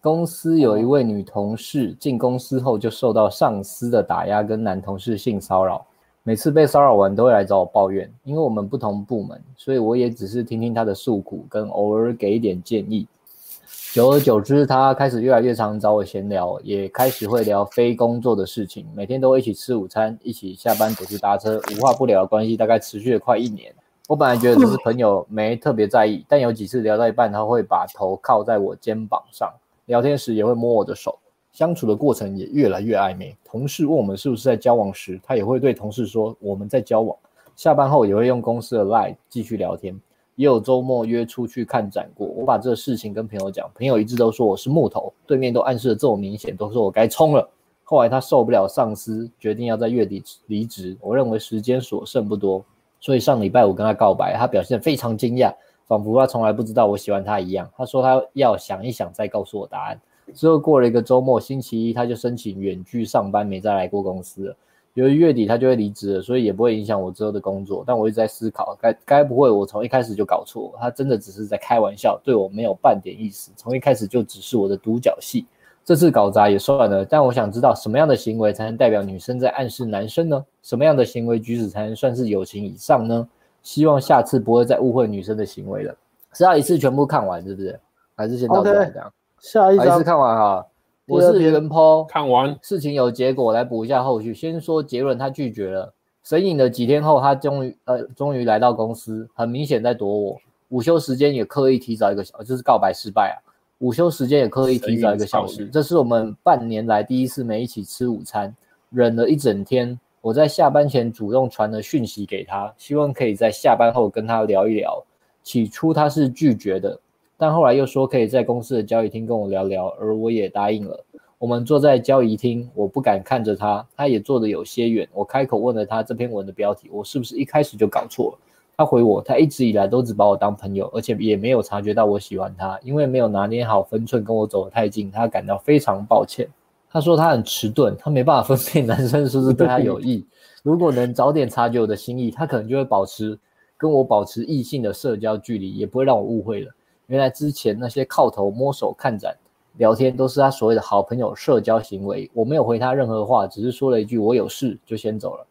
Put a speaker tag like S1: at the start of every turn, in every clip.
S1: 公司有一位女同事，进公司后就受到上司的打压跟男同事性骚扰，每次被骚扰完都会来找我抱怨，因为我们不同部门，所以我也只是听听她的诉苦，跟偶尔给一点建议。久而久之，她开始越来越常找我闲聊，也开始会聊非工作的事情，每天都会一起吃午餐，一起下班走去搭车，无话不聊的关系大概持续了快一年。我本来觉得只是朋友，没特别在意，但有几次聊到一半，他会把头靠在我肩膀上，聊天时也会摸我的手，相处的过程也越来越暧昧。同事问我们是不是在交往时，他也会对同事说我们在交往。下班后也会用公司的 LINE 继续聊天，也有周末约出去看展过。我把这事情跟朋友讲，朋友一致都说我是木头，对面都暗示的这么明显，都说我该冲了。后来他受不了上司，决定要在月底离职。我认为时间所剩不多。所以上礼拜我跟他告白，他表现非常惊讶，仿佛他从来不知道我喜欢他一样。他说他要想一想再告诉我答案。之后过了一个周末，星期一他就申请远距上班，没再来过公司了。由于月底他就会离职了，所以也不会影响我之后的工作。但我一直在思考，该该不会我从一开始就搞错？他真的只是在开玩笑，对我没有半点意思，从一开始就只是我的独角戏。这次搞砸也算了，但我想知道什么样的行为才能代表女生在暗示男生呢？什么样的行为举止才能算是友情以上呢？希望下次不会再误会女生的行为了。是啊要一次全部看完是不是？还是先到这样
S2: OK，下一
S1: 好一
S2: 张
S1: 次看完哈。我
S2: 第二
S1: 是
S2: 篇
S1: 原 po，
S3: 看完
S1: 事情有结果，来补一下后续。先说结论，他拒绝了。神隐的几天后，他终于呃终于来到公司，很明显在躲我。午休时间也刻意提早一个小，就是告白失败啊。午休时间也刻意提早一个小
S3: 神
S1: 时
S3: 隐，
S1: 这是我们半年来第一次没一起吃午餐，忍了一整天。我在下班前主动传了讯息给他，希望可以在下班后跟他聊一聊。起初他是拒绝的，但后来又说可以在公司的交易厅跟我聊聊，而我也答应了。我们坐在交易厅，我不敢看着他，他也坐得有些远。我开口问了他这篇文的标题，我是不是一开始就搞错了？他回我，他一直以来都只把我当朋友，而且也没有察觉到我喜欢他，因为没有拿捏好分寸，跟我走得太近，他感到非常抱歉。他说他很迟钝，他没办法分辨男生是不是对他有意。如果能早点察觉我的心意，他可能就会保持跟我保持异性的社交距离，也不会让我误会了。原来之前那些靠头摸手看展聊天都是他所谓的好朋友社交行为。我没有回他任何话，只是说了一句“我有事”，就先走了。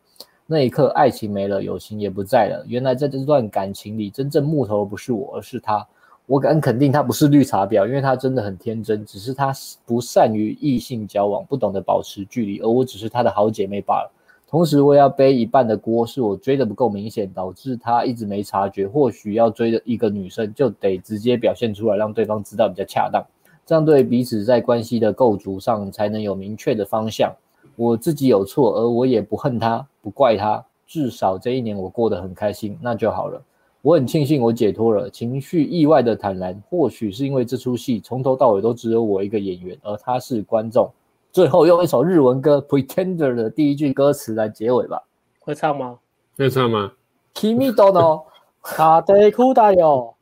S1: 那一刻，爱情没了，友情也不在了。原来在这段感情里，真正木头的不是我，而是他。我敢肯定，他不是绿茶婊，因为他真的很天真，只是他不善于异性交往，不懂得保持距离，而我只是他的好姐妹罢了。同时，我也要背一半的锅，是我追的不够明显，导致他一直没察觉。或许要追的一个女生，就得直接表现出来，让对方知道比较恰当，这样对彼此在关系的构筑上才能有明确的方向。我自己有错，而我也不恨他，不怪他，至少这一年我过得很开心，那就好了。我很庆幸我解脱了，情绪意外的坦然。或许是因为这出戏从头到尾都只有我一个演员，而他是观众。最后用一首日文歌《Pretender》的第一句歌词来结尾吧。
S2: 会唱吗？
S3: 会唱吗？
S1: 君と の
S2: 卡德库达哟，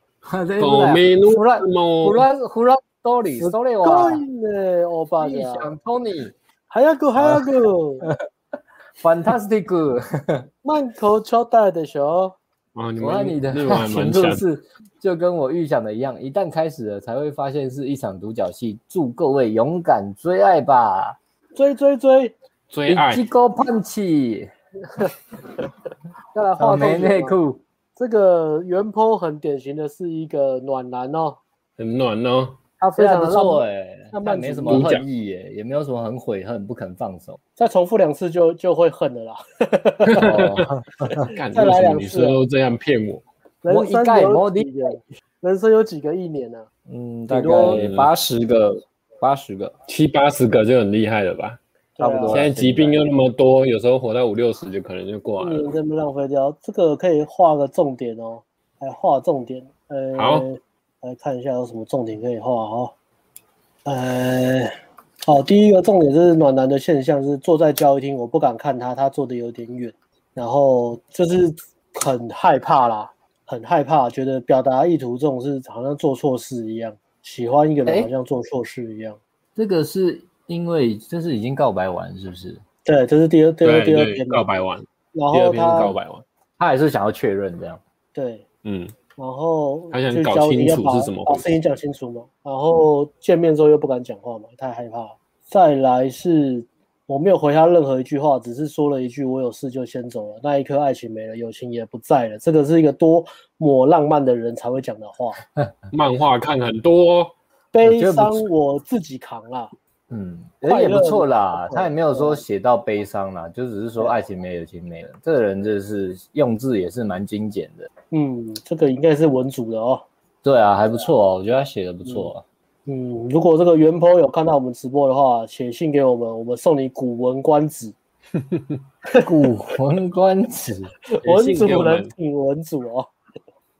S3: 狗妹
S1: 弗兰
S3: 诺
S1: 弗兰弗兰多里， 所以
S2: 够
S1: 我啊
S2: 呢，欧巴
S1: 理
S2: 呀，
S1: 想 Tony
S2: 还要够还要够，
S1: Fantastic，
S2: 慢口超大的时候，
S3: 啊，你
S1: 我爱
S3: 们
S1: 你的
S3: 日 文还
S1: 程
S3: 蛮
S1: 度
S3: 强。
S1: 是就跟我预想的一样，一旦开始了才会发现是一场独角戏。祝各位勇敢追爱吧！
S2: 追追追，
S3: 最爱
S1: 机构胖起，
S2: 再来
S1: 草
S2: 画
S1: 莓内
S2: 风。
S1: 裤，
S2: 这个原 po 很典型的是一个暖男哦，
S3: 很暖哦，
S2: 他非
S1: 非
S2: 常
S1: 常
S2: 的
S1: 不
S2: 浪
S1: 错
S2: 漫，
S1: 哎，
S2: 浪漫
S1: 但没
S2: 主
S1: 什
S2: 义
S1: 么
S3: 独角
S1: 恨意哎，也没有什么很悔恨，不肯放 手。
S2: 再重复两次就就会恨了啦。
S1: 哦
S3: 干
S2: 啊再来
S3: 为什
S2: 两
S3: 么女
S2: 次
S3: 生都这样骗我？
S1: 我
S2: 人
S1: 一
S2: 生
S1: 概
S2: 有
S1: 摸
S2: 几个，人生有几个一年啊？
S1: 嗯，大
S2: 顶
S1: 概
S2: 多
S1: 八十个，八十个，
S3: 七八十个就很厉害了吧？
S2: 对啊
S1: 差不多
S3: 现在疾病又那么多，有时候活到五六十就可能就
S2: 一
S3: 挂了。
S2: 年真的浪费掉。嗯这个可以画个重点哦，来画重点。呃，
S3: 好，
S2: 来看一下有什么重点可以画哦。呃，好，第一个重点就是暖男的现象是坐在交易厅，我不敢看他，他坐的有点远，然后就是很害怕啦，很害怕，觉得表达意图这种事好像做错事一样，喜欢一个人
S1: 哎
S2: 好像做错事一样。
S1: 这个是因为这是已经告白完是不是？
S2: 对，这是第二第二
S3: 对
S2: 第二
S3: 对，
S2: 篇
S3: 告
S2: 嘛，
S3: 白完，
S2: 然
S3: 第二
S2: 后
S3: 篇是告
S2: 他
S3: 白完。
S1: 他还是想要确认这样。
S2: 对
S3: 嗯，
S2: 然后
S3: 他想
S2: 去
S3: 搞
S2: 交
S3: 清
S2: 你要
S3: 楚
S2: 把
S3: 是怎么
S2: 把
S3: 回
S2: 事情讲清楚嘛。然后见面之后又不敢讲话嘛，太害怕了。再来是我没有回他任何一句话，只是说了一句“我有事就先走了”。那一刻爱情没了，友情也不在了。这个是一个多么浪漫的人才会讲的话。
S3: 漫画看很多 哦，
S2: 悲
S1: 觉得不
S2: 伤我自己扛啊啦，
S1: 嗯，人
S2: 快
S1: 也不
S2: 乐
S1: 错啦
S2: 嘛，
S1: 他也没有说
S2: 对
S1: 写到悲伤啦，就只是说
S2: 对
S1: 爱情没有，友情没了。这个人就是用字也是蛮精简的，
S2: 嗯，这个应该是文组的哦。
S1: 对啊，还不错哦，我觉得他写的不错、啊。
S2: 嗯，如果这个原 po 有看到我们直播的话，写信给我们，我们送你《古文观止》。
S1: 古文观止，
S2: 文
S3: 信
S2: 主
S3: 给我
S2: 人
S3: 们
S2: 挺文主哦。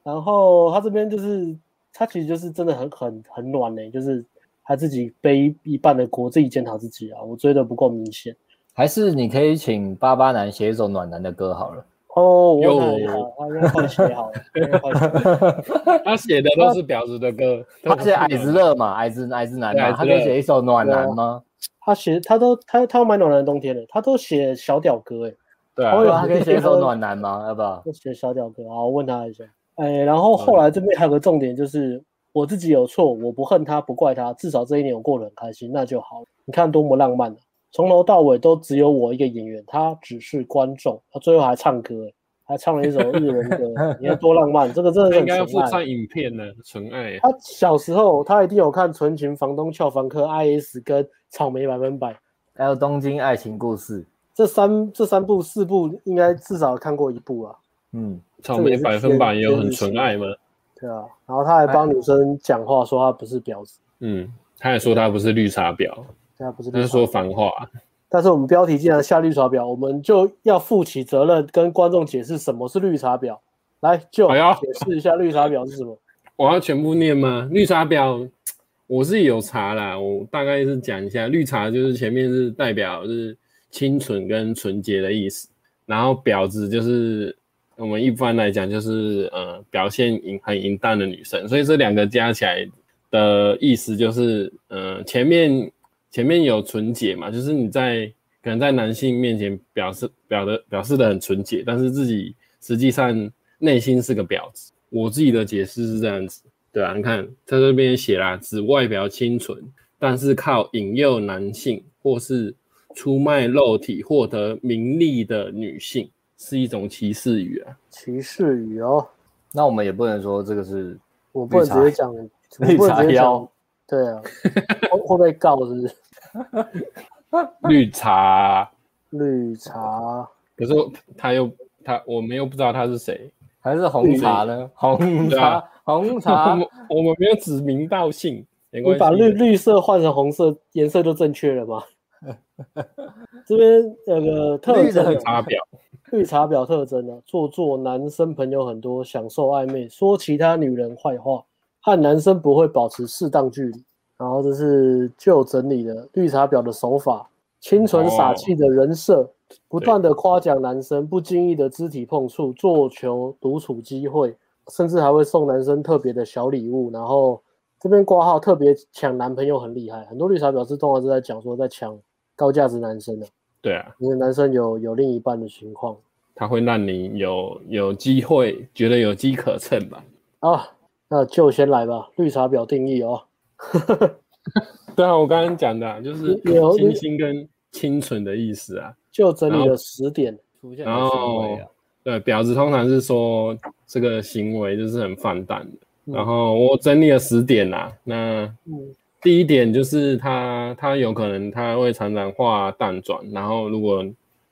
S2: 然后他这边就是，他其实就是真的很很很暖呢、欸就是他自己背一半的锅，自己检讨自己啊，我追的不够明显。
S1: 还是你可以请巴巴男写一首暖男的歌好了。
S2: 哦，我
S3: 哟
S2: 问他一下，他应该快写好了，应该快写好了
S3: 他写的都是婊子的歌，
S1: 他写矮子
S3: 的，
S1: 热嘛，矮子矮子男
S3: 对
S1: 嘛，
S3: 矮子
S1: 他可以
S3: 热
S1: 写一首暖男吗？
S2: 他写他都他他要买暖男的冬天的、他都写小屌哥哎、
S3: 对
S2: 好
S1: 对
S2: 有
S1: 啊，
S3: 啊，
S1: 他可以写一首暖男吗？要不要？
S2: 我写小屌哥，好，我问他一下。哎，然后
S3: 嗯
S2: 后来这边还有个重点就是，我自己有错，我不恨他，不怪他，至少这一年我过得很开心，那就好了。你看多么浪漫啊！从头到尾都只有我一个演员，他只是观众，他最后还唱歌，欸还唱了一首日文 歌，你看多浪漫！这个真的
S3: 他
S2: 是
S3: 应
S2: 很
S3: 该要附
S2: 纯爱
S3: 上影片呢，《纯爱》
S2: 他小时候他一定有看《纯情房东俏房客》IS 跟《草莓百分百》
S1: 还有《东京爱情故事》，
S2: 这三这三部四部，应该至少看过一部啊。
S1: 嗯，
S3: 草莓百分百也有很纯爱吗？
S2: 对啊，然后他还帮女生讲话，说他不是婊子，
S3: 嗯，他还说他不是绿茶婊，
S2: 对他不是绿
S3: 他
S2: 茶
S3: 是
S2: 婊
S3: 说反话。
S2: 但是我们标题既然下绿茶婊，我们就要负起责任，跟观众解释什么是绿茶婊。来，就
S3: 哎呀
S2: 解释一下绿茶婊是什么。
S3: 我要全部念吗？绿茶婊，我是有查啦，我大概是讲一下，绿茶就是前面是代表是清纯跟纯洁的意思，然后婊子就是我们一般来讲就是呃表现淫很淫荡的女生，所以这两个加起来的意思就是呃前面前面有纯洁嘛，就是你在可能在男性面前表示表的表示的很纯洁，但是自己实际上内心是个婊子。我自己的解释是这样子，对啊，你看在这边写啦，指外表清纯，但是靠引诱男性或是出卖肉体获得名利的女性，是一种歧视语啊。
S2: 歧视语哦，
S1: 那我们也不能说这个是
S2: 我不能直接讲，我
S1: 绿
S2: 不
S1: 茶
S2: 能直接
S1: 婊
S2: 讲。对啊，会会被告是不是？嗯
S3: 绿茶，
S2: 绿茶，
S3: 可是我他又他我们又不知道他是谁，
S1: 还是红茶呢？红
S3: 对
S1: 茶
S3: 啊，
S1: 红
S3: 我
S1: 茶，
S3: 们我们没有指名道姓，没
S2: 你
S3: 关
S2: 把绿
S3: 系。
S2: 绿色换成红色颜色就正确了吗？这边有个特
S1: 绿的
S2: 征
S1: 很
S2: 有
S3: 茶婊，
S2: 绿茶婊特征呢、做作，男生朋友很多，享受暧昧，说其他女人坏话，和男生不会保持适当距离。然后这是旧整理的绿茶婊的手法：清纯傻气的人设，不断的夸奖男生，不经意的肢体碰触，做球独处机会，甚至还会送男生特别的小礼物。然后这边挂号特别抢男朋友很厉害，很多绿茶婊是通常是在讲说在抢高价值男生的、
S3: 对啊，
S2: 因为男生有有另一半的情况。
S3: 他会让你有有机会，觉得有机可乘吧。
S2: 啊，那就先来吧。绿茶婊定义哦，
S3: 对啊，我刚刚讲的啊、就是
S2: 你有
S3: 清新跟清纯的意思啊。
S2: 就整理了十点。
S1: 出现
S3: 然
S1: 的
S3: 后
S1: 行为啊，
S3: 对，婊子通常是说这个行为就是很放荡的。
S2: 嗯
S3: 然后我整理了十点啦、那
S2: 嗯
S3: 第一点就是他他有可能他会常常化淡妆，然后如果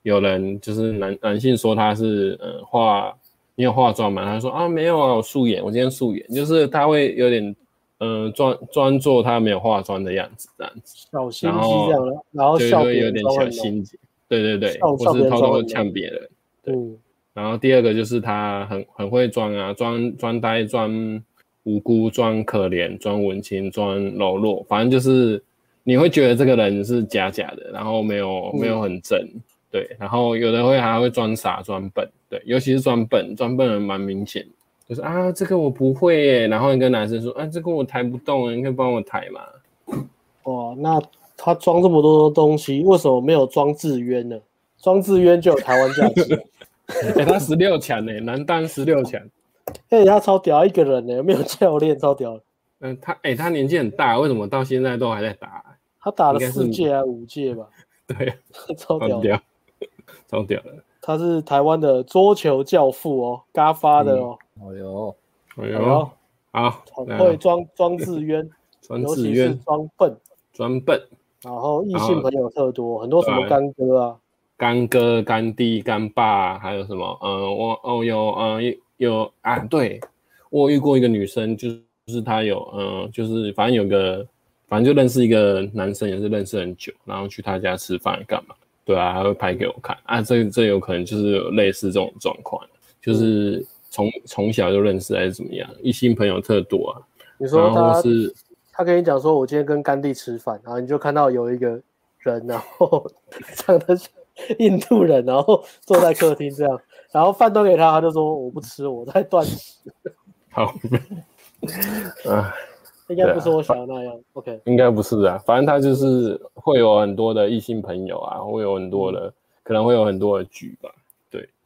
S3: 有人就是男男性说他是呃化你有化妆吗？他说啊没有啊，我素颜，我今天素颜，就是他会有点呃装装作他没有化妆的样子这样子。
S2: 小心
S3: 然
S2: 机
S3: 后
S2: 这样了，然后
S3: 对
S2: 哦笑
S3: 对，有
S2: 点
S3: 点
S2: 装
S3: 小
S2: 很浓。
S3: 心机，对对对，
S2: 笑别
S3: 或是
S2: 人
S3: 偷
S2: 装
S3: 偷
S2: 很
S3: 呛
S2: 浓
S3: 别人。
S2: 嗯，
S3: 然后第二个就是他很很会装啊，装装呆、装无辜、装可怜、装文青、装柔弱，反正就是你会觉得这个人是假假的，然后没有
S2: 嗯
S3: 没有很真，对。然后有的会还会装傻、装笨，对，尤其是装笨，装笨人蛮明显，就是啊这个我不会耶，然后你跟男生说啊这个我抬不动，你可以帮我抬嘛，
S2: 哇，那他装这么多东西，为什么没有装智渊呢？ 装智渊就有台湾价值。
S3: 欸哎、他十六强呢，男单十六强，
S2: 而且他超屌，一个人呢、没有教练，超屌的。
S3: 嗯，他哎、他年纪很大，为什么到现在都还在打？
S2: 他打了
S3: 应该是
S2: 四届还五届吧，
S3: 对，
S2: 超屌
S3: 超
S2: 的。
S3: 屌，超屌 的。
S2: 他是台湾的桌球教父哦，嘎发的哦，
S1: 哦哟，
S3: 哎
S2: 然后
S3: 呦，好，
S2: 很会
S3: 那
S2: 装装自 冤，
S3: 专
S2: 尤
S3: 志
S2: 其是
S3: 愿
S2: 装笨，
S3: 专笨，
S2: 然后异
S3: 然
S2: 性
S3: 后
S2: 朋友特多，很多什么干哥啊，
S3: 干哥、干弟、干爸，还有什么？嗯，我哦有，嗯有啊，对我遇过一个女生，就是就是她有，嗯，就是反正有个，反正就认识一个男生，也是认识很久，然后去他家吃饭干嘛？对啊，还会拍给我看啊，这这有可能就是有类似这种状况，
S2: 嗯
S3: 就是从从小就认识还是怎么样，异性朋友特多啊，
S2: 你说
S3: 然后
S2: 他
S3: 是
S2: 他跟你讲说，我今天跟甘地吃饭，然后你就看到有一个人，然后 长得像印度人，然后坐在客厅这样，然后饭都给他，他就说我不吃，我在断食，
S3: 好， 啊。
S2: 应该不是我想的那样。OK，
S3: 应该不是啊，反正他就是会有很多的异性朋友啊，会有很多的，可能会有很多的局吧。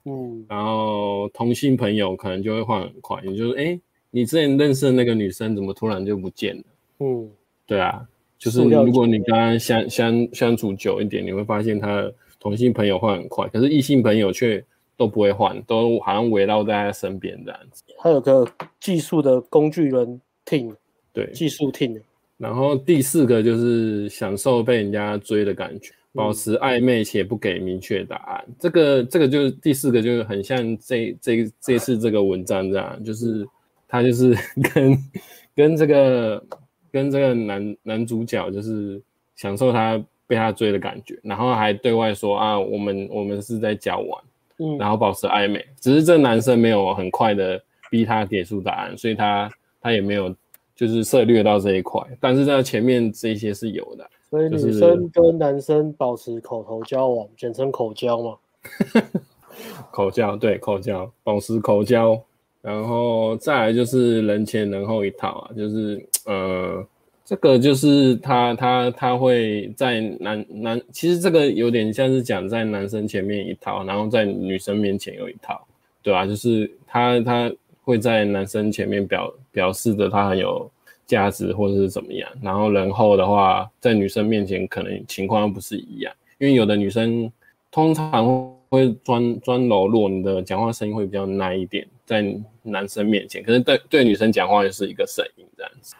S2: 嗯，
S3: 然后同性朋友可能就会换很快，也就是哎、诶你之前认识的那个女生怎么突然就不见了？
S2: 嗯，
S3: 对啊，就是
S2: 塑料
S3: 如果
S2: 姐妹
S3: 你跟她相相相处久一点，你会发现她的同性朋友换很快，可是异性朋友却都不会换，都好像围绕在她身边这样子。
S2: 他有个技术的工具人 team，
S3: 对，
S2: 技术 team，
S3: 然后第四个就是享受被人家追的感觉，保持暧昧且不给明确答案。这个这个就是第四个，就是很像这这这次这个文章这样，就是他就是 跟跟这个跟这个男男主角就是享受他被他追的感觉，然后还对外说啊，我们我们是在交往，
S2: 嗯，
S3: 然后保持暧昧。只是这男生没有很快的逼他给出答案，所以他他也没有就是涉略到这一块。但是在前面这些是有的，
S2: 所以
S3: 就
S2: 女
S3: 是
S2: 生跟男生保持口头交往，简称口交嘛。
S3: 口交对口交，保持口交，然后再来就是人前人后一套啊，就是呃。这个就是他，他他会在男男，其实这个有点像是讲在男生前面一套，然后在女生面前有一套，对啊，就是他他会在男生前面表表示的他很有价值或者是怎么样，然后人后的话，在女生面前可能情况不是一样，因为有的女生通常会钻钻柔弱，你的讲话声音会比较耐一点，在男生面前，可是对对女生讲话也是一个声音这样子，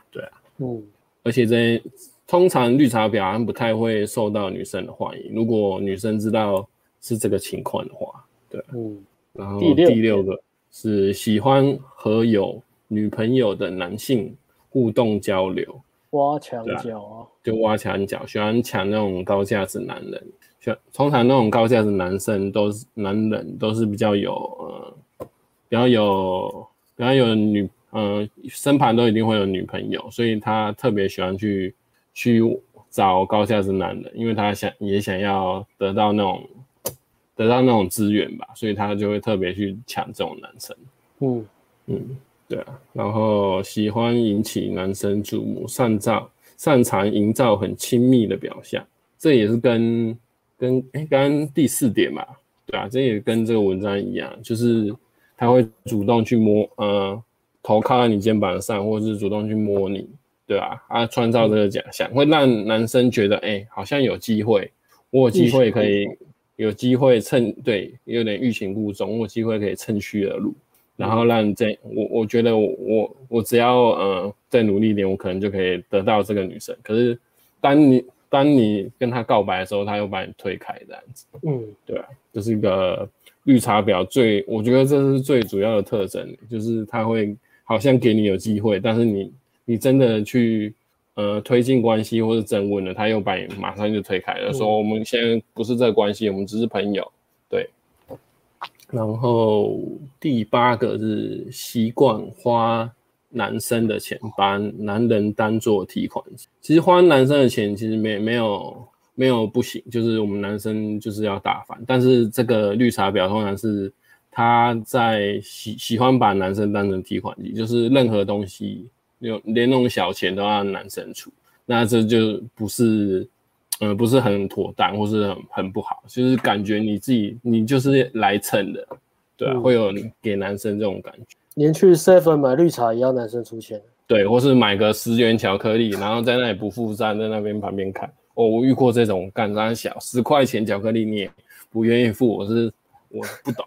S2: 嗯，
S3: 而且这通常绿茶婊好像不太会受到女生的欢迎，如果女生知道是这个情况的话，
S2: 嗯，
S3: 然后
S2: 第六
S3: 第六个是喜欢和有女朋友的男性互动交流，
S2: 挖墙脚啊，
S3: 就挖墙脚，喜欢抢那种高价值男人。喜欢通常那种高价值男生都是男人都是比较有呃比较有比较有女呃身旁都一定会有女朋友，所以他特别喜欢去去找高价值男人，因为他想也想要得到那种得到那种资源吧，所以他就会特别去抢这种男生。
S2: 嗯，
S3: 嗯，对啊，然后喜欢引起男生注目，擅造擅长营造很亲密的表象，这也是跟跟哎，刚刚第四点嘛，对啊，这也跟这个文章一样，就是他会主动去摸，呃，头靠在你肩膀上，或是主动去摸你，对啊，啊，创造这个假象，会让男生觉得，哎，好像有机会，我有机会可以，有机会趁对，有点欲擒故纵，我有机会可以趁虚而入。然后让这我我觉得我我我只要呃再努力一点，我可能就可以得到这个女生。可是当你当你跟她告白的时候，她又把你推开，这样子，
S2: 嗯，
S3: 这是一个绿茶婊最，我觉得这是最主要的特征，就是她会好像给你有机会，但是你你真的去呃推进关系或者征婚了，她又把你马上就推开了，说我们现在不是这个关系，我们只是朋友，对。然后第八个是习惯花男生的钱，把男人当做提款机。其实花男生的钱其实没没有没有不行，就是我们男生就是要打翻。但是这个绿茶婊通常是他在喜喜欢把男生当成提款机，就是任何东西，有连那种小钱都要男生出，那这就不是。呃，不是很妥当，或是很很不好，就是感觉你自己你就是来蹭的，对啊，
S2: 嗯
S3: 会有给男生这种感觉。
S2: 连去 Seven 买绿茶也要男生出钱。
S3: 对，或是买个十元巧克力，然后在那里不付账，在那边旁边看。哦，我遇过这种干啥小十块钱巧克力你也不愿意付，我是我不懂，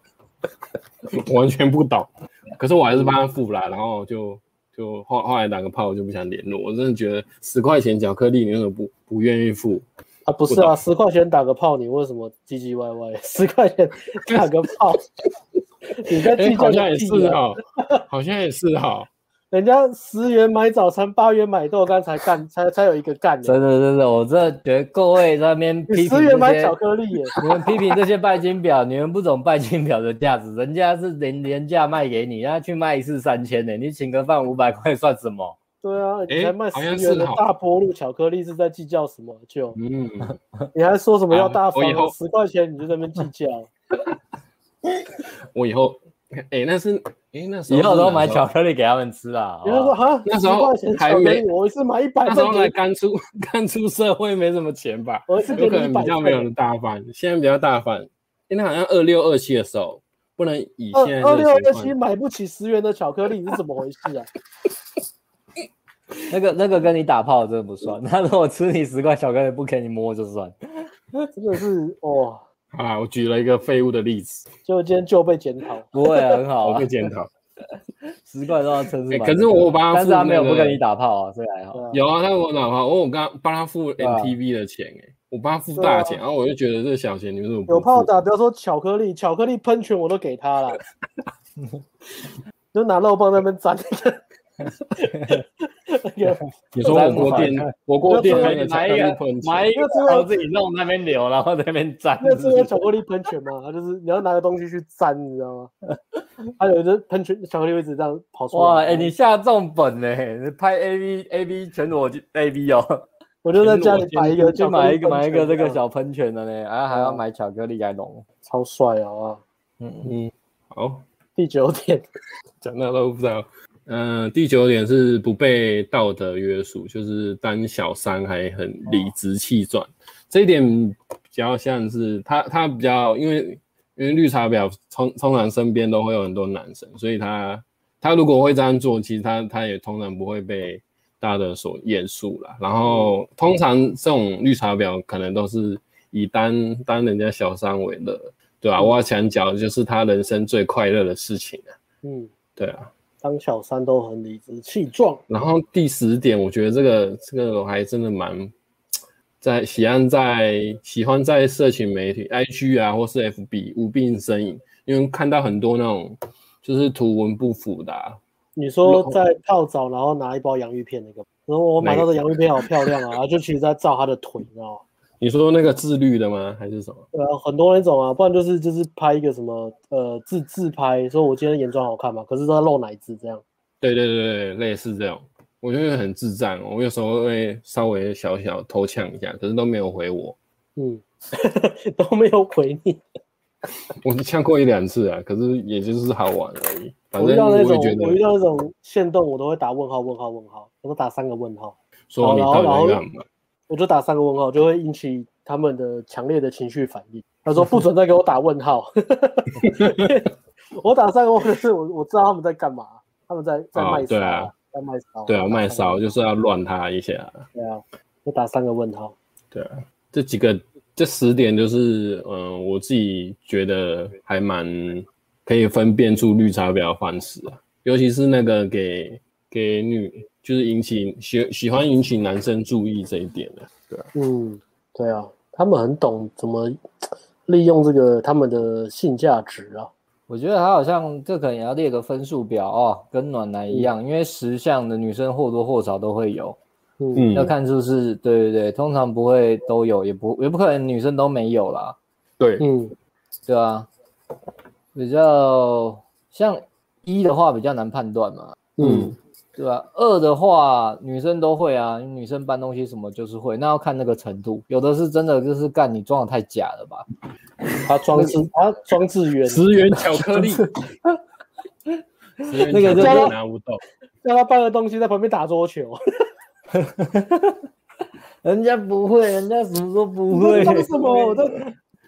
S3: 完全不懂。 可是我还是帮他付啦，然后就就后后来打个炮，我就不想联络。我真的觉得十块钱巧克力你为什么不不愿意付？
S2: 啊，不是啊，十块钱打个炮，你为什么唧唧歪 歪？十块钱打个 炮，你在
S3: 哎、
S2: 计较
S3: 好像
S2: 个
S3: 也
S2: 屁
S3: 是
S2: 啊！
S3: 哦，好像也是哦。
S2: 人家十元买早餐，八元买豆干才干，才才有一个干
S1: 真
S2: 的。
S1: 的真的，我真的觉得各位在那边
S2: 你
S1: 批
S2: 十
S1: 评
S2: 元
S1: 这
S2: 买巧
S1: 些，
S2: 克力耶，
S1: 你们批评这些拜金表，你们不懂拜金表的价值，人家是廉廉价卖给你，人家去卖一次三千呢，你请个饭五百块算什么？
S2: 对啊，你
S3: 哎
S2: 才卖十
S3: 好像
S2: 元
S3: 是
S2: 的
S3: 哈
S2: 大波路巧克力是在计较什么？就
S3: 嗯，
S2: 你还说什么要大
S3: 啊
S2: 方
S3: 我以后？
S2: 十块钱你就在那边计 较，
S3: 哦我以后哎、那是哎、那时候
S1: 以
S3: 是
S1: 后都
S3: 哪
S1: 买
S3: 时候
S1: 巧克力给他们吃啦。好哦
S2: 你
S1: 不
S2: 就说
S1: 好
S2: 哈，
S3: 那
S2: 十
S3: 时候
S2: 块钱巧
S3: 还
S2: 克
S3: 没
S2: 力，我一次买一百
S3: 那时
S2: 份
S3: 候
S2: 给
S3: 才
S2: 你，
S3: 刚出 刚出社会，没什么钱吧？
S2: 我一次给
S3: 有可
S2: 你一
S3: 能
S2: 百
S3: 比较没有
S2: 份
S3: 人。大方，现在比较大方。因为那好像二六二七的时候，不能以现在
S2: 二
S3: 这
S2: 六
S3: 个
S2: 二
S3: 情
S2: 七
S3: 况。
S2: 买不起十元的巧克力，你是怎么回事啊？
S1: 那个那个跟你打炮真的不算，他如果吃你十块巧克力不给你摸就算。
S2: 真的是哦，
S3: 好啦，我举了一个废物的例子，
S2: 就今天就被检讨。
S1: 不会啊，很好
S3: 我
S1: 啊
S3: 被，检 讨。
S1: 十块都要撑
S3: 哎
S1: 是吧？
S3: 可是我帮他
S1: 但是他
S3: 付
S1: 没有
S3: 那
S1: 不
S3: 个
S1: 跟你打炮啊，所以还好
S2: 对。啊
S3: 有啊，他我老婆，我我刚帮他付
S1: 对啊
S3: MTV 的钱、哎，我帮他付
S2: 对啊
S3: 大钱，然后我就觉得这小钱你们怎么不
S2: 有炮
S3: 付？
S2: 打，不要说巧克力，巧克力喷泉我都给他了，就拿肉棒在那边 粘那个，那个
S3: 你说火锅店，火锅店那个巧克力喷
S1: 买
S3: 泉，
S1: 一个
S2: 这个
S1: 然后自己弄那边流，然后在那边粘。
S2: 那是叫巧克力喷泉嘛，它就是你要拿个东西去粘，你知道吗？还有就是喷泉巧克力会一直这样跑出来。
S1: 哇，哎、你下重本呢、你拍 A V A V 全裸 A V 哦，
S2: 我就在家里摆一个，
S1: 就买一个买一个这个
S2: 小
S1: 小喷泉的呢，啊，还要
S2: 嗯
S1: 买巧克力来弄。
S2: 超帅啊 啊！
S1: 嗯，
S3: 嗯，好，
S2: 第九点，
S3: 讲到都不知道。嗯、第九点是不被道德约束，就是当小三还很理直气壮，这一点比较像是他他比较因为因为绿茶婊通通常身边都会有很多男生，所以他他如果会这样做，其实他他也通常不会被大的所厌束啦。然后通常这种绿茶婊可能都是以当当人家小三为乐，对吧、啊？挖墙脚就是他人生最快乐的事情啊，
S2: 嗯，
S3: 对啊。
S2: 当小三都很理直气壮。
S3: 然后第十点，我觉得这个这个我还真的蛮在喜欢在喜欢在社群媒体 IG 啊或是 FB 无病呻吟，因为看到很多那种就是图文不符的、啊，
S2: 你说在泡澡，然后拿一包洋芋片那个，然后我买到的洋芋片好漂亮啊，然后就其实在照她的腿，你知道吗？
S3: 你说那个自律的吗？还是什么？
S2: 对啊，很多那种啊，不然就是就是拍一个什么呃自自拍，说我今天眼妆好看嘛，可是都在露奶子这样。
S3: 对对对对，类似这种，我觉得很智障。我有时候会稍微小小偷呛一下，可是都没有回我。
S2: 嗯， 都没有回你。
S3: 我呛过一两次啊，可是也就是好玩而已。反
S2: 我遇
S3: 正
S2: 到那
S3: 我也
S2: 种
S3: 觉
S2: 我遇
S3: 得
S2: 到那种限动，我都会打问号问号问号，我都打三个问号，
S3: 说你
S2: 然后
S3: 到
S2: 然后
S3: 底在干嘛？
S2: 我就打三个问号，就会引起他们的强烈的情绪反应。他说不准再给我打问号， 我打三个问号就是我我知道他们在干嘛，他们在在
S3: 哦
S2: 卖
S3: 对
S2: 骚、
S3: 啊
S2: 在卖骚，
S3: 对啊，卖
S2: 骚
S3: 骚就是要乱他一下。
S2: 对啊，就打三个问号。
S3: 这几个这十点就是，嗯、我自己觉得还蛮可以分辨出绿茶婊的方式啊，尤其是那个给给女，就是引起喜喜欢引起男生注意这一点啊的、
S2: 嗯，对啊，他们很懂怎么利用这个他们的性价值啊。
S1: 我觉得他好像这可能也要列个分数表哦，跟暖男一样，因为十项的女生或多或少都会有，
S2: 嗯，
S1: 要看是不是对对对，通常不会都有，也不也不可能女生都没有啦。
S3: 对，
S2: 嗯，
S1: 对啊，比较像一的话比较难判断嘛，
S2: 嗯，
S1: 对吧、二的话女生都会啊，女生搬东西什么就是会，那要看那个程度，有的是真的就是干你装的太假了吧？
S2: 他装置他装置员，
S3: 十元巧克力，十元
S1: 那个
S2: 叫
S3: 巧克
S2: 做
S3: 力拿不到，
S2: 让他搬个东西在旁边打桌球，
S1: 人家不会，人家什么都不
S2: 你在
S1: 会。
S2: 装什么？我在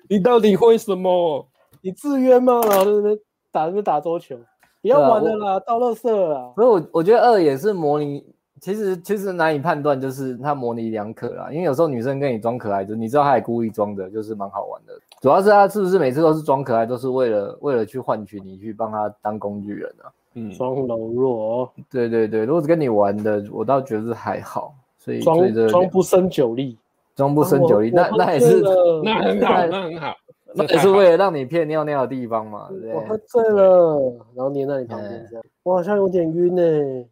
S3: 你到底会什么？
S2: 你自愿吗？然后在那边打在那边打桌球，不要
S1: 对啊
S2: 玩了啦，到垃圾了啦。
S1: 所以我我觉得二也是模拟，其实其实难以判断，就是它模棱两可啦。因为有时候女生跟你装可爱，就你知道她也故意装的，就是蛮好玩的。主要是她是不是每次都是装可爱，都是为了为了去换取你去帮她当工具人啊？
S3: 嗯，
S2: 装柔弱哦，
S1: 对对对，如果是跟你玩的，我倒觉得是还好。所以
S2: 装
S1: 所以这
S2: 装不胜酒力，
S1: 装不胜酒力，
S2: 啊
S1: 那
S2: 我
S1: 那也
S2: 我喝
S1: 是
S2: 醉了
S3: 那很好，那很好，
S1: 那也是为了让你骗尿尿的地方嘛，对不
S2: 我喝
S1: 对？
S2: 醉了，然后黏在你旁边
S1: 嗯
S2: 这样，我好像有点晕欸呢。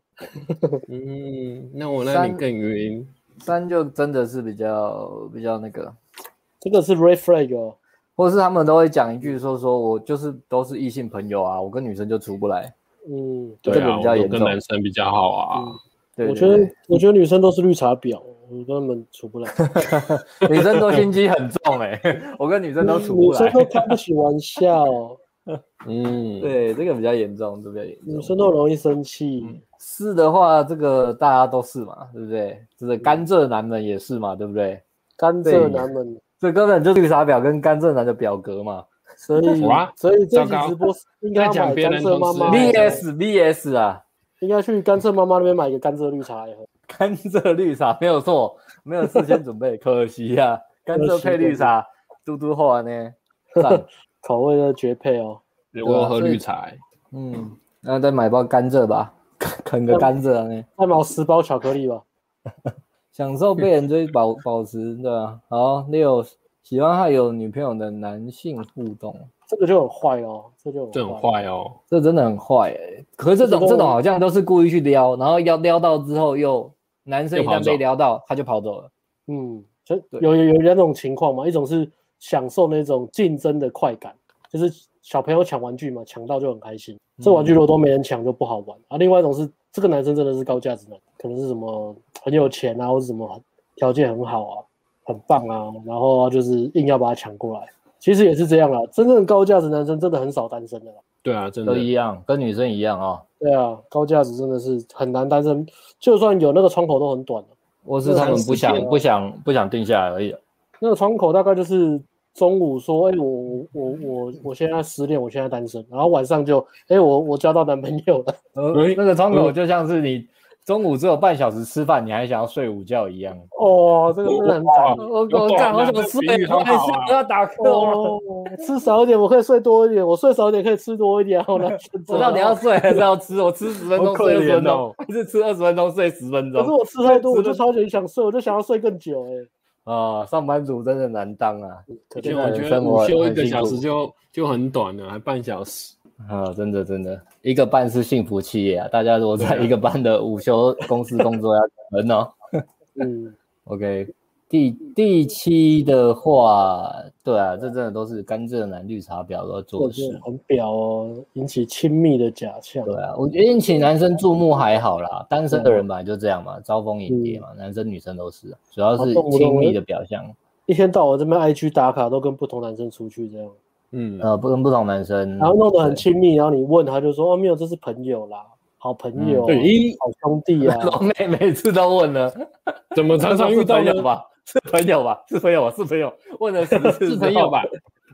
S3: 嗯，那我让你更晕。
S1: 三就真的是比较比较那个，
S2: 这个是 red flag 哦，
S1: 或者是他们都会讲一句说说我就是都是异性朋友啊，我跟女生就处不来。
S2: 嗯，
S1: 对
S3: 对
S1: 这个
S3: 啊，
S1: 比较
S3: 我都
S1: 严
S3: 跟
S1: 重
S3: 男生比较好啊。
S1: 对
S2: 我
S1: 对
S2: 觉得
S1: 对
S2: 我觉得女生都是绿茶婊，我根本处不来，
S1: 女生都心机很重哎、 我跟女生都处不
S2: 女生
S1: 来。
S2: 都开不起玩笑，
S3: 嗯，，
S1: 对，这个比较严重，这个比较
S2: 女
S1: 严
S2: 生
S1: 重。
S2: 都容易生气。
S1: 是的话，这个大家都是嘛，对不对？这个甘蔗男们也是嘛，对不对？
S2: 甘蔗男们，
S1: 这根本就是绿茶婊跟甘蔗男的表格嘛。
S2: 所
S1: 嗯
S2: 以
S3: 哇
S2: 所以这期
S3: 糟糕
S2: 直播应该要
S3: 在
S2: 买
S3: 讲别
S2: 甘
S3: 人
S2: 蔗妈妈
S3: 同时
S2: 来
S1: VS
S2: 喝，
S1: VS 啊，
S2: 应该去甘蔗妈妈那边买个甘蔗绿茶来喝。
S1: 甘蔗绿茶没有 错，没有事先准备，可惜呀、啊。甘蔗配绿茶，嘟嘟后啊呢？ 赞
S2: 口味的绝配哦，
S3: 我有喝绿茶欸。
S1: 嗯，那再买包甘蔗吧， 啃个甘蔗啊 呢。
S2: 再买十包巧克力吧。
S1: 享受被人追保保持对吧、好六，喜欢和有女朋友的男性互动，
S2: 这个就很坏哦，这就
S3: 这很。坏哦。
S1: 这真的很坏哎、可是这种
S2: 这个
S1: 这种好像都是故意去撩，然后要撩到之后又男生一
S3: 又跑
S1: 旦
S3: 走
S1: 被撩到他就跑走了。
S2: 嗯，就
S1: 对
S2: 有有有两种情况嘛，一种是享受那种竞争的快感，就是小朋友抢玩具嘛，抢到就很开心。这玩具如果都没人抢就不好玩、啊。另外一种是这个男生真的是高价值男，可能是什么很有钱啊，或者什么条件很好啊，很棒啊，然后就是硬要把他抢过来。其实也是这样啦，真正的高价值男生真的很少单身的啦。
S3: 对啊，真的
S1: 都。一样，跟女生一样啊、
S2: 对啊，高价值真的是很难单身，就算有那个窗口都很短的，
S1: 我是他们不
S2: 这
S1: 想
S2: 个
S1: 不想不想定下来而已啊。
S2: 那个窗口大概就是中午说，哎、我我我我现在失恋，我现在单身，然后晚上就，哎、我我交到男朋友了，
S1: 呃
S3: 哎
S1: 那个窗口
S3: 嗯
S1: 就像是你中午只有半小时吃饭，你还想要睡午觉一样。
S2: 哦，这个真的很惨。
S1: 我
S3: 有
S1: 我干，
S3: 懂
S1: 我
S3: 啊
S1: 想
S3: 这
S1: 睡
S3: 比喻，
S1: 我
S3: 很
S1: 还
S3: 好
S1: 想
S3: 啊
S1: 要打嗝。
S2: 哦，吃少一点，我可以睡多一点；我睡少一点，可以吃多一点。啊我呢，
S1: 我到底要睡还是要吃？我吃十分钟
S3: 好可
S1: 睡二十分
S3: 怜哦
S1: 钟，还是吃二十分钟睡十分
S2: 啊可是
S1: 钟？
S2: 我吃太多，我就超级想睡，我就想要睡更久、欸
S1: 啊，上班族真的难当啊！
S2: 哎，
S3: 而且
S1: 就
S3: 我
S1: 人
S3: 觉得
S1: 生活
S3: 午休一
S1: 很
S3: 个
S1: 辛
S3: 小
S1: 苦
S3: 时就就很短了，还半小时。
S1: 啊，真的真的，一个半是幸福企业啊！大家如果在一个班的午休公司工作要感恩哦。
S2: 嗯，
S1: OK，第第七的话，对啊，这真的都是甘蔗男绿茶婊都要做
S2: 我
S1: 的
S2: 觉得
S1: 事。
S2: 很表哦，引起亲密的假象。
S1: 对啊，我觉得引起男生注目还好啦，单身
S3: 嗯
S1: 的人本来就这样嘛，招蜂引蝶嘛，男生女生都是啊，主
S3: 哦
S1: 要是
S2: 好动不动
S1: 亲密
S2: 就
S1: 的表象。
S2: 一天到晚这边 IG 打卡，都跟不同男生出去这样，
S3: 嗯，
S1: 呃，不跟不同男生，
S2: 然后弄得很亲密，然后你问他就说哦没有，这是朋友啦，好朋友、哦
S3: 嗯对，一
S2: 好兄弟啊，
S1: 老妹每次都问了，
S3: 怎么常常遇到
S1: 是朋
S3: 呢？
S1: 友吧？是朋友吧？是朋友吧？是朋友，问了十次
S3: 是朋友吧？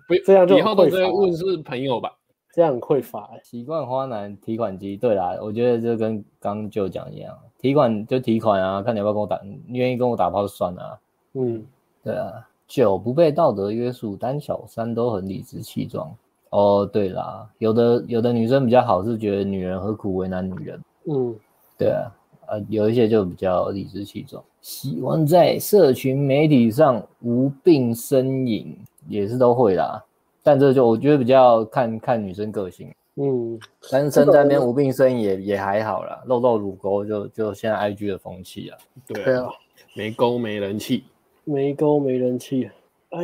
S3: 不，
S2: 这样就
S3: 以后都
S2: 匮乏
S3: 在问是朋友吧？
S2: 这样很匮乏、欸。
S1: 习惯花男提款机，对啦，我觉得这跟刚刚就讲一样，提款就提款啊，看你要不要跟我打，你愿意跟我打炮就算了、啊，
S2: 嗯，
S1: 对啊。九不被道德约束，胆小三都很理直气壮。哦，对啦，有的有的女生比较好，是觉得女人何苦为难女人，
S2: 嗯，
S1: 对啊，呃，有一些就比较理直气壮，喜欢在社群媒体上无病呻吟，也是都会啦。但这就我觉得比较看看女生个性，
S2: 嗯，
S1: 男生在那边无病呻吟也也还好啦，露露乳沟就就现在 IG 的风气啊。
S3: 对
S2: 对
S3: 啊
S2: 啊，，
S3: 没沟没人气。
S2: 没沟没人气。哎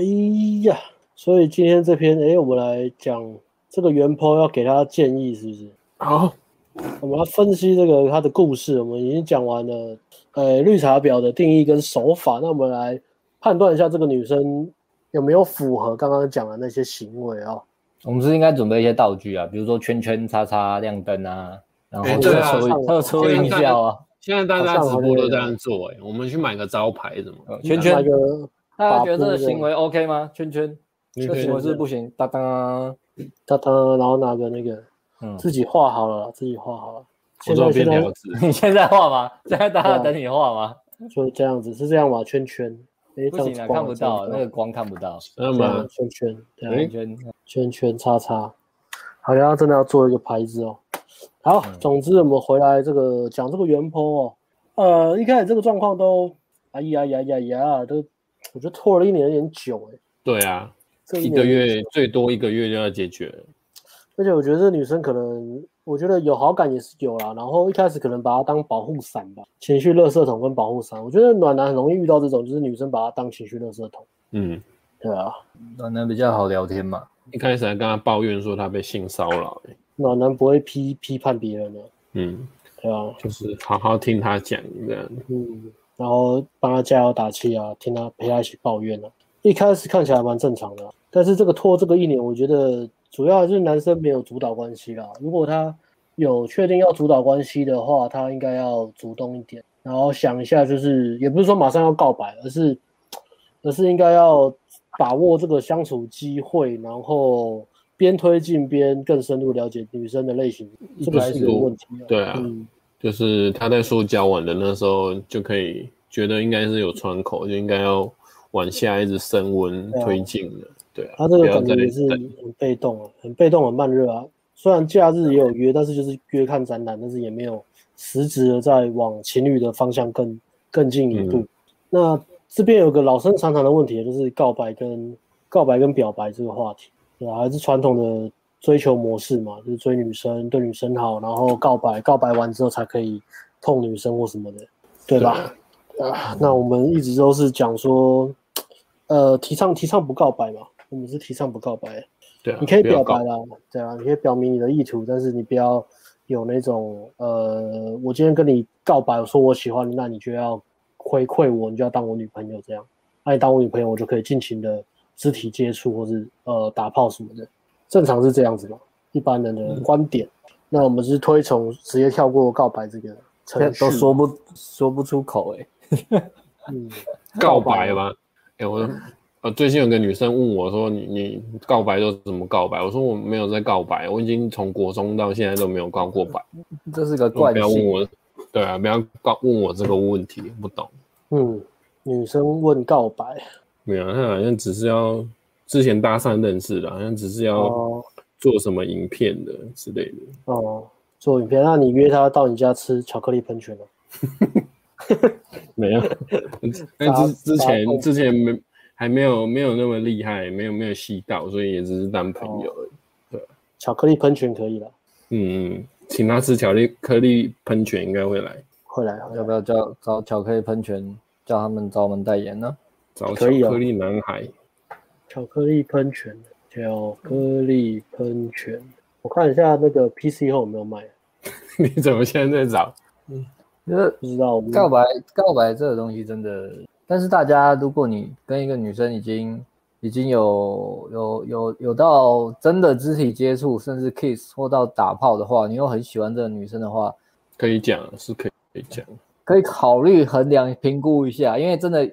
S2: 呀，所以今天这篇，哎、我们来讲这个原 po 要给他建议是不是？
S3: 好，
S2: 我们要分析这个他的故事，我们已经讲完了，呃，绿茶婊的定义跟手法，那我们来判断一下这个女生有没有符合刚刚讲的那些行为哦。
S1: 我们是应该准备一些道具啊，比如说圈圈、叉叉、亮灯啊，然后
S3: 哎
S1: 还
S3: 对
S1: 有
S3: 啊
S1: 抽
S2: 上
S1: 还有抽音效啊，
S3: 现在大家
S2: 好像
S3: 直
S2: 好
S3: 播
S2: 累
S3: 都这
S2: 了
S3: 样做，哎，我们去买个招牌怎么？
S1: 呃圈
S2: 嗯那
S1: 圈，
S2: 个
S1: 大家觉得这个行为 OK 吗？圈圈，
S3: 你
S1: 这
S3: 可以
S1: 行为是不行，当当。
S2: 他他，然后拿个那个
S1: 嗯，
S2: 自己画好了，自己画好了。
S3: 我
S2: 现
S3: 说
S2: 在
S3: 变
S2: 现
S3: 聊
S2: 在
S3: 子，
S1: 你现在画吗？ 现在大家等你画吗？
S2: 就这样子，是这样吧？圈圈，哎，
S1: 不
S2: 这样
S1: 行
S2: 子
S1: 啊，
S2: 光
S1: 看不到
S2: 这
S1: 那
S2: 样
S1: 个
S2: 子
S1: 光看不到，
S3: 那
S2: 这样
S3: 么
S2: 圈圈，对啊
S3: 哎
S1: 完全
S2: 圈圈叉叉，好像真的要做一个牌子哦。好，
S1: 嗯
S2: 总之我们回来这个讲这个原坡哦，呃，一开始这个状况都，哎呀呀呀呀，都我觉得拖了一年有点久哎，
S3: 对啊，
S2: 这
S3: 一
S2: 年
S3: 个月最多一个月就要解决了，
S2: 而且我觉得这女生可能，我觉得有好感也是有啦，然后一开始可能把她当保护伞吧，情绪垃圾桶跟保护伞，我觉得暖男很容易遇到这种，就是女生把她当情绪垃圾桶，
S3: 嗯，
S2: 对啊，
S1: 暖男比较好聊天嘛。
S3: 一开始还跟他抱怨说他被性骚扰、欸
S2: 暖男不会批批判别人的，啊
S3: 嗯，
S2: 对啊，
S3: 就是好好听他讲这样，
S2: 嗯，然后帮他加油打气啊，听他陪他一起抱怨啊。一开始看起来蛮正常的啊，但是这个拖这个一年，我觉得主要还是男生没有主导关系啦。如果他有确定要主导关系的话，他应该要主动一点，然后想一下，就是也不是说马上要告白，而是而是应该要把握这个相处机会，然后边推进边更深入了解女生的类型，这个是一个
S3: 我
S2: 问题啊。
S3: 对啊，
S2: 嗯，
S3: 就是他在说交往的那时候就可以觉得应该是有窗口，就应该要往下一直升温
S2: 对啊
S3: 推进的，对啊，
S2: 他这
S3: 不
S2: 个
S3: 要
S2: 感
S3: 再
S2: 觉也是
S3: 等，
S2: 很被动啊，很被动，很慢热啊。虽然假日也有约，但是就是约看展览，但是也没有实质的在往情侣的方向更更进一步。
S3: 嗯
S2: 那这边有个老生常谈的问题，就是告白跟告白跟表白这个话题，对吧、还是传统的追求模式嘛，就是追女生，对女生好，然后告白，告白完之后才可以碰女生或什么的，对吧？啊，那我们一直都是讲说，呃，提倡提倡不告白嘛，我们是提倡不告白，
S3: 对啊，
S2: 你可以
S3: 不要
S2: 表白
S3: 搞
S2: 啦，对啊，你可以表明你的意图，但是你不要有那种呃，我今天跟你告白，我说我喜欢你，那你就要回馈我，你就要当我女朋友这样，那你当我女朋友，我就可以尽情的肢体接触或是呃打炮什么的，正常是这样子嘛，一般人的观点。那我们是推崇直接跳过告白这个
S1: 现在
S2: 程序，
S1: 都说不说不出口哎、
S2: 嗯，
S3: 告白吧。哎、我呃最近有个女生问我说你你告白都怎么告白？我说我没有在告白，我已经从国中到现在都没有告过白。
S1: 这是个
S3: 不
S1: 惯
S3: 要问
S1: 性。
S3: 我，对啊，不要告问我这个问题，不懂。
S2: 嗯，女生问告白
S3: 没有，她好像只是要之前搭讪认识的，好像只是要
S2: 哦
S3: 做什么影片的之类的。
S2: 哦，做影片，那你约她到你家吃巧克力喷泉了？啊
S3: 没有，
S2: 搭
S3: 但之之
S2: 搭
S3: 前
S2: 讪
S3: 之前没还没有没有那么厉害，没有没有吸到，所以也只是当朋友而已。
S2: 巧克力喷泉可以了，
S3: 嗯嗯，请她吃巧克力喷泉应该会来。
S2: 会来会
S1: 要
S2: 来，
S1: 不要叫找巧克力喷泉，叫他们找我们代言呢？
S3: 找巧
S2: 可以哦
S3: 克力男孩，
S2: 巧克力喷泉，巧克力喷泉，我看一下那个 PC 后有没有卖，
S3: 你怎么现在在找？
S1: 就是
S2: 不知道我们
S1: 告白，告白这个东西真的，但是大家如果你跟一个女生已经已经有有有有到真的肢体接触，甚至 kiss 或到打炮的话，你又很喜欢这个女生的话，
S3: 可以讲啊是可以讲，
S1: 可以考虑衡量评估一下，因为真的，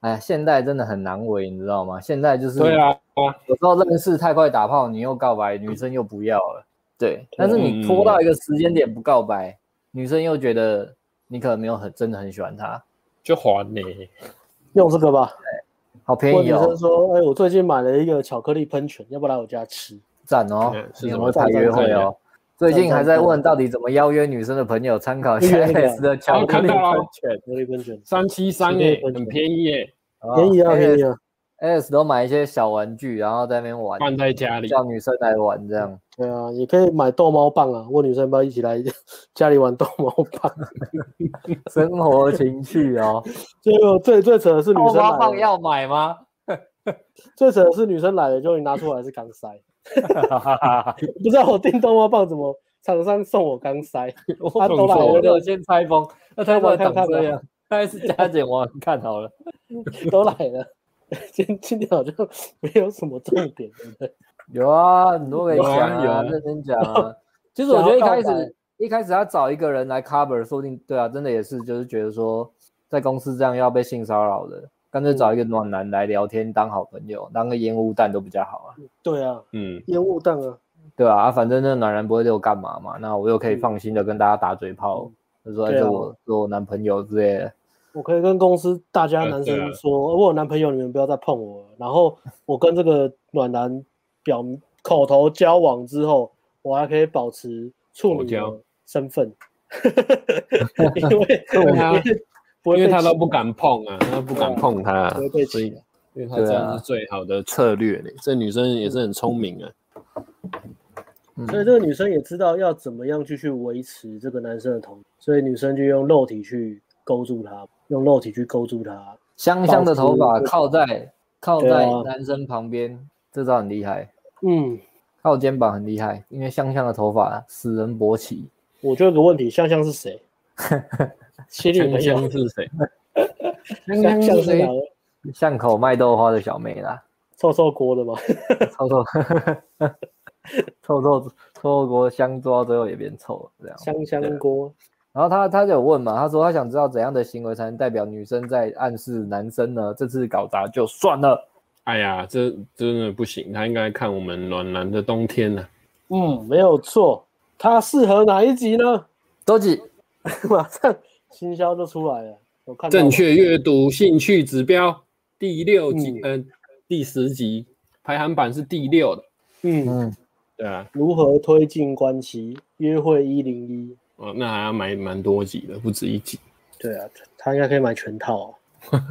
S1: 哎，现在真的很难为，你知道吗？现在就是
S3: 对啊，
S1: 有时候认识太快打炮，你又告白，女生又不要了。对，但是你拖到一个时间点不告白，女生又觉得你可能没有很真的很喜欢她，
S3: 就还呢、
S2: 用这个吧。
S1: 好便
S2: 问女
S1: 宜哦
S2: 生，说，哎，我最近买了一个巧克力喷泉，要不要来我家吃？
S1: 赞哦
S3: 嗯，是
S1: 你
S3: 什
S1: 很
S3: 么
S1: 会排约会
S3: 赞赞
S1: 哦。最近还在问到底怎么邀约女生的朋友，参考一下
S2: 约那个
S1: S 的巧克力
S3: 哦看到
S1: 喷
S3: 了
S1: 泉，
S2: 巧克力喷泉
S3: 三七三哎，很便宜哎、
S1: 哦
S2: 便宜啊，便宜
S1: S
S2: 啊，
S1: S 都买一些小玩具，然后在那边玩，
S3: 放在家里，
S1: 叫女生来玩这样。
S2: 对啊，也可以买逗猫棒啊，问女生要不要一起来 家里玩逗猫棒。
S1: 生活情趣哦。
S2: 结果最最扯的是女
S1: 泡
S2: 生
S1: 泡
S2: 来
S1: 棒
S2: 了，
S1: 要买吗？
S2: 最扯的是女生来了，就你拿出来是钢塞，
S1: 我
S2: 不知道我订逗猫棒怎么厂商送 我钢塞，他都来
S1: 我
S2: 了
S1: 六
S2: 就
S1: 千拆封，那拆封长这
S2: 看
S1: 样，还是加减我看好了。
S2: 都来了。今今天好像没有什么重点，对不对？
S1: 有啊，很多可以讲
S3: 有啊
S1: 啊，
S3: 有啊
S1: 认真讲 啊。其实我觉得一开
S2: 想要告白
S1: 始一开始他找一个人来 cover，说不定对啊，真的也是就是觉得说在公司这样要被性骚扰的，干脆
S2: 嗯
S1: 找一个暖男来聊天当好朋友，当个烟雾弹都比较好啊。
S2: 对啊，
S3: 嗯，
S2: 烟雾弹啊，
S1: 对啊，啊反正那暖男不会对我干嘛嘛，那我又可以放心的跟大家打嘴炮，就说哎
S2: 对啊
S1: 这我这我男朋友之类的。
S2: 我可以跟公司大家男
S3: 啊对啊
S2: 生说，呃我有男朋友，你们不要再碰我了。然后我跟这个暖男表明口头交往之后，我还可以保持处
S3: 口
S2: 女的
S3: 交
S2: 身 份，因为
S3: 对啊
S2: 因为不会
S3: 因为
S2: 被
S3: 他
S2: 起
S3: 都不敢碰啊，他不敢碰他、
S2: 不会被
S3: 所
S2: 起
S3: 以因为他这样是最好的策略嘞、这女生也是很聪明啊，
S1: 嗯
S2: 所以这个女生也知道要怎么样继续维持这个男生的同意，所以女生就用肉体去勾住他，用肉体去勾住他。
S1: 香香的头
S2: 保
S1: 发
S2: 持
S1: 靠在靠
S2: 对
S1: 在
S2: 啊
S1: 男生旁边，这招很厉害，
S2: 嗯，
S1: 靠肩膀很厉害，因为香香的头发使人勃起。
S2: 我就有个问题，香香是 谁？心里
S3: 香
S2: 没
S3: 香
S2: 有。
S3: 是谁？
S2: 香香是哪个？
S1: 巷口卖豆花的小妹啦，
S2: 臭臭锅的吗？
S1: 臭臭臭臭臭臭国香做到最后也变臭了这样。
S2: 香香锅。
S1: 然后他他就有问嘛，他说他想知道怎样的行为才能代表女生在暗示男生呢？这次搞砸就算了。
S3: 哎呀，这真的不行，他应该看我们暖男的冬天啊呢、
S2: 嗯，没有错。它适合哪一集呢？
S1: 周几？
S2: 马上 新销就出来了。我看到了
S3: 正确阅读兴趣指标第六集，嗯、第十集排行榜是第六的，
S2: 嗯，
S1: 嗯，
S3: 对啊，
S2: 如何推进关系？约会一零一。
S3: 哦，那还要买蛮多集的，不止一集。
S2: 对啊，他应该可以买全套、啊。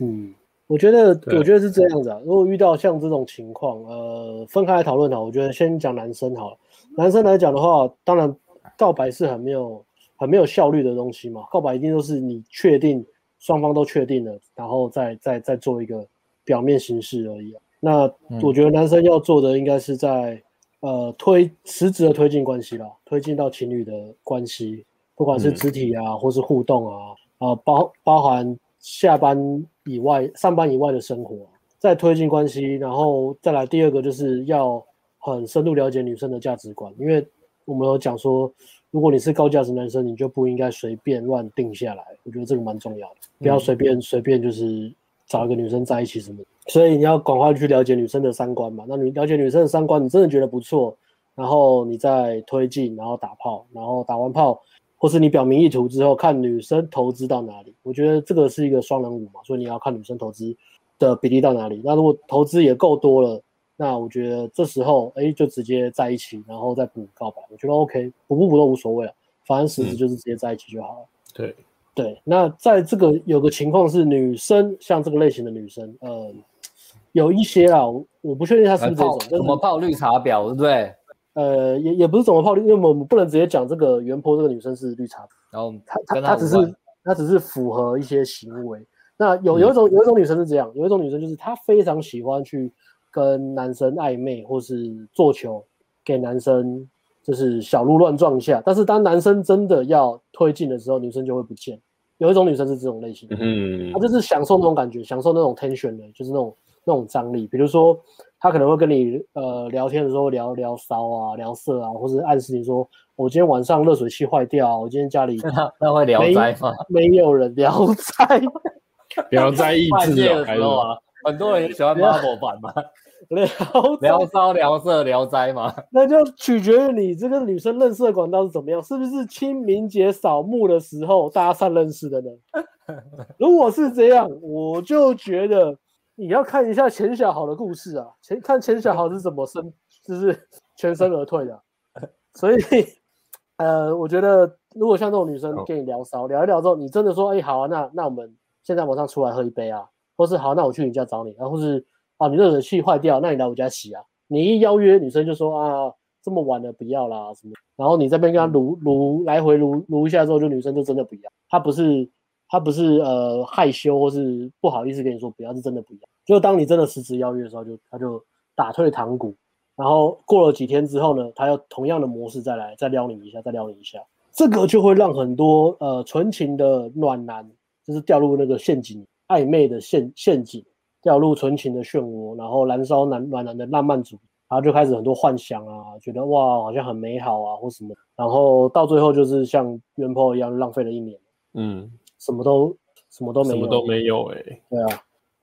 S2: 嗯，我觉得，
S3: 啊
S2: 我觉得是这样子啊。如果遇到像这种情况，呃，分开来讨论啊。我觉得先讲男生好了。男生来讲的话，当然告白是很没有、很没有效率的东西嘛。告白一定都是你确定双方都确定了，然后再再再做一个表面形式而已、啊。那
S1: 嗯
S2: 我觉得男生要做的应该是在呃推实质的推进关系啦，推进到情侣的关系，不管是
S3: 嗯
S2: 肢体啊，或是互动啊，啊、包包含下班以外、上班以外的生活啊、再推进关系，然后再来第二个就是要很深入了解女生的价值观，因为我们有讲说，如果你是高价值男生，你就不应该随便乱定下来，我觉得这个蛮重要的，不要随便随便就是找一个女生在一起什么的。所以你要赶快去了解女生的三观嘛。那你了解女生的三观，你真的觉得不错，然后你再推进，然后打炮，然后打完炮，或是你表明意图之后，看女生投资到哪里。我觉得这个是一个双人舞嘛，所以你要看女生投资的比例到哪里。那如果投资也够多了，那我觉得这时候哎就直接在一起，然后再补告白，我觉得 OK，补不补都无所谓了，反正实质就是直接在一起就好了。
S3: 对，
S2: 对，那在这个有个情况是，女生像这个类型的女生，呃，有一些啊，我我不确定她是不是这种
S1: 泡，
S2: 但
S1: 怎
S2: 是
S1: 么泡绿茶婊，对不对？
S2: 呃，也也不是怎么泡，因为我们不能直接讲这个原坡这个女生是绿茶婊，
S1: 然后
S2: 她她
S1: 跟
S2: 她
S1: 她
S2: 只
S1: 无关嗯
S2: 是她只是符合一些行为。那有有一种有一种女生是这样，有一种女生就是她非常喜欢去跟男生暧昧，或是做球给男生就是小鹿乱撞一下，但是当男生真的要推进的时候，女生就会不见。有一种女生是这种类型的，
S3: 嗯
S2: 他，就是享受那种感觉，享受那种 tension 的，就是那种那种张力。比如说，他可能会跟你呃聊天的时候聊聊骚啊、聊色啊，或者暗示你说，我今天晚上热水器坏掉啊、我今天家里
S1: 那那会聊斋吗？
S2: 没有人聊斋，
S3: 聊斋意
S1: 半
S3: 志
S1: 夜
S3: 哦，
S1: 的
S3: 还
S1: 时
S3: 是
S1: 候 啊，很多人也喜欢 Marvel 版嘛，
S2: 聊
S1: 聊
S2: 斋，
S1: 骚、聊色、聊斋嘛。
S2: 那就取决于你这个女生认识的管道是怎么样，是不是清明节扫墓的时候搭讪认识的呢？如果是这样，我就觉得你要看一下钱小豪的故事啊，钱看钱小豪是怎么生， 就是全身而退的。所以，呃，我觉得如果像这种女生
S3: 好
S2: 跟你聊骚，聊一聊之后，你真的说，哎、好啊，那那我们现在晚上出来喝一杯啊，或是好，那我去你家找你，然、后是啊，你热水器坏掉，那你来我家洗啊。你一邀约，女生就说啊，这么晚了不要啦什么，然后你这边跟她撸撸来回撸撸一下之后，就女生就真的不要，她不是他不是呃害羞或是不好意思跟你说不要，是真的不要。就当你真的实质邀约的时候，就他就打退堂鼓，然后过了几天之后呢，他又同样的模式再来再撩你一下，再撩你一下，这个就会让很多呃纯情的暖男就是掉入那个陷阱，暧昧的陷陷阱，掉入纯情的漩涡，然后燃烧男暖男的浪漫主义。然后就开始很多幻想啊，觉得哇好像很美好啊或什么，然后到最后就是像元坡一样浪费了一年，
S3: 嗯，
S2: 什么都什么都没
S3: 什
S2: 有，
S3: 么都没有哎、
S2: 对啊。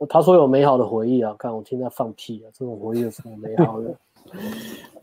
S2: 他说有美好的回忆啊，看我听他放屁啊，这种回忆有什么美好的？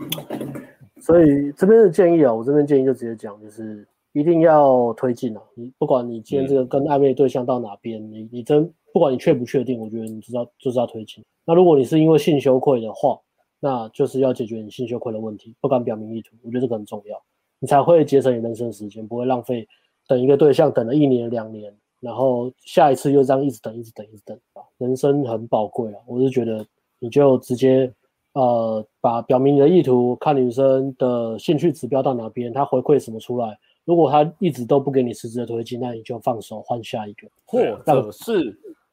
S2: 所以这边的建议啊，我这边建议就直接讲，就是一定要推进啊。你不管你今天这个跟暧昧对象到哪边，你你真不管你确不确定，我觉得你知道就是要推进。那如果你是因为性羞愧的话，那就是要解决你性羞愧的问题，不敢表明意图，我觉得这个很重要，你才会节省你人生时间，不会浪费等一个对象等了一年两年，然后下一次又这样一直等一直等一直等啊人生很宝贵啊，我是觉得你就直接呃，把表明你的意图，看女生的兴趣指标到哪边，她回馈什么出来。如果她一直都不给你实质的推进，那你就放手换下一个。
S1: 或者是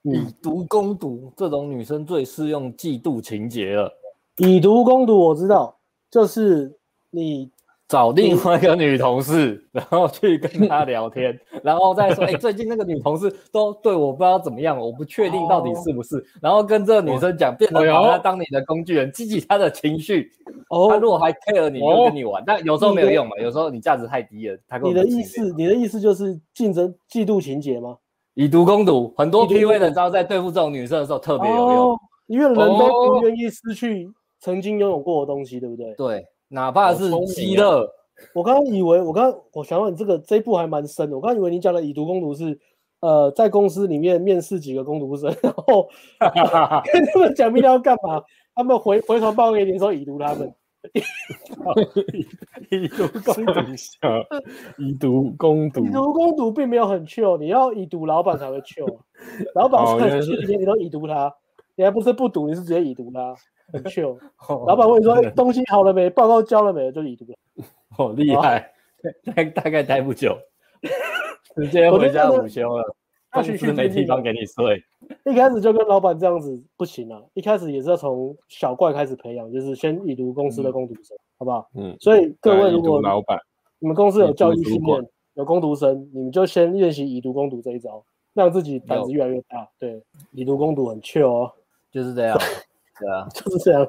S2: 嗯
S1: 以毒攻毒，这种女生最适用嫉妒情节了。
S2: 以毒攻毒，我知道，就是你
S1: 找另外一个女同事，然后去跟她聊天，然后再说，哎、最近那个女同事都对我不知道怎么样，我不确定到底是不是，然后跟这个女生讲，变成
S3: 哎呦
S1: 把她当你的工具人，激起她的情绪，她
S2: 哦，
S1: 如果还 care 你，
S3: 哦
S1: 就跟你玩，但有时候没有用嘛，有时候你价值太低了，她跟
S2: 哦你
S1: 我
S2: 的意思，你的意思就是竞争嫉妒情节吗？
S1: 以毒攻毒，很多
S2: 以毒攻
S1: P
S2: 毒
S1: V 的招在对付这种女生的时候特别有用，
S2: 哦，因为人都
S3: 哦
S2: 不愿意失去曾经拥有过的东西，对不对？
S1: 对，哪怕是
S3: 好聪明
S1: 鸡
S3: 啊
S1: 肋，
S2: 我刚刚以为，我刚刚我想问你这个这一步还蛮深的。我刚刚以为你讲的以毒攻毒是，呃，在公司里面面试几个攻读生， 然后跟他们讲明天要干嘛，他们回回头报给你说以毒他 们。
S1: 以毒攻毒。
S3: 傻 笑，以毒攻毒
S2: 以，毒攻毒并没有很 chill，你要以毒老板才会 chill，老板
S3: 哦原来
S2: 在
S3: 是
S2: 心里面你都以毒他，你还不是不毒，你是直接以毒他，很 chill。老
S1: 哦
S3: 哦
S2: 板问你说、哎东西好了没，报告交了没，就以毒。
S1: 好哦厉
S2: 啊
S1: 害， 大大概待不久，直接回家午休了，
S2: 我
S1: 公
S2: 就觉
S1: 司
S2: 得
S1: 没地方给你睡。
S2: 一开始就跟老板这样子不行啊，一开始也是要从小怪开始培养，就是先以毒公司的攻读生，好不好？
S3: 嗯，
S2: 所以各位，
S3: 以
S2: 如
S3: 毒
S2: 果
S3: 老板，
S2: 你们公司有教育
S3: 以
S2: 训
S3: 毒主
S2: 练，有攻读生，你们就先练习以毒攻读这一招，让自己胆子越来越大。对，以毒攻读很 c 哦，
S1: 就是这样。对啊，
S2: 就是这样。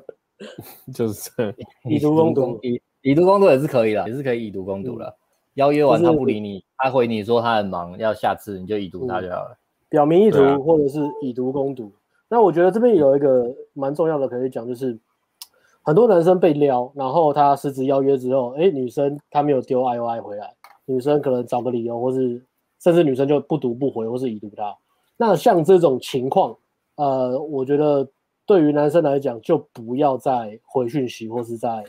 S3: 就是这样
S2: 以毒攻毒，嗯
S1: 以以毒攻毒也是可以的，也是可以以毒攻毒了。邀约完
S2: 就是
S1: 他不理你，他回你说他很忙，要下次你就以毒他就好了。
S2: 表明意图
S3: 对啊嗯
S2: 或者是以毒攻毒。那我觉得这边有一个蛮重要的可以讲，就是很多男生被撩，然后他实质邀约之后，哎，女生她没有丢 I O I 回来，女生可能找个理由，或是甚至女生就不读不回，或是已读他。那像这种情况，呃，我觉得对于男生来讲，就不要再回讯息，或是在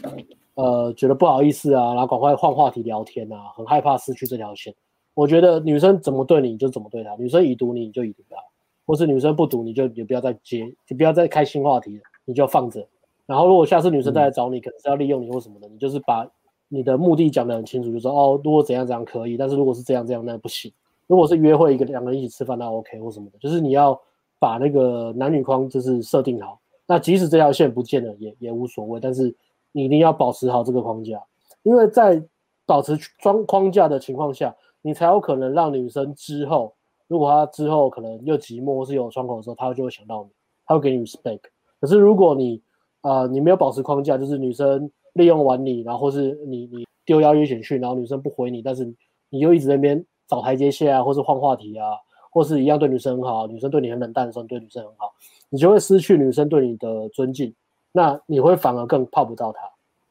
S2: 呃觉得不好意思啊，然后赶快换话题聊天啊，很害怕失去这条线。我觉得女生怎么对你，你就怎么对她；女生已读你，你就已读她；或是女生不读，你就也不要再接，就不要再开新话题了，你就放着。然后如果下次女生再来找你，可能是要利用你或什么的，你就是把你的目的讲得很清楚，就说哦，如果怎样怎样可以，但是如果是这样这样那不行。如果是约会一个两个人一起吃饭，那 OK 或什么的，就是你要把那个男女框就是设定好。那即使这条线不见了也也无所谓，但是你一定要保持好这个框架，因为在保持框框架的情况下，你才有可能让女生之后，如果她之后可能又寂寞或是有窗口的时候，她就会想到你，她会给你 respect。可是如果你呃你没有保持框架，就是女生利用完你，然后或是你你丢邀约简讯，然后女生不回你，但是你又一直在那边找台阶下啊，或是换话题啊，或是一样对女生很好，啊女生对你很冷淡的时候，你对女生很好，你就会失去女生对你的尊敬，那你会反而更泡不到她。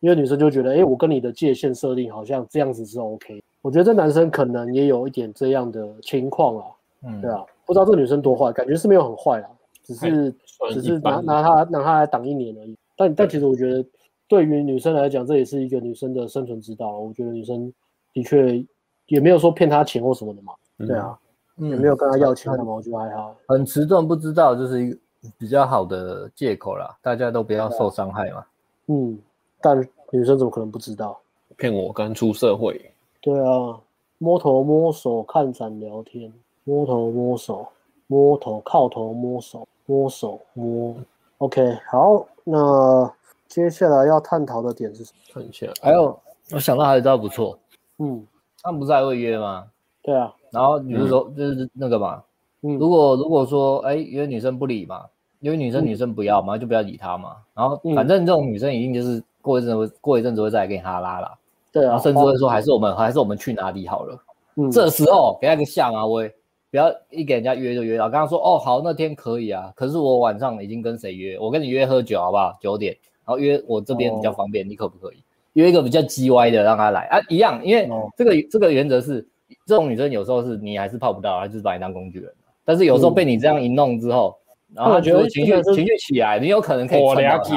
S2: 因为女生就觉得，哎、我跟你的界限设定好像这样子是 OK。我觉得这男生可能也有一点这样的情况啊，
S1: 嗯，
S2: 对啊，不知道这女生多坏，感觉是没有很坏啊，只是
S3: 算
S2: 只
S3: 一
S2: 是拿
S3: 般
S2: 拿她拿她来挡一年而已。但但其实我觉得，对于女生来讲，这也是一个女生的生存之道。啊我觉得女生的确也没有说骗她钱或什么的嘛，对啊，也
S1: 嗯，
S2: 没有跟她要钱干嘛，我觉得还好。
S1: 很迟钝不知道，就是一个比较好的借口啦。大家都不要受伤害嘛。
S2: 嗯，但女生怎么可能不知道？
S3: 骗我刚出社会，
S2: 对啊，摸头摸手看展聊天，摸头摸手，摸头靠头摸手，摸手摸。OK，好，那接下来要探讨的点是什
S3: 看 一下，
S1: 还有，我想到还有一招不错，
S2: 么？嗯，
S1: 他们不是还会约吗？
S2: 对啊，
S1: 然后你是说就是那个嘛，如
S2: 嗯，
S1: 果如果说哎，因为女生不理嘛，因为女生
S2: 嗯
S1: 女生不要嘛，就不要理她嘛。然后
S2: 嗯
S1: 反正这种女生一定就是过一阵子会过一阵子会再来给你哈拉啦，
S2: 对
S1: 然
S2: 啊，
S1: 后甚至会说还是我们还是我们去哪里好了。
S2: 嗯
S1: 这时候给她一个下马威，不要一给人家约就约到，跟她说哦好那天可以啊，可是我晚上已经跟谁约，我跟你约喝酒好不好？九点。后约我这边比
S2: 哦
S1: 较方便，你可不可以约一个比较叽歪的让他来啊？一样，因为
S2: 哦
S1: 这个、这个原则是，这种女生有时候是你还是泡不到，她就是把你当工具人。但是有时候被你这样一弄之后，然后她
S2: 嗯我觉
S1: 就
S2: 得
S1: 会情
S2: 这
S1: 绪
S2: 个是
S1: 情绪起来，你有可能可以
S3: 我
S1: 蹭到
S3: 了
S1: 她
S3: 解，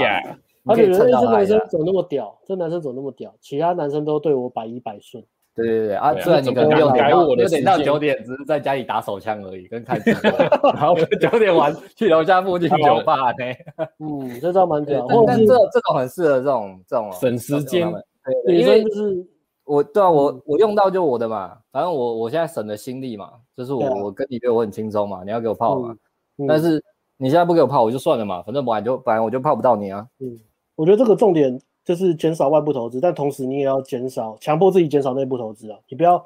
S1: 你可
S2: 而且
S1: 以
S2: 觉
S1: 蹭
S2: 得哎
S1: 到
S2: 这
S1: 她
S2: 男
S1: 一
S2: 生
S1: 下。
S2: 怎么那么屌？这男生怎么那么屌？其他男生都对我百依百顺。
S1: 对对对啊
S3: 对！啊
S1: 虽然你可能
S2: 怎么
S1: 六点
S2: 改
S1: 到
S3: 我的
S1: 六点到
S3: 时间
S1: 九点只是在家里打手枪而已，跟 看直播，然后九点完去楼下附近酒
S3: 啊
S1: 吧 呢。
S2: 嗯，这招蛮
S1: 对
S2: 屌，，
S1: 但
S2: 或者
S1: 呃但
S2: 是
S1: 这这种很适合这种这种啊
S3: 省时间。
S1: 对对
S2: 女
S1: 因为
S2: 生就是
S1: 我对啊，
S2: 嗯
S1: 我我用到就我的嘛，反正我我现在省的心力嘛，就是我、
S2: 对啊
S1: 我跟你约我很轻松嘛，你要给我泡嘛，
S2: 嗯
S1: 但是你现在不给我泡我就算了嘛，反正本来就本来我就泡不到你啊，
S2: 我觉得这个重点就是减少外部投资，但同时你也要减少强迫自己减少内部投资啊！你不要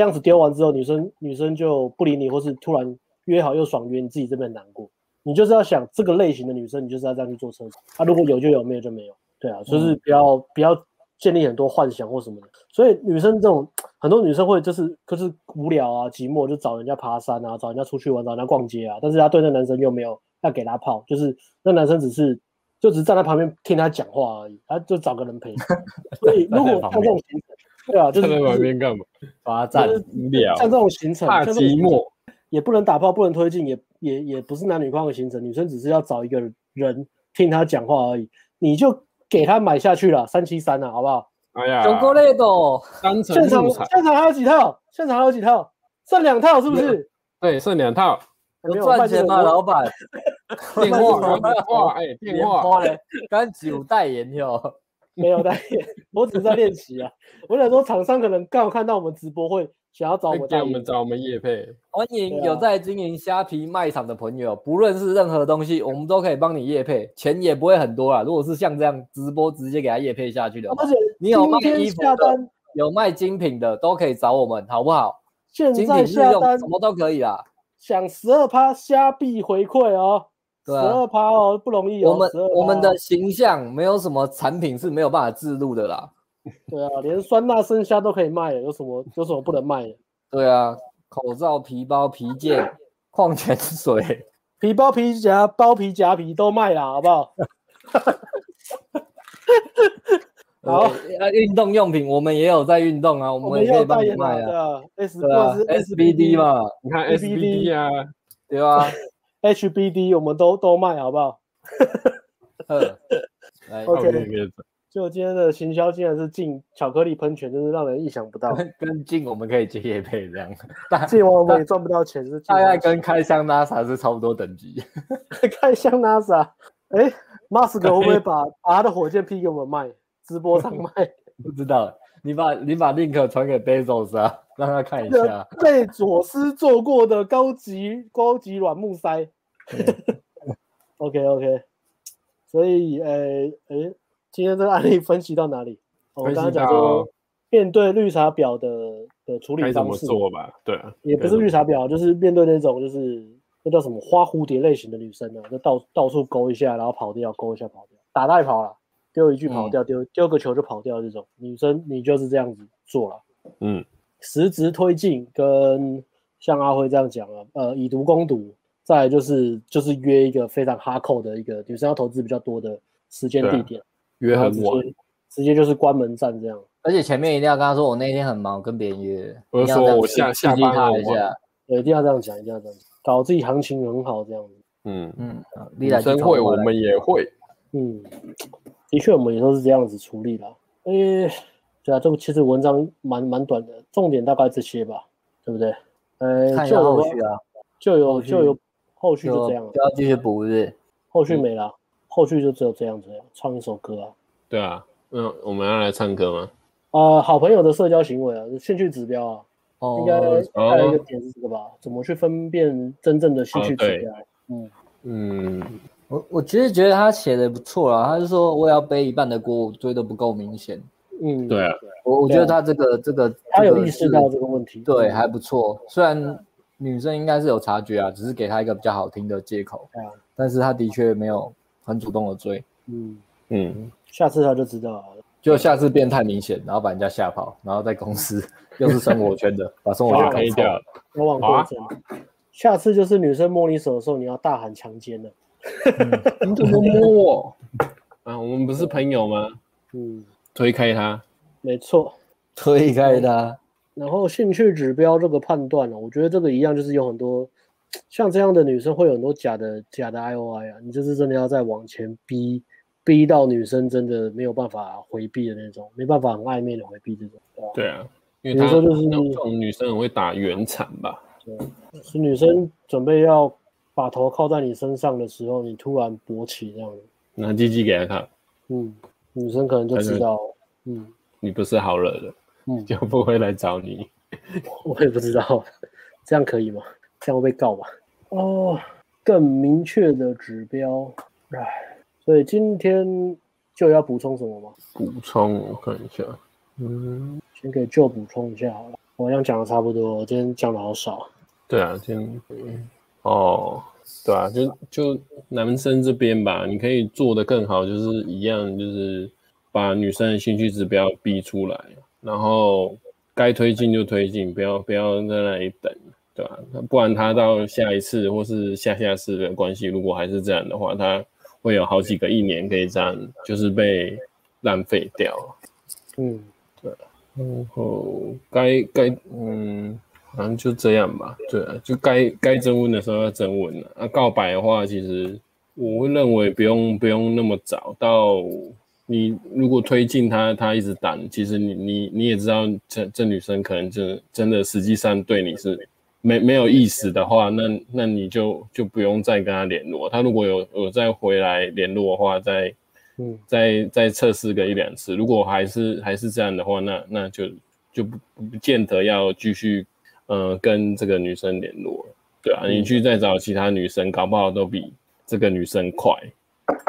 S1: 嗯
S2: 样子丢完之后，女生女生就不理你，或是突然约好又爽约，你自己这边很难过。你就是要想这个类型的女生，你就是要这样去做车手。啊，如果有就有，没有就没有。对啊，就是不要、不要建立很多幻想或什么的。所以女生这种很多女生会就是就是无聊啊、寂寞，就找人家爬山啊，找人家出去玩，找人家逛街啊。但是她对那男生又没有要给她泡，就是那男生只是就只是站在旁边听她讲话而已，他就找个人陪。所以 如果像这种行程，对啊，就是
S3: 站在旁
S2: 就是
S3: 边干 嘛？
S1: 罚站
S2: 就是
S3: 无聊，
S2: 像这种行程，
S3: 怕
S2: 像这种
S3: 寂寞。
S2: 也不能打炮，不能推进，也也也不是男女框的行程，女生只是要找一个人听他讲话而已，你就给他买下去了，三七三了，啊好不好？
S3: 哎呀，
S1: 九个类的哦，
S3: 单程
S2: 现场
S3: 入场，
S2: 现场还有几套？现场还有几套？剩两套是不是？哎
S3: 对，剩两 套。
S2: 没
S1: 有
S2: 有我
S1: 赚
S2: 卖这
S1: 钱
S2: 个
S1: 吗，
S2: 我
S1: 老板？
S3: 电 话，电话，哎，电
S1: 莲
S3: 话，
S1: 花嘞，刚九代言哟，
S2: 没有代言，我只是在练习啊。我想说，厂商可能刚好看到我们直播会想要找我
S3: 会
S2: 们
S3: 给
S2: 代
S3: 我
S2: 言
S3: 们，找我们叶配。
S1: 欢
S2: 对
S1: 迎
S2: 啊
S1: 有在经营虾皮卖场的朋友，不论是任何东西，我们都可以帮你业配，钱也不会很多啊啦。如果是像这样直播直接给他业配下去的话
S2: 而，且
S1: 你有卖
S2: 今天
S1: 衣服
S2: 下
S1: 的
S2: 单，
S1: 有卖精品的都可以找我们，好不好？
S2: 现
S1: 精
S2: 在
S1: 品日
S2: 下
S1: 用
S2: 单
S1: 什么都可以啦。
S2: 享十二趴虾币回馈哦，十
S1: 对啊
S2: 二趴哦，不容易哦。
S1: 我们
S2: 12%
S1: 我们的形象没有什么产品是没有办法置入的啦。
S2: 对啊，连酸辣生虾都可以卖了，有什么有什么不能卖的？
S1: 对啊，口罩、皮包、皮件、矿泉水，
S2: 皮包、皮夹、包皮、夹皮都卖啦，好不好？好
S1: 呃啊，运动用品我们也有在运动 啊，我们
S2: 我们
S1: 也可
S2: 要
S1: 以帮
S2: 代
S1: 你
S2: 言啦
S1: 卖
S2: 对
S1: 啊。
S2: 啊，S
S1: 对啊
S2: 或者是
S1: ，SBD 嘛，
S3: 你看
S2: SBD
S3: SBD 啊，
S1: 对吧？
S2: ，HBD 我们都都卖，好不好？
S1: 呵来
S2: OK
S3: 那我们也可以找
S2: 就今天的行销竟然是进巧克力喷泉，真是让人意想不到。
S1: 哦跟进我们可以接业配这样，大
S2: 进完我们也赚不到钱，是
S1: 大概跟开箱 NASA 是差不多等级。
S2: 开箱 NASA。哎，马斯克会不 会把把他的火箭批给我们卖？直播上卖？
S1: 不知道，你把你把 link 传给 Bezos 啊，让他看一下。
S2: 贝佐斯做过的高级高级软木塞。OK OK，所以呃诶，今天这个案例分析到哪里？哦我
S3: 分
S2: 刚
S3: 析
S2: 刚讲
S3: 到
S2: 说，面对绿茶婊的的处
S3: 该
S2: 理
S3: 怎
S2: 方
S3: 么
S2: 式，
S3: 做吧？对啊，
S2: 也不是绿茶婊，就是面对那种就是那叫什么花蝴蝶类型的女生呢、啊就到到处勾一下，然后跑掉，勾一下跑掉，打带跑了，丢一句
S3: 嗯
S2: 跑掉，丢丢个球就跑掉这种女生，你就是这样子做了。
S3: 嗯，
S2: 实质推进跟像阿辉这样讲啊，呃，以毒攻毒，再来就是就是约一个非常哈扣的一个女生要投资比较多的时间
S3: 对啊
S2: 地点，
S3: 约
S2: 然后
S3: 很
S2: 直
S3: 晚，
S2: 接直接就是关门战这样。
S1: 而且前面一定要跟他说，我那一天很忙，跟别人约。
S3: 我就
S1: 一定要
S3: 说
S1: 这样
S3: 我下
S1: 刺
S3: 下
S1: 激
S3: 班
S1: 他
S3: 了
S1: 一
S3: 我
S1: 下。
S2: 对，一定要这样讲，一定要这样讲，搞自己行情很好这样子。
S3: 嗯，
S1: 嗯，啊你
S3: 女
S1: 来
S3: 生
S1: 去
S3: 会，
S1: 找
S3: 我
S1: 来
S3: 们也会。
S2: 嗯，的确我们也都是这样子处理啦。诶、对啊，这个其实文章蛮蛮短的，重点大概这些吧，对不对？呃，
S1: 看一
S2: 就
S1: 下后
S2: 有
S1: 续啊，
S2: 就有
S1: 后续
S2: 就有后续就
S1: 就
S2: 这样了
S1: 不。要继续补日。
S2: 后
S1: 嗯
S2: 续没了，后续就只有这样子了，唱一首歌啊。
S3: 对啊，那我们要来唱歌吗？
S2: 呃，好朋友的社交行为啊，兴趣指标啊，应该
S1: 哦，哦
S2: 还有一个点是这个吧？怎么去分辨真正的兴趣指标？嗯，
S3: 嗯，
S1: 我我其实觉得他写的不错啦，他是说我也要背一半的锅，我追的不够明显。
S2: 嗯，
S3: 对啊，
S1: 我我觉得他这个这个
S2: 他
S1: 这
S2: 有
S1: 个
S2: 意识
S1: 是
S2: 到这个问题。
S1: 对，
S2: 嗯
S1: 还不错。虽然女生应该是有察觉啊，只是给她一个比较好听的借口
S2: 对啊，
S1: 但是她的确没有很主动的追，
S2: 嗯，
S3: 嗯，
S2: 下次他就知道了。
S1: 就下次变太明显，然后把人家吓跑，然后在公司 又是生活圈的，把生活
S3: 把
S1: 圈
S3: 它
S1: 搞
S3: 黑
S1: 臭
S3: 掉。
S2: 我往
S3: 好
S2: 过
S3: 啊
S2: 走。下次就是女生摸你手的时候，你要大喊强奸了。
S3: 你怎么摸我？啊，我们不是朋友吗？
S2: 嗯，
S3: 推开他，
S2: 没错。
S1: 推开他，
S2: 然后兴趣指标这个判断呢、我觉得这个一样就是有很多像这样的女生会有很多假的假的 IOI 啊，你就是真的要再往前逼，逼到女生真的没有办法回避的那种，没办法很暧昧的回避这种，对吧？
S3: 对啊，因为
S2: 比
S3: 他
S2: 如说就是
S3: 那种女生很会打圆场吧，
S2: 是女生准备要把头靠在你身上的时候，你突然勃起这样子，
S3: 拿鸡鸡给他看，
S2: 嗯，女生可能就知道，嗯
S3: 你不是好惹的，
S2: 嗯，
S3: 就不会来找你。
S2: 我也不知道，这样可以吗？这样会被告吧？哦，更明确的指标，唉，所以今天就要补充什么吗？
S3: 补充我看一下，嗯，
S2: 先给就补充一下好了，我好像讲的差不多，我今天讲的好少，
S3: 对啊，今天哦，对啊，就就男生这边吧，你可以做的更好，就是一样，就是把女生的兴趣指标逼出来，然后该推进就推进，不要不要在那里等，对吧、那不然他到下一次或是下下次的关系，如果还是这样的话，他会有好几个一年可以这样，就是被浪费掉。
S2: 嗯，
S3: 然后呃该该嗯，好像就这样吧。对啊，就该该征婚的时候要征婚了、啊。告白的话，其实我会认为不用不用那么早。到你如果推进他，他一直挡，其实你你你也知道这这女生可能真真的实际上对你是没没有意思的话，那那你就就不用再跟他联络。他如果有有再回来联络的话，再
S2: 嗯
S3: 再再测试个一两次，如果还是还是这样的话，那那就就不不见得要继续呃跟这个女生联络了，对啊，你去再找其他女生，搞不好都比这个女生快，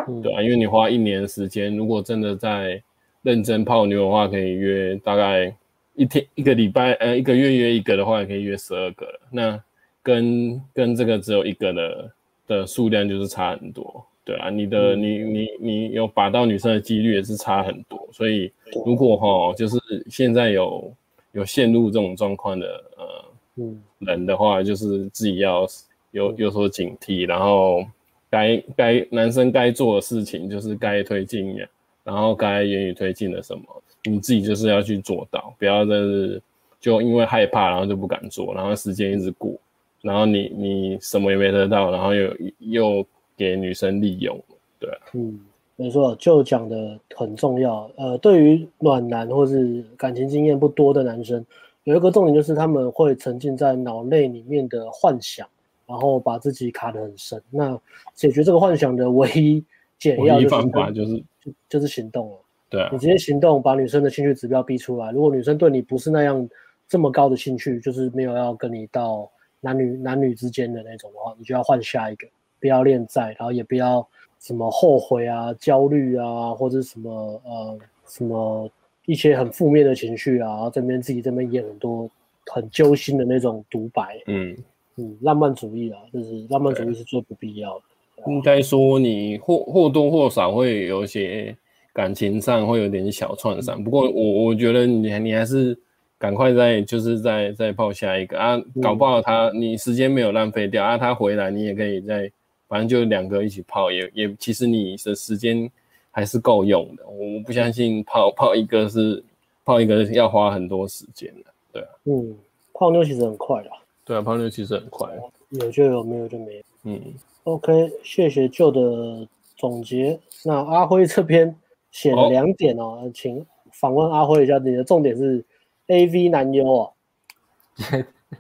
S2: 嗯
S3: 对啊，因为你花一年时间，如果真的在认真泡妞的话，可以约大概一天一个礼拜，呃，一个月约一个的话，也可以约十二个了，那跟跟这个只有一个的的数量就是差很多，对啊，你的、你你你有把到女生的几率也是差很多，所以如果哈，就是现在有有陷入这种状况的呃
S2: 嗯
S3: 人的话，就是自己要有有所警惕，然后该该男生该做的事情就是该推进呀，然后该言语推进的什么，你自己就是要去做到，不要就是就因为害怕，然后就不敢做，然后时间一直过，然后你你什么也没得到，然后又又给女生利用，对啊，
S2: 嗯，没错，就讲的很重要。呃，对于暖男或是感情经验不多的男生，有一个重点就是他们会沉浸在脑内里面的幻想，然后把自己卡得很深。那解决这个幻想的唯一解药
S3: 唯一
S2: 就是
S3: 方法就是
S2: 就就是行动了。
S3: 对啊
S2: 你，直接行动，把女生的兴趣指标逼出来。如果女生对你不是那样这么高的兴趣，就是没有要跟你到男女男女之间的那种的话，你就要换下一个，不要恋战，然后也不要什么后悔啊、焦虑啊，或者什么呃什么一些很负面的情绪啊，然后这边自己这边演很多很揪心的那种独白，
S3: 嗯。
S2: 嗯，浪漫主义啊，就是浪漫主义是最不必要的。
S3: 应该说你或或多或少会有一些感情上会有点小创伤，不过我我觉得你你还是赶快再就是再再泡下一个啊，搞不好他你时间没有浪费掉啊，他回来你也可以再，反正就两个一起泡，也也其实你的时间还是够用的，我不相信泡泡一个是泡一个要花很多时间的，
S2: 嗯，泡妞其实很快的，
S3: 对啊，泡妞其实很快，
S2: 有就有，没有就没有。
S3: 嗯，
S2: OK，谢谢旧的总结。那阿辉这边写了
S3: 好
S2: 两点哦，请访问阿辉一下，你的重点是 AV 男优哦。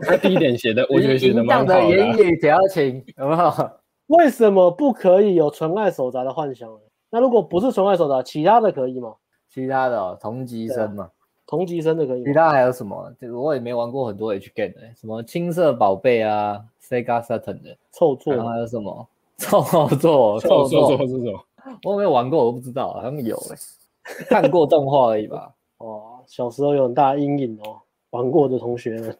S3: 他第一点写的我觉得写的
S1: 淫荡
S3: 蛮
S1: 的
S3: 好的啊、
S1: 言语调情，有没有？
S2: 为什么不可以有纯爱手札的幻想呢？那如果不是纯爱手札，其他的可以吗？
S1: 其他的、哦、同级生嘛，
S2: 同级生的可以
S1: 其
S2: 吗？
S1: 他还有什么？这个我也没玩过很多 H game 欸什么青色宝贝啊，Sega Saturn 的，
S2: 凑作
S1: 然后还有什么臭作臭
S3: 臭臭
S1: 作
S3: 臭，这种。
S1: 我没有玩过，我不知道，好像有哎、看过动画而已吧。
S2: 哦，小时候有很大阴影哦，玩过的同学们。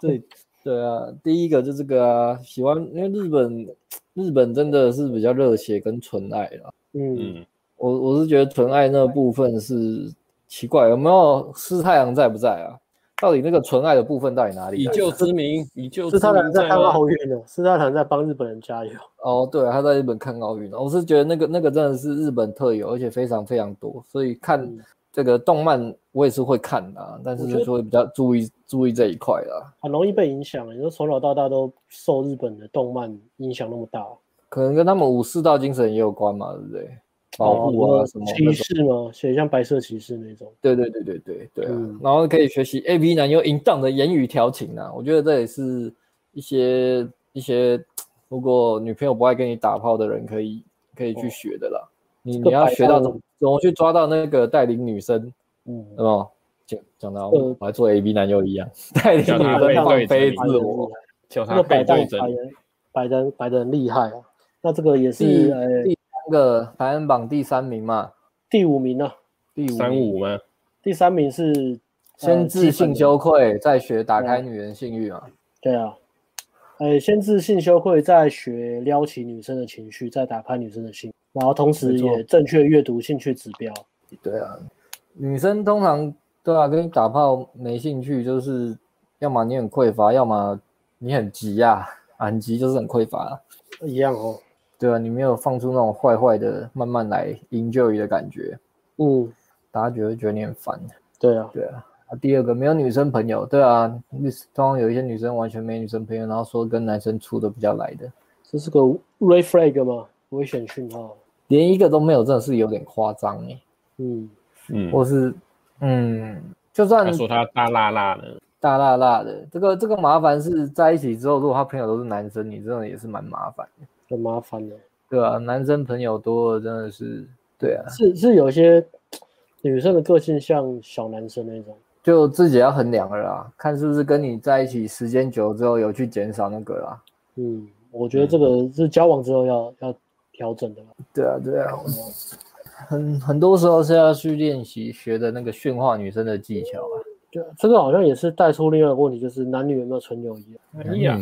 S1: 对对啊，第一个就这个啊，喜欢因为日本日本真的是比较热血跟纯爱啦。
S2: 嗯，
S3: 嗯，
S1: 我我是觉得纯爱那部分是奇怪，有没有师太阳在不在啊？到底那个纯爱的部分到底哪里
S3: 以
S1: 来？
S3: 旧之名，以旧之
S2: 斯
S3: 名
S2: 特兰在看
S3: 吗
S2: 奥运呢，斯特兰在帮日本人加油。
S1: 哦，对、啊，他在日本看奥运，我是觉得那个那个真的是日本特有，而且非常非常多，所以看
S2: 嗯
S1: 这个动漫我也是会看的、啊，但是
S2: 我觉得
S1: 就是会比较注意注意这一块啦。
S2: 很容易被影响。欸你说从小到大都受日本的动漫影响那么大，哦
S1: 可能跟他们武士道精神也有关嘛，对不对？保护啊
S2: 哦
S1: 什么那
S2: 骑
S1: 种，
S2: 士吗？写得像白色骑士那种。
S1: 对对对对对对啊、
S2: 嗯
S1: 然后可以学习 A V 男优淫荡的言语调情啊，我觉得这也是一些一些如果女朋友不爱跟你打炮的人可以可以去
S2: 哦
S1: 学的啦。你
S2: 这
S1: 你
S2: 个
S1: 要
S2: 摆
S1: 学到
S2: 烂
S1: 怎么怎么去抓到那个带领女生。
S2: 嗯，
S1: 那么讲讲到
S2: 呃
S1: 我还做 A B 男优一样，带领
S3: 小
S1: 女
S3: 搭
S1: 生
S3: 配
S1: 放
S3: 对
S1: 飞
S3: 整
S1: 自我。
S3: 叫
S2: 那
S3: 他
S2: 个
S3: 配
S2: 摆
S3: 对
S2: 蛋
S3: 阵
S2: 摆，人摆人摆的厉害啊。那这个也
S1: 第
S2: 是呃
S1: 第三个排行榜第三名嘛，
S2: 第五名啊，
S1: 第五
S3: 三
S1: 名
S3: 五吗？
S2: 第三名是
S1: 先自性。
S2: 呃基本的
S1: 羞愧，再学打开女人性欲嘛。
S2: 对啊，呃，先自性羞愧，再学撩起女生的情绪，再打开女生的心，然后同时
S1: 没错
S2: 也正确阅读兴趣指标。
S1: 对啊，女生通常对啊，跟你打炮没兴趣，就是要么你很匮乏，要么你很急呀、啊，很急就是很匮乏啊、
S2: 一样哦。
S1: 对啊，你没有放出那种坏坏的，慢慢来 enjoy 的感觉，
S2: 嗯，
S1: 大家觉得觉得你很烦。
S2: 对啊，
S1: 对啊，啊第二个没有女生朋友，对啊，那是通常有一些女生完全没女生朋友，然后说跟男生处的比较来的，
S2: 这是个 red flag 嘛，危险讯号。
S1: 连一个都没有，真的是有点夸张哎、
S2: 嗯，
S3: 嗯，
S1: 或是嗯，就算
S3: 他说他大辣辣的，
S1: 大辣辣的，这个这个麻烦是在一起之后，如果他朋友都是男生，你真的也是蛮麻烦的，
S2: 很麻烦的。
S1: 对啊，男生朋友多了真的是，对啊，
S2: 是是有些女生的个性像小男生那种，
S1: 就自己要衡量了啦，看是不是跟你在一起时间久之后有去减少那个啦。
S2: 嗯，我觉得这
S3: 嗯
S2: 个是交往之后要要调整的啦。
S1: 对啊，对啊，很很多时候是要去练习学的那个驯化女生的技巧啊。
S2: 对啊，这个好像也是带出另外一个问题，就是男女有没有纯友谊啊？
S3: 哎呀，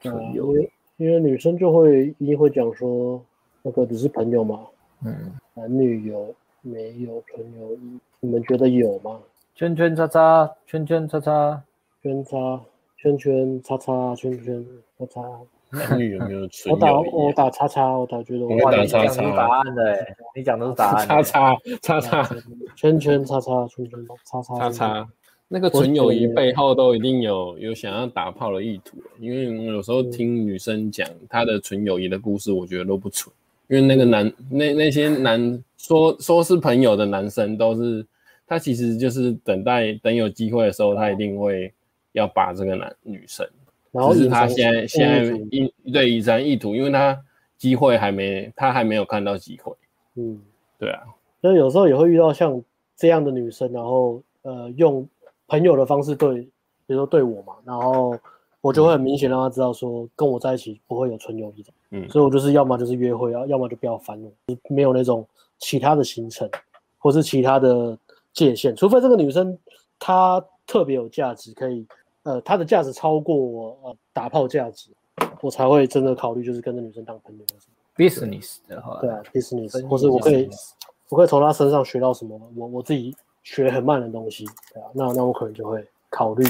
S1: 纯
S2: 对啊
S1: 友
S2: 因为因为女生就会一定会讲说，那个只是朋友嘛，
S1: 嗯，
S2: 男女有没有纯友谊？你们觉得有吗？
S1: 圈圈叉叉，圈圈叉叉，
S2: 圈叉圈圈叉叉圈圈叉叉，
S3: 男女有没有纯
S2: 我打
S3: 友
S2: 我
S3: 谊啊
S2: 打叉叉，我打觉得我
S3: 我
S1: 哇，
S3: 打
S1: 你
S3: 叉
S1: 讲
S3: 叉
S1: 出答案的、欸，你讲都是答
S3: 啊？
S1: 案、
S3: 叉叉叉叉
S2: 圈圈叉叉圈圈叉叉圈
S3: 叉
S2: 圈
S3: 叉，那个纯友谊背后都一定有有想要打炮的意图，因为我有时候
S2: 嗯
S3: 听女生讲她的纯友谊的故事，我觉得都不纯，因为那个男那那些男说说是朋友的男生都是。他其实就是等待等有机会的时候，他一定会要把这个男女生，
S2: 然后
S3: 只是
S2: 隐
S3: 他
S2: 藏
S3: 现在
S2: 性
S3: 现在
S2: 意图
S3: 意对移山意图，因为他机会还没他还没有看到机会，
S2: 嗯，
S3: 对啊，
S2: 就是有时候也会遇到像这样的女生，然后呃用朋友的方式对，比如说对我嘛，然后我就会很明显让她知道说跟我在一起不会有纯友谊的，
S3: 嗯
S2: 所以我就是要么就是约会啊，要么就不要烦我，没有那种其他的行程或是其他的界限，除非这个女生她特别有价值，可以呃她的价值超过我呃打炮价值，我才会真的考虑就是跟这女生当朋友。
S1: business 的话，
S2: 对啊，business，
S1: 分
S2: 或是我
S1: 享
S2: 可以
S1: 嘛，
S2: 我可以从他身上学到什么？我我自己学很慢的东西，对啊，那那我可能就会考虑。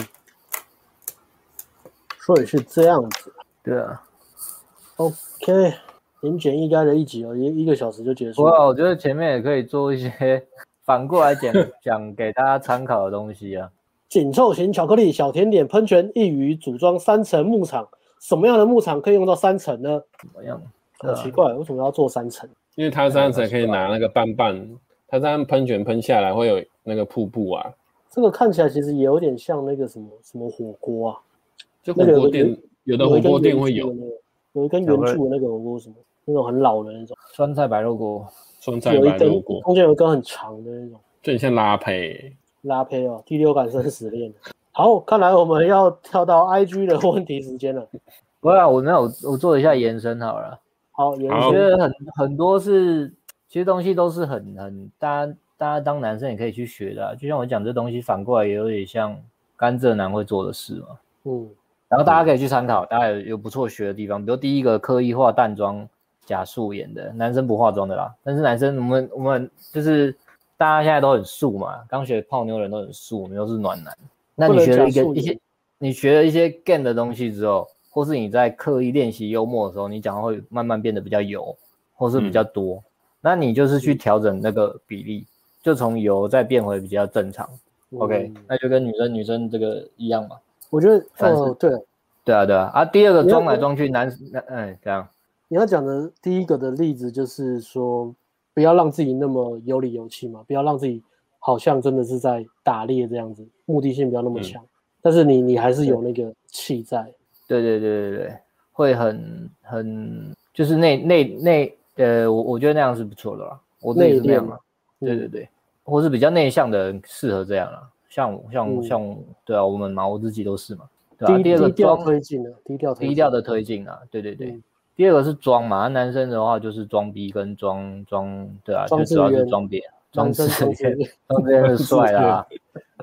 S2: 所以是这样子
S1: 对啊。
S2: ，OK，言简意赅的一集哦，一一个小时就结
S1: 不
S2: 束
S1: 过
S2: 了。
S1: 我觉得前面也可以做一些反过来 讲讲给大家参考的东西啊。
S2: 紧凑型巧克力小甜点喷泉一鱼组装三层牧场，什么样的牧场可以用到三层呢？
S1: 怎么样？
S2: 好
S1: 对啊
S2: 奇怪，为什么要做三层？
S3: 因为他这样子可以拿那个棒棒，他这样喷泉喷下来会有那个瀑布啊，
S2: 这个看起来其实也有点像那个什么什么火锅啊，
S3: 就火锅店有的火锅店会有
S2: 有一根圆柱的那个火锅什么，那种很老的那种，
S1: 酸菜白肉锅，
S3: 酸菜
S2: 有
S3: 白
S2: 一
S3: 肉
S2: 根
S3: 锅，
S2: 中间有一根很长的那种
S3: 就很像拉胚。
S2: 拉胚哦，第六感生死恋。好，看来我们要跳到 IG 的问题时间了。
S1: 不要、啊，我没有，我做一下延伸好了。
S2: 好，啊有
S1: 我
S3: 好
S1: 觉得很很多是，其实东西都是很很，大家大家当男生也可以去学的啊、就像我讲，这东西反过来也有点像甘蔗男会做的事嘛。
S2: 嗯，
S1: 然后大家可以去参考，大家有有不错学的地方，比如第一个刻意化淡妆假素颜的，男生不化妆的啦。但是男生我们我们就是大家现在都很素嘛，刚学泡妞的人都很素，我们都是暖男，那
S2: 不
S1: 你
S2: 能
S1: 学了一
S2: 讲
S1: 个
S2: 术
S1: 一
S2: 语
S1: 些，你学了一些 game 的东西之后，或是你在刻意练习幽默的时候，你讲话会慢慢变得比较油，或是比
S2: 嗯
S1: 较多。那你就是去调整那个比例，就从油再变回比较正常。OK，
S2: 嗯
S1: 那就跟女生女生这个一样嘛。
S2: 我觉得
S1: 但是
S2: 哦对，
S1: 对啊，对啊。啊，第二个
S2: 没有
S1: 装来
S2: 我
S1: 装去，男男嗯这样，
S2: 你要讲的第一个的例子就是说，不要让自己那么有理有气嘛，不要让自己好像真的是在打猎这样子，目的性不要那么
S3: 嗯
S2: 强。但是你你还是有那个气在，
S1: 对对对对对，会很很就是内内内呃，我我觉得那样是不错的啦。我自己是
S2: 内
S1: 那样
S2: 敛
S1: 嘛。
S2: 嗯
S1: 对对对，或是比较内向的人适合这样啦。像我像我
S2: 嗯
S1: 像我对啊，我们嘛，我自己都是嘛。对啊，
S2: 低
S1: 第二个
S2: 低调
S1: 装
S2: 推进的，啊低调推
S1: 低
S2: 进
S1: 调的推进啊，对对对
S2: 嗯。
S1: 第二个是装嘛，那男生的话就是装逼跟装装，对啊，
S2: 装
S1: 就主要
S2: 自
S1: 是
S2: 恋
S1: 装逼啊，装
S2: 男生
S1: 自
S2: 同
S1: 恋，
S2: 时
S1: 装自恋是帅啦。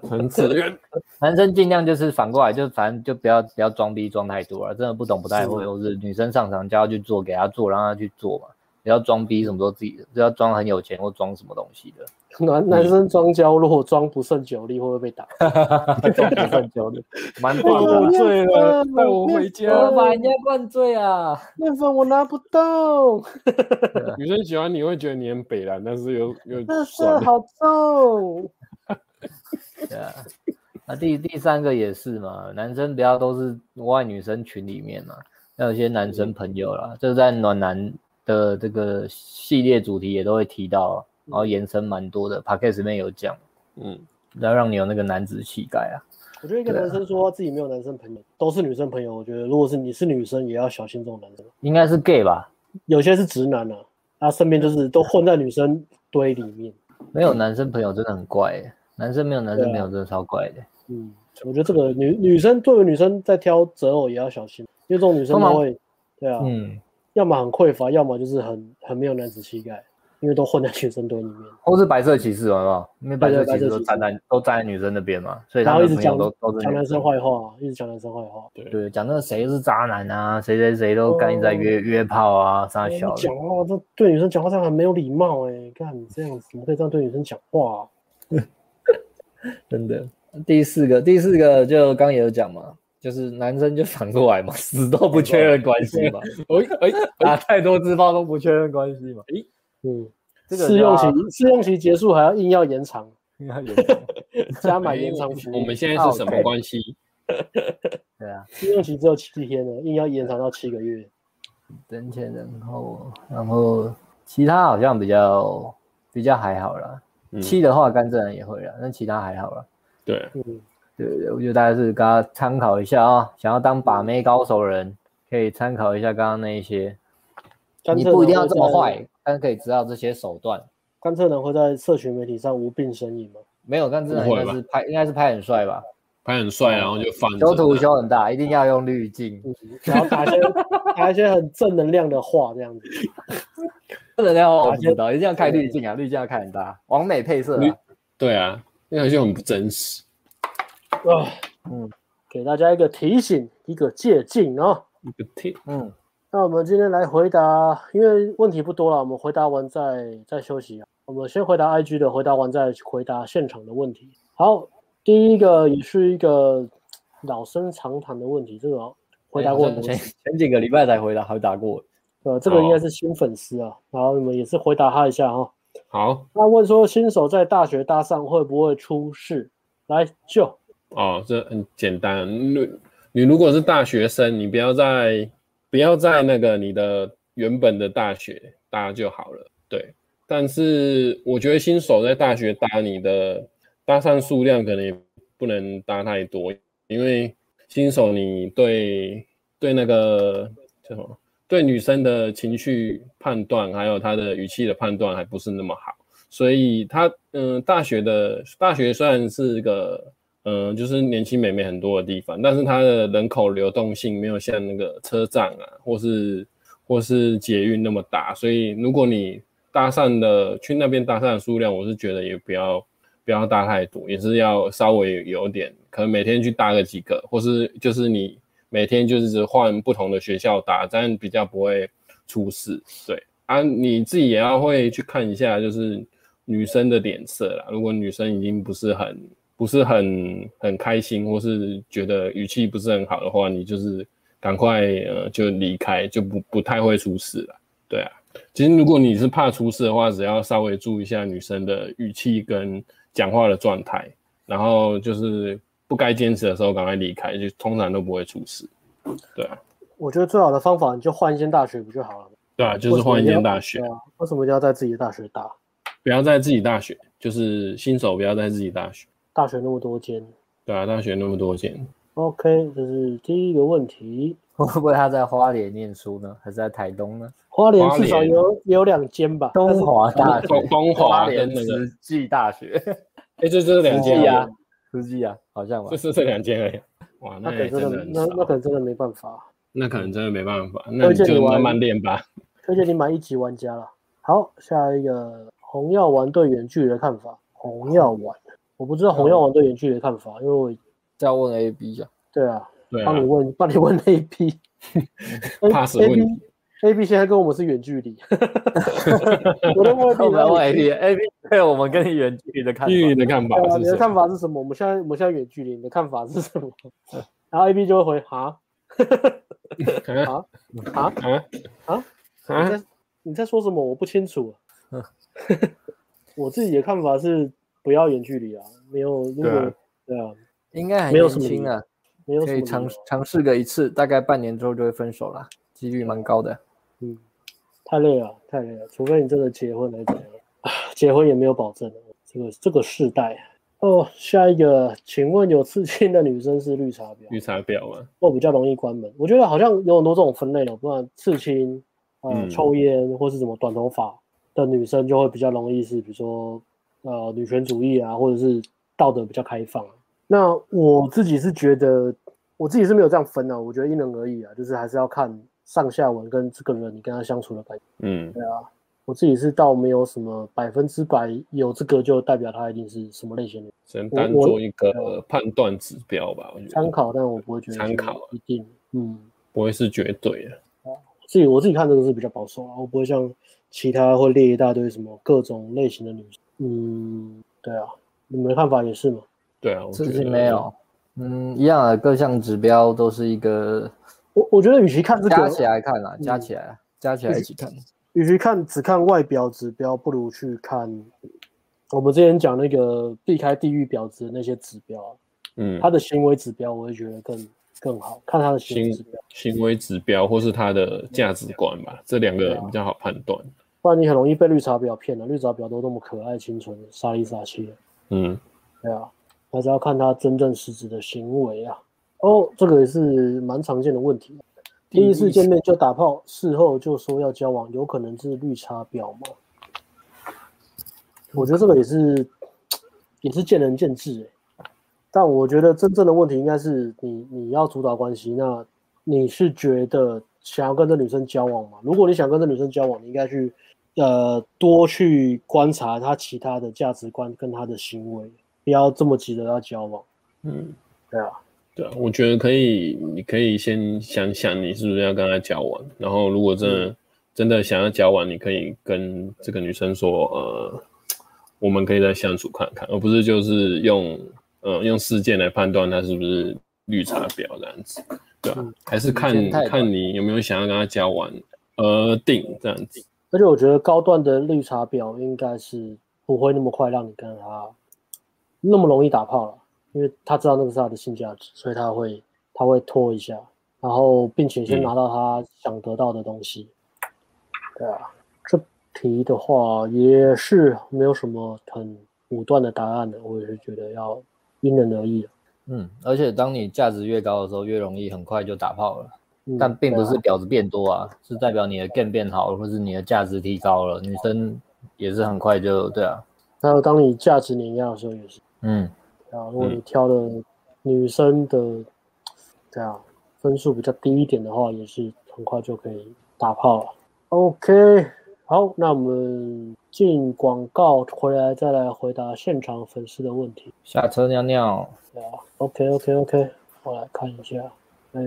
S3: 很自愿。
S1: 男生尽量就是反过来，就反正就不要不要装逼装太多了，真的不懂不太会，或是女生上场叫他去做，给他做，让他去做嘛，不要装逼什么都自己，不要装很有钱或装什么东西的。
S2: 男男生装娇弱，装不胜酒力会不会被 打？
S1: 装不胜酒力，蛮
S3: 被
S1: 棒的
S3: 我
S1: 啊。
S3: 醉了，
S2: 面粉
S3: 带我回家
S2: 面。粉
S1: 把人家灌醉啊！
S2: 面粉我拿不到，
S3: 女生喜欢你会觉得你很北蓝，但是又
S2: 垃
S3: 又
S2: 圾
S3: 算了。
S2: 好重。
S1: 对啊，啊第第三个也是嘛，男生不要都是窝在女生群里面嘛，要有一些男生朋友啦，这在暖男的这个系列主题也都会提到啊，然后延伸蛮多的 p a c k a g e 里面有讲，
S3: 嗯，
S1: 要让你有那个男子气概啊。
S2: 我觉得一个
S1: 对啊
S2: 男生说自己没有男生朋友，都是女生朋友。我觉得如果是你是女生，也要小心这种男生。
S1: 应该是 gay 吧？
S2: 有些是直男啊，他身边就是都混在女生堆里面。
S1: 没有男生朋友真的很怪、欸，男生没有男生
S2: 嗯对啊
S1: 朋友真的超怪的、
S2: 嗯，我觉得这个女女生作为女生在挑择偶也要小心，因为这种女生
S1: 通
S2: 她
S1: 常
S2: 会，对啊，
S1: 嗯，
S2: 要么很匮乏，要么就是很很没有男子气概，因为都混在女生堆里面。
S1: 或是白色骑士有没有？因为白色
S2: 对对
S1: 骑士
S2: 白色
S1: 都
S2: 骑士
S1: 站在都站在女生那边嘛，所以
S2: 然
S1: 他
S2: 后
S1: 们
S2: 一直
S1: 的朋友
S2: 讲
S1: 都都是
S2: 讲
S1: 女
S2: 男
S1: 生
S2: 生。坏话，一直讲男生坏话，
S1: 对，讲那个谁是渣男啊，谁谁谁都干一直在约、约炮啊，啥
S2: 哦你
S1: 小的。
S2: 讲话这对女生讲话这样很没有礼貌哎、干你这样子怎么可以这样对女生讲话啊、
S1: 真的。第四个，第四个就刚也有讲嘛，就是男生就反过 来嘛，死都不确认关系 嘛，
S3: 哎哎，
S1: 打啊太多自爆都不确认关系嘛。
S2: 嗯，
S1: 这个啊
S2: 试
S1: 就
S2: 用
S1: 要
S2: 期试用期结束还要硬要延长，
S1: 应该有吧
S2: 加
S3: 哎
S2: 买延长服务。
S3: 我们现在是什么关系？
S1: 对啊，
S2: 试用期只有七天了，硬要延长到七个月。
S1: 等前然后然后其他好像比较比较还好啦。
S3: 嗯
S1: 七的话，甘蔗人也会啦，但其他还好啦。
S3: 对，
S2: 嗯，
S1: 对对，我觉得大家是刚刚参考一下啊、想要当把妹高手的人，可以参考一下刚刚那一些。
S2: 甘
S1: 你
S2: 蔗
S1: 不一定
S2: 男
S1: 要
S2: 会
S1: 这么
S2: 在。
S1: 坏，但可以知道这些手段。
S2: 甘蔗男会在社群媒体上无病呻吟吗？
S1: 没有，但真的
S3: 不
S1: 应
S3: 会
S1: 该是拍，应该是拍很帅吧？
S3: 他很帅，然后就放着
S1: 修图修很大，一定要用滤镜，
S2: 嗯，然后打一些 打一些很正能量的话这样子。
S1: 不能哦让我
S2: 打
S1: 不
S2: 些
S1: 知道，一定要开滤镜啊，滤镜要开很大，完美配色、
S3: 滤
S1: 啊。
S3: 对啊，那好像很不真实。
S2: 啊，
S1: 嗯
S2: 嗯，给大家一个提醒，一个借鉴啊、
S3: 一个 tip
S1: 嗯，
S2: 那我们今天来回答，因为问题不多了，我们回答完再再休息啊。我们先回答 IG 的，回答完再回答现场的问题。好，第一个也是一个老生常谈的问题，这个哦回答过很
S3: 哎
S1: 前前
S2: 多次，
S1: 前几个礼拜才回答，回答过。
S2: 呃，
S3: 哦
S2: 这个应该是新粉丝啊，然后你们也是回答他一下哈、
S3: 好
S2: 那问说新手在大学搭讪会不会出事？来就
S3: 哦，这很简单。你你如果是大学生，你不要在不要在那个你的原本的大学搭就好了。对，但是我觉得新手在大学搭你的搭讪数量可能也不能搭太多，因为新手你对对那个叫什么对女生的情绪判断，还有她的语气的判断还不是那么好。所以他嗯、大学的大学虽然是个嗯、呃就是年轻美眉很多的地方，但是它的人口流动性没有像那个车站啊，或是或是捷运那么大，所以如果你搭讪的去那边搭讪的数量，我是觉得也不要不要搭太多，也是要稍微有点，可能每天去搭个几个，或是就是你每天就是只换不同的学校搭，这样比较不会出事。对啊，你自己也要会去看一下，就是女生的脸色啦。如果女生已经不是很不是很很开心，或是觉得语气不是很好的话，你就是赶快呃就离开，就不不太会出事了。对啊，其实如果你是怕出事的话，只要稍微注意一下女生的语气跟讲话的状态，然后就是不该坚持的时候赶快离开，就通常都不会出事。对啊，
S2: 我觉得最好的方法你就换一间大学不就好了吗？
S3: 对啊，就是换一间大学
S2: 为什么一定，要对啊为什么一定要在自己的大学打？
S3: 不要在自己大学，就是新手不要在自己大学。
S2: 大学那么多间。
S3: 对啊，大学那么多间，
S2: OK，这是第一个问题。
S1: 会不会他在花莲念书呢，还是在台东呢？
S2: 花莲
S3: 花
S2: 至少
S3: 莲
S2: 有有两间吧，但
S1: 东
S2: 是
S1: 华大学、
S3: 东东华
S1: 花
S3: 跟
S1: 莲
S3: 那个，
S1: 慈济大学、
S3: 哎，这这两间
S1: 慈济
S3: 而已
S1: 啊， 慈济啊，好像吧
S3: 这。是这两间而已。哇，
S2: 那
S3: 那
S2: 可
S3: 也
S2: 能
S3: 哎
S2: 真
S3: 真的
S2: 的
S3: 很
S2: 那那可
S3: 少，
S2: 能真的没办法。
S3: 那可能真的没办法，那
S2: 推
S3: 你
S2: 荐你
S3: 就
S2: 玩
S3: 慢慢练吧。
S2: 推荐你买一级玩家了。好，下一个红药丸对远距离的看法。红药丸，我不知道红药丸对远距离的看法，因为我
S1: 再问 A B 啊，
S2: 对啊，
S3: 对啊
S2: 帮，你问，帮你问 A B。
S3: pass 问题
S2: A B 现在跟我们是远距离，我都问 A
S1: 我
S2: B
S1: 们 要问 A B，A B 对我们跟你远距离的看法。
S3: 玉的看法
S2: 对啊，
S3: 是
S2: 你
S3: 什
S2: 的看
S3: 么？
S2: 法是什么？我们现在我们现在远距离，你的看法是什 么？然后 A B 就会回哈
S3: 啊
S2: 啊，
S3: 啊
S2: 啊你
S3: 啊！嗯
S2: 在你在说什么？我不清楚。啊 我自己的看法是不要远距离啊，没有如果
S3: 对啊
S2: 对啊，
S1: 应该还
S2: 没有
S1: 年
S2: 什么
S1: 轻啊，
S2: 没有
S1: 可
S2: 什
S1: 以
S2: 么理
S1: 尝
S2: 由
S1: 尝试个一次，大概半年之后就会分手啦，几率蛮高的。
S2: 嗯，太累了，太累了，除非你真的结婚来怎样，啊结婚也没有保证的，这个这个世代。哦，下一个，请问有刺青的女生是绿茶婊，
S3: 绿茶婊嘛，
S2: 或比较容易关门？我觉得好像有很多这种分类的，哦不然刺青、呃、
S3: 嗯
S2: 抽烟或是什么短头发的女生就会比较容易是，比如说呃女权主义啊，或者是道德比较开放啊。那我自己是觉得，我自己是没有这样分啊，我觉得因人而异啊，就是还是要看上下文跟这个人你跟他相处的感觉。
S3: 嗯，
S2: 我自己是倒没有什么百分之百有这个就代表他一定是什么类型的
S3: 只能当
S2: 我
S3: 做一个判断指标吧，我觉
S2: 参
S3: 得
S2: 考，但我不会觉得
S3: 参
S2: 是
S3: 考啊
S2: 一定，嗯，
S3: 不会是绝对的。
S2: 自己我自己看这个是比较保守啊，我不会像其他会列一大堆什么各种类型的女生，嗯，对啊，你们的看法也是吗？
S3: 对啊，我觉
S1: 自
S3: 得
S1: 己没有，嗯，一样的各项指标都是一个
S2: 我我觉得与其看这
S1: 加起
S2: 个，
S1: 来看啦，加
S2: 嗯
S1: 起来加起来一起看。
S2: 与其看只看外表指标，不如去看我们之前讲那个避开地域婊子的那些指标啊，
S3: 嗯，
S2: 他的行为指标，我会觉得更更好，看他的行为
S3: 行
S2: 指标。
S3: 行为指标或是他的价值观吧，这两个
S2: 啊
S3: 比较好判断。
S2: 不然你很容易被绿茶婊骗了。绿茶婊都那么可爱、清纯、傻里傻气的，
S3: 嗯，
S2: 对啊，还是要看她真正实质的行为啊。哦，这个也是蛮常见的问题。第一次见面就打炮，事后就说要交往，有可能是绿茶婊吗？我觉得这个也是也是见仁见智、欸、但我觉得真正的问题应该是你你要主导关系，那你是觉得想要跟这女生交往吗？如果你想跟这女生交往，你应该去呃多去观察她其他的价值观跟她的行为，不要这么急着要交往。
S3: 嗯，
S2: 对啊，
S3: 对啊，我觉得可以，你可以先想想你是不是要跟他交往，然后如果真的、
S1: 嗯
S3: 真的想要交往，你可以跟这个女生说，呃，我们可以再相处看看，而不是就是用呃用事件来判断她是不是绿茶婊这样子，对啊，还是看
S1: 嗯时间太短
S3: 看你有没有想要跟他交往而定这样子，
S2: 而且我觉得高段的绿茶婊应该是不会那么快让你跟她那么容易打炮了，因为她知道那个是她的性价值，所以她会她会拖一下，然后并且先
S3: 嗯
S2: 拿到她想得到的东西。对啊，这题的话也是没有什么很武断的答案的，我也是觉得要因人而异的。
S1: 嗯，而且当你价值越高的时候，越容易很快就打炮了。
S2: 嗯
S1: 但并不
S2: 对啊
S1: 是婊子变多啊，是代表你的 game 变好了，或是你的价值提高了。女生也是很快就对啊，
S2: 还有当你价值碾压的时候也是。
S1: 嗯，
S2: 对啊，如果
S3: 嗯
S2: 你挑的女生的，对啊，分数比较低一点的话，也是很快就可以打炮了。OK，好，那我们进广告回来再来回答现场粉丝的问题。
S1: 下车尿尿，
S2: 对啊，OK OK OK，我来看一下，呃、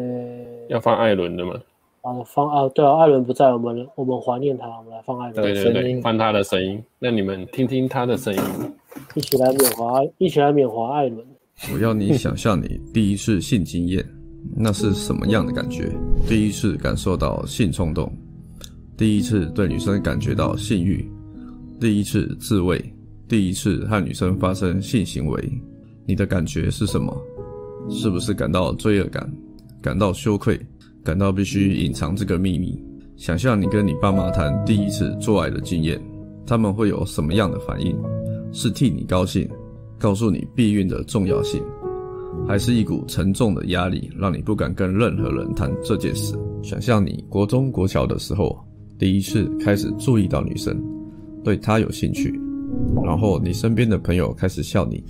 S3: 要放艾伦的嘛，
S2: 好的方啊，对啊，艾伦不在，我们我们怀念他，我们来放艾伦。
S3: 对对
S1: 声
S3: 对，
S1: 音嗯
S3: 放他的声音，那你们听听他的声音，
S2: 一起来缅怀，一起来缅怀艾伦。
S4: 我要你想象你第一次性经验，那是什么样的感觉？第一次感受到性冲动，第一次对女生感觉到性欲，第一次自慰，第一次和女生发生性行为，你的感觉是什么？是不是感到罪恶感，感到羞愧，感到必须隐藏这个秘密？想象你跟你爸妈谈第一次做爱的经验，他们会有什么样的反应？是替你高兴，告诉你避孕的重要性，还是一股沉重的压力，让你不敢跟任何人谈这件事？想象你国中、国小的时候，第一次开始注意到女生，对她有兴趣，然后你身边的朋友开始笑你，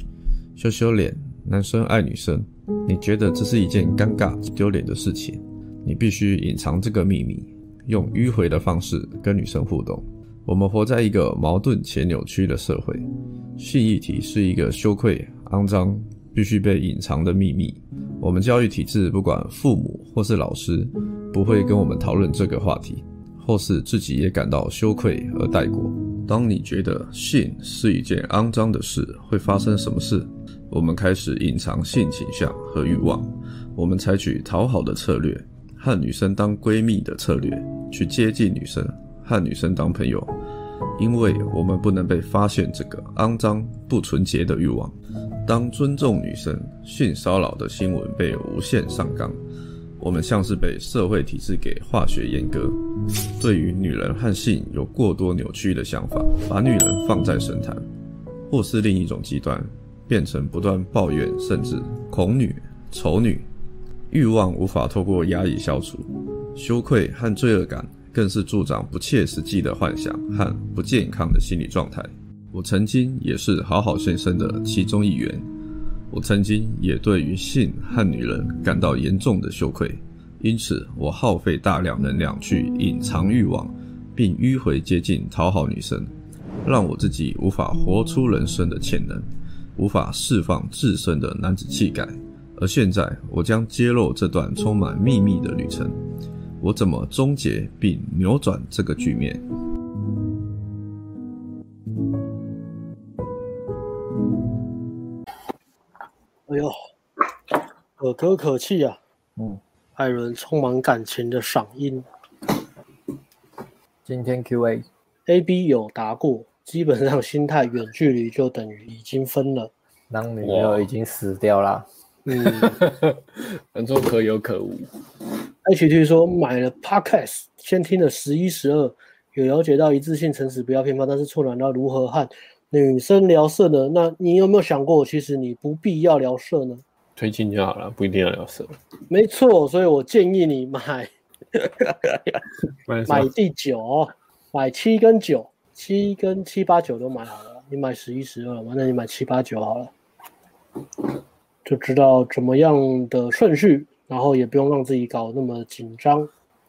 S4: 羞羞脸，男生爱女生，你觉得这是一件尴尬、丢脸的事情，你必须隐藏这个秘密，用迂回的方式跟女生互动。我们活在一个矛盾且扭曲的社会，性议题是一个羞愧、肮脏、必须被隐藏的秘密。我们教育体制不管父母或是老师，不会跟我们讨论这个话题，或是自己也感到羞愧而带过。当你觉得性是一件肮脏的事，会发生什么事？我们开始隐藏性倾向和欲望，我们采取讨好的策略，和女生当闺蜜的策略去接近女生，和女生当朋友，因为我们不能被发现这个肮脏不纯洁的欲望。当尊重女生、性骚扰的新闻被无限上纲，我们像是被社会体制给化学阉割，对于女人和性有过多扭曲的想法，把女人放在神坛，或是另一种极端，变成不断抱怨甚至恐女、丑女，欲望无法透过压抑消除，羞愧和罪恶感更是助长不切实际的幻想和不健康的心理状态。我曾经也是好好先生的其中一员，我曾经也对于性和女人感到严重的羞愧，因此我耗费大量能量去隐藏欲望，并迂回接近讨好女生，让我自己无法活出人生的潜能，无法释放自身的男子气概。而现在，我将揭露这段充满秘密的旅程，我怎么终结并扭转这个局面？
S2: 哎呦，可歌可泣啊！
S1: 嗯，
S2: 艾伦充满感情的嗓音
S1: 今天 Q&A
S2: ，A B 有答过，基本上心态远距离就等于已经分了。
S1: 当女朋友已经死掉啦，
S2: 嗯
S3: 反正可有可无。
S2: ，H T 说买了 Podcast，先听了十一、十二，有了解到一致性、诚实、不要偏方，但是错乱到如何和女生聊色呢？那你有没有想过，其实你不必要聊色呢？
S3: 推进就好了，不一定要聊色。
S2: 没错，所以我建议你买
S3: 买啥
S2: 买第九，买七跟九，七跟七八九都买好了。你买十一、十二嘛，那你买七八九好了，就知道怎么样的顺序，然后也不用让自己搞那么紧张。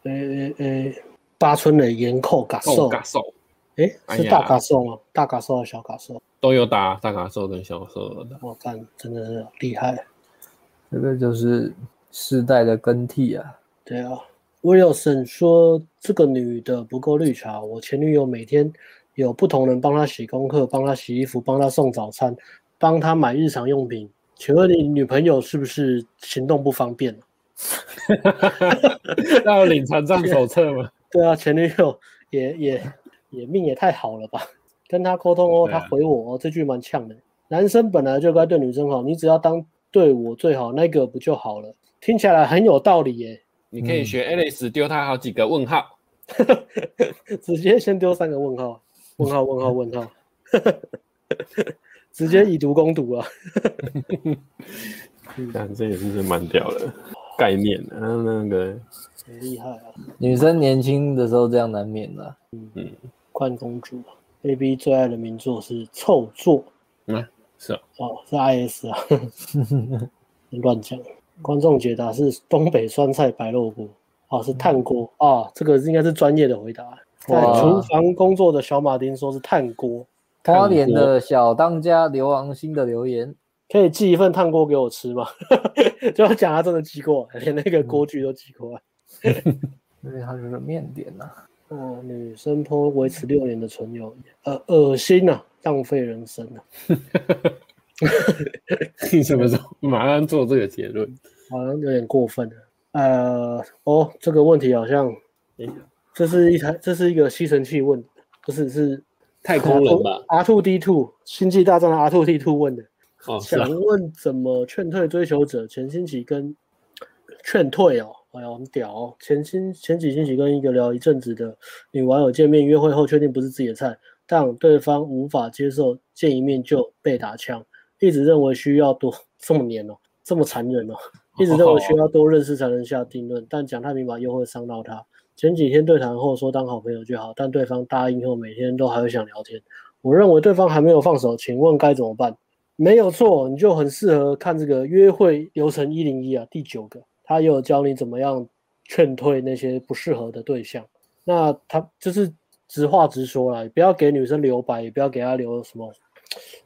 S2: 诶诶诶，八村垒严扣嘎
S3: 哦，
S2: 瘦，
S3: 嘎瘦
S2: 诶，
S3: 哎
S2: 是
S3: 呀
S2: 大嘎瘦吗？大嘎瘦还是小嘎瘦？
S3: 都有打大嘎瘦跟小瘦的，
S2: 我干，真的是厉害。
S1: 这个就是世代的更替啊。
S2: 对啊，Wilson 说这个女的不够绿茶，我前女友每天有不同人帮她洗功课、帮她洗衣服、帮她送早餐、帮她买日常用品。请问你女朋友是不是行动不方便？
S3: 那有领残障手册吗？
S2: 对啊，前女友也也也命也太好了吧？跟她沟通哦，
S3: 对
S2: 她
S3: 啊
S2: 回我哦，这句蛮呛的。男生本来就该对女生好，你只要当对我最好那个不就好了？听起来很有道理耶，
S3: 你可以学 Alice 丢他好几个问号。
S2: 直接先丢三个问 号，问号问号问号， 直接以毒攻毒啊！
S3: 但这也是蛮屌的概念的，那个
S2: 很厉害啊，
S1: 女生年轻的时候这样难免啊的、
S2: 冠公主，A B 最爱的名作是《臭作
S3: 是啊，》
S2: 哦，是 I S 啊， 乱讲。观众解答是东北酸菜白肉锅，哦是炭锅啊，这个应该是专业的回答。在
S1: 哇
S2: 厨房工作的小马丁说是炭锅，
S1: 花莲的小当家刘昂星的留言，
S2: 可以寄一份炭锅给我吃吗？ 就要讲他真的寄过来，连那个锅具都寄过来。
S1: 因为他就是面点呐、啊
S2: 哦，女生坡维持六年的纯友谊，呃，恶心呐、浪费人生啊呐、
S3: 你什么时候马上做这个结论？
S2: 好像有点过分了。呃，哦，这个问题好像
S3: 哎呀
S2: 这是一台，这是一个吸尘器问的，不是是
S3: 太空人吧？
S2: R two D two 星际大战的 R two D two 问的，
S3: 哦，是啊
S2: 想，问怎么劝退追求者？前星期跟劝退哦，哎呦，很屌哦！前星前几星期跟一个聊一阵子的女网友见面约会后，确定不是自己的菜，但对方无法接受见一面就被打枪，一直认为需要多这么黏哦，这么残忍哦，一直认为需要多认识才能下定论，但讲太明白又会伤到他。前几天对谈后说当好朋友就好，但对方答应后每天都还会想聊天。我认为对方还没有放手，请问该怎么办？没有错，你就很适合看这个约会流程一零一啊，第九个，他也有教你怎么样劝退那些不适合的对象。那他就是直话直说啦，不要给女生留白，也不要给她留什么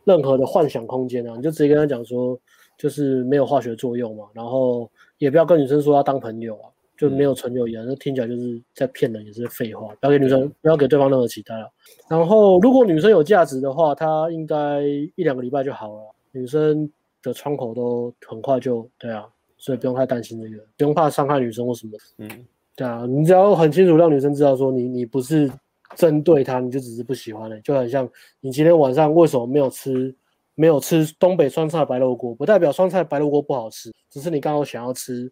S2: 任何的幻想空间啊，你就直接跟她讲说，就是没有化学作用嘛，然后也不要跟女生说要当朋友啊，就没有纯友谊啊，那听起来就是在骗人，也是废话，不要给女生不要给对方任何期待啊。然后，如果女生有价值的话，她应该一两个礼拜就好了。女生的窗口都很快就对啊，所以不用太担心这个，不用怕伤害女生或什么。
S3: 嗯，
S2: 对啊，你只要很清楚让女生知道说你你不是针对她，你就只是不喜欢了、就很像你今天晚上为什么没有吃没有吃东北酸菜白肉锅，不代表酸菜白肉锅不好吃，只是你刚好想要吃，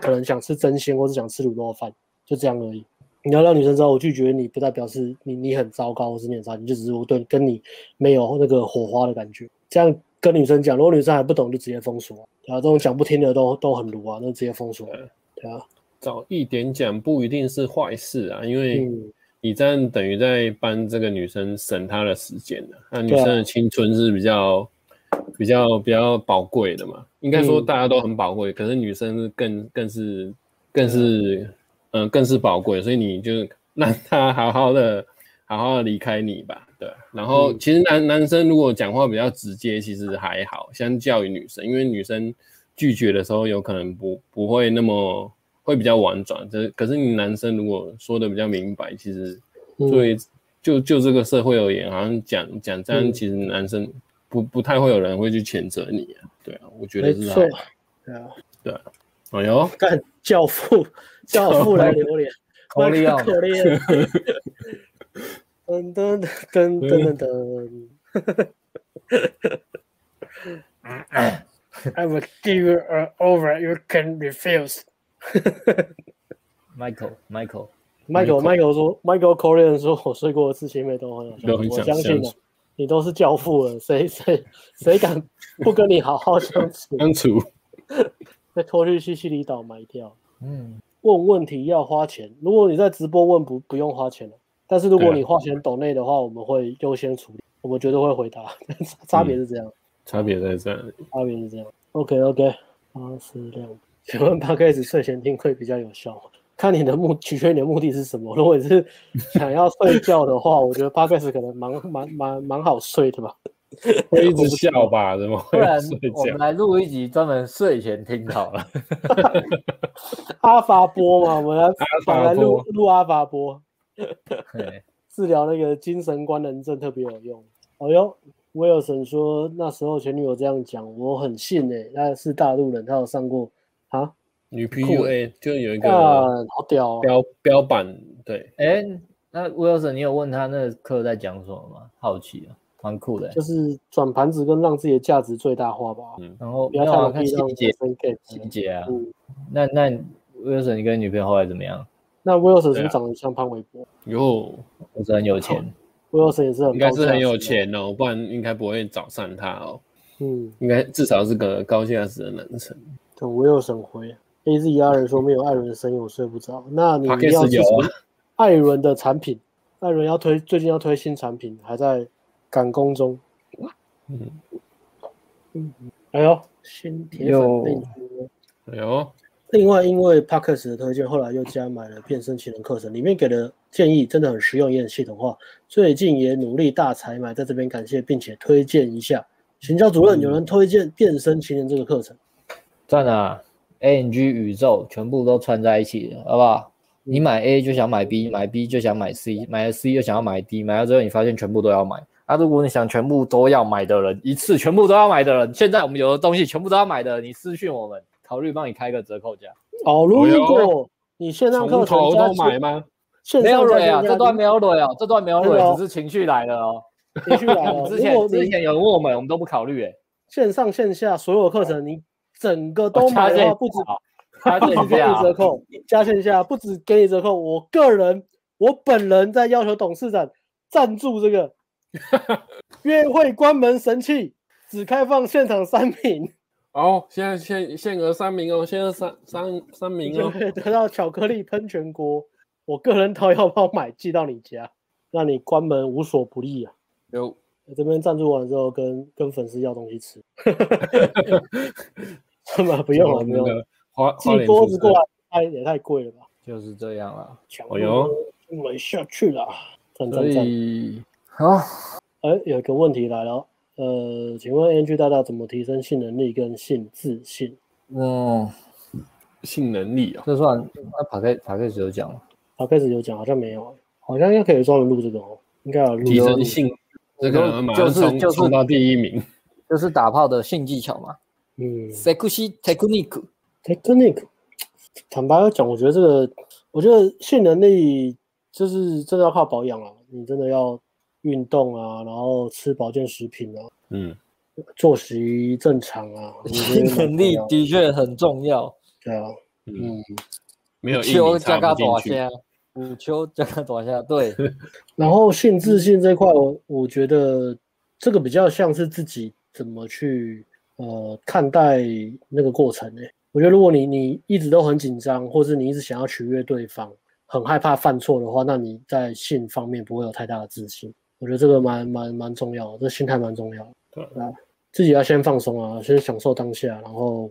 S2: 可能想吃真鲜或是想吃卤肉饭，就这样而已。你要让女生知道我拒绝你，不代表是你你很糟糕或是你很差，你就只是我对跟你没有那个火花的感觉。这样跟女生讲，如果女生还不懂，就直接封锁啊。对啊，这种讲不听的都都很鲁啊，那直接封锁。对啊，
S3: 早一点讲不一定是坏事啊，因为
S2: 嗯
S3: 你这样等于在帮这个女生省她的时间的、那女
S2: 对啊
S3: 生的青春是比较、比较比较宝贵的嘛，应该说
S2: 嗯
S3: 大家都很宝贵，可是女生是更更是更是
S2: 啊
S3: 嗯、更是宝贵，所以你就让她好好的好好的离开你吧，对啊。然
S2: 嗯
S3: 后其实男、男生如果讲话比较直接，其实还好，相较于女生，因为女生拒绝的时候有可能不不会那么会比较婉转，这可是你男生如果说的比较明白，其实
S2: 嗯
S3: 对就就这个社会而言，好像讲讲这样，
S2: 嗯
S3: 其实男生不不太会有人会去谴责你啊，对啊，我觉得
S2: 没
S3: 是
S2: 错
S3: 还，
S2: 对啊，
S3: 哎呦，
S2: 干教 父，教父来榴莲，
S1: 口里奥
S2: 口令， 噔噔噔噔噔噔。I
S3: 嗯
S2: will give you an offer you can refuse.
S1: Michael Michael，
S2: Michael Michael 说，Michael Korean 说，我睡过的事情妹都很
S3: 都
S2: 好
S3: 很
S2: 我
S3: 想
S2: 相信
S3: 相
S2: 啊
S3: 处，
S2: 你都是教父了，谁谁谁敢不跟你好好相 处？
S3: 相处
S2: 被拖去西西里岛埋掉。
S1: 嗯，
S2: 问问题要花钱，如果你在直播问不不用花钱了，但是如果
S3: 对啊
S2: 你花钱抖内的话，我们会优先处理，我们绝对会回答， 差差别是这样，
S3: 差别在这里，
S2: 差别是这样。OK OK，八四六，请问 p 开始睡前听会比较有效吗？看你的目取决于你的目的是什么。如果你是想要睡觉的话，我觉得 p 开始可能蛮蛮蛮蛮好睡的吧。
S3: 会一直笑吧，怎么
S1: 不
S3: 会
S1: 然
S3: 睡
S1: 我们
S3: 觉？
S1: 来录一集专门睡前听好了。
S2: 阿法波嘛，我们来
S3: 法
S2: 我们来录
S3: 波
S2: 录阿法波。
S1: 对
S2: 治疗那个精神官能症特别有用。哦哟，威尔森说那时候前女友这样讲，我很信诶、欸，她是大陆人，她有上过啊，
S3: 女 PUA 就有一
S2: 干
S3: 个
S2: 好屌哦、
S3: 标标版，对，
S1: 哎、那 Wilson，你有问他那个课在讲什么吗？好奇啊，蛮酷的欸、
S2: 就是转盘子跟让自己的价值最大化吧，
S3: 嗯
S1: 然后
S2: 不要
S1: 没有
S2: 太
S1: 啊
S2: 容
S1: 看
S2: 易
S1: 细
S2: 让
S1: 节
S2: 女，生 get
S1: 细节啊。
S2: 嗯，
S1: 那那 Wilson，你跟女朋友后来怎么样？
S2: 那威尔森是
S3: 对
S2: 不
S3: 啊
S2: 是长得像潘玮柏，
S3: 哟，
S1: 我是很有
S2: 哦
S1: 钱，
S2: 威尔森也是很啊
S3: 应该
S2: 高
S3: 是
S2: 价
S3: 很有
S2: 值的，
S3: 钱哦，不然应该不会找上他哦，
S2: 嗯，
S3: 应该至少是个高价值的男生。
S2: 等威尔森回。A Z R 人说没有艾伦的声音我睡不着，那你
S3: Podcast
S2: 要支
S3: 有
S2: 持
S3: 啊
S2: 艾伦的产品，艾伦要推最近要推新产品，还在赶工中。
S3: 嗯，
S1: 嗯
S2: 哎呦，新铁粉被
S1: 有
S2: 你说
S3: 哎呦，
S2: 另外，因为 p a r k e s 的推荐，后来又加买了变身奇能课程，里面给的建议真的很实用，也很系统化。最近也努力大采买，在这边感谢，并且推荐一下。行教主任有人推荐变身奇能这个课程，
S1: 赞啊！A N G 宇宙全部都串在一起了，好不好？你
S2: 嗯
S1: 买 A 就想买 B，买 B 就想买 C，买了 C 又想要买 D，买到最后你发现全部都要买。啊，如果你想全部都要买的人，一次全部都要买的人，现在我们有的东西全部都要买的人，你私讯我们，考虑帮你开个折扣价。
S2: 哦，如果你线上课
S3: 从
S2: 程
S3: 头
S2: 加
S3: 都买
S2: 线
S3: 吗？
S2: 线
S1: 没有
S2: 上课
S1: 蕊
S2: 程
S1: 啊，
S2: 加
S1: 这段没有蕊哦，这段没有
S2: 没有
S1: 蕊，只是情绪来了哦。
S2: 情绪来 了。
S1: 之
S2: 如
S1: 前
S2: 果
S1: 之
S2: 你
S1: 前有人问我们，我们都不考虑哎、
S2: 线上线下所有课程你整个都
S1: 哦
S2: 买的话，不止
S1: 他
S2: 不
S1: 这
S2: 止给
S1: 样啊
S2: 你折扣，加线下不止给你折扣。我个人，我本人在要求董事长赞助这个约会关门神器，只开放现场三名，
S3: 哦，现在限限额三名哦，现在三三三
S2: 你
S3: 名
S2: 就
S3: 哦，
S2: 会得到巧克力喷泉锅。我个人讨要帮我买寄到你家，让你关门无所不利啊！
S3: 有
S2: 这边赞助完之后跟，跟粉丝要东西吃， 是吗？ 不
S3: 不
S2: 用了，不用了，
S3: 花花
S2: 寄
S3: 莲
S2: 桌
S3: 是
S2: 子
S3: 不
S2: 过
S3: 是
S2: 来，太也太贵了吧？
S1: 就是这样啦。
S2: 强
S3: 哎呦
S2: 不能下去了，啊赞
S1: 所
S2: 赞赞！
S1: 以好，
S2: 哎，有一个问题来了，呃，请问 NG 大大怎么提升性能力跟性自信？
S1: 嗯，
S3: 性能力哦，
S1: 这算那塔克塔克只有讲了，
S2: 啊，开始有讲，好像没有，欸好像应该可以专门录这个哦，应该有录
S3: 提升性，这
S1: 就
S3: 个马上
S1: 就是
S3: 冲
S1: 就是
S3: 冲到第一名，
S1: 就是打炮的性技巧嘛。
S2: 嗯
S1: s e k u s h i technique，
S2: ，technique。坦白讲，我觉得这个，我觉得性能力就是真的要靠保养啊，你真的要运动啊，然后吃保健食品啊，
S3: 嗯，
S2: 作息正常 啊，我觉得
S1: 性能力
S2: 蛮重要的
S1: 的确很重要。
S2: 对啊，
S3: 嗯，
S2: 嗯。
S3: 没有一
S1: 球
S3: 米
S1: 加
S3: 插
S1: 个
S3: 不进
S1: 短
S3: 去，
S1: 下，五球加个短下， 对，
S2: 然后性自信这块，我我觉得这个比较像是自己怎么去呃看待那个过程诶、我觉得如果你你一直都很紧张，或是你一直想要取悦对方，很害怕犯错的话，那你在性方面不会有太大的自信。我觉得这个蛮蛮蛮重要的，这心态蛮重要的。
S3: 对
S2: 啊，自己要先放松啊，先享受当下，然后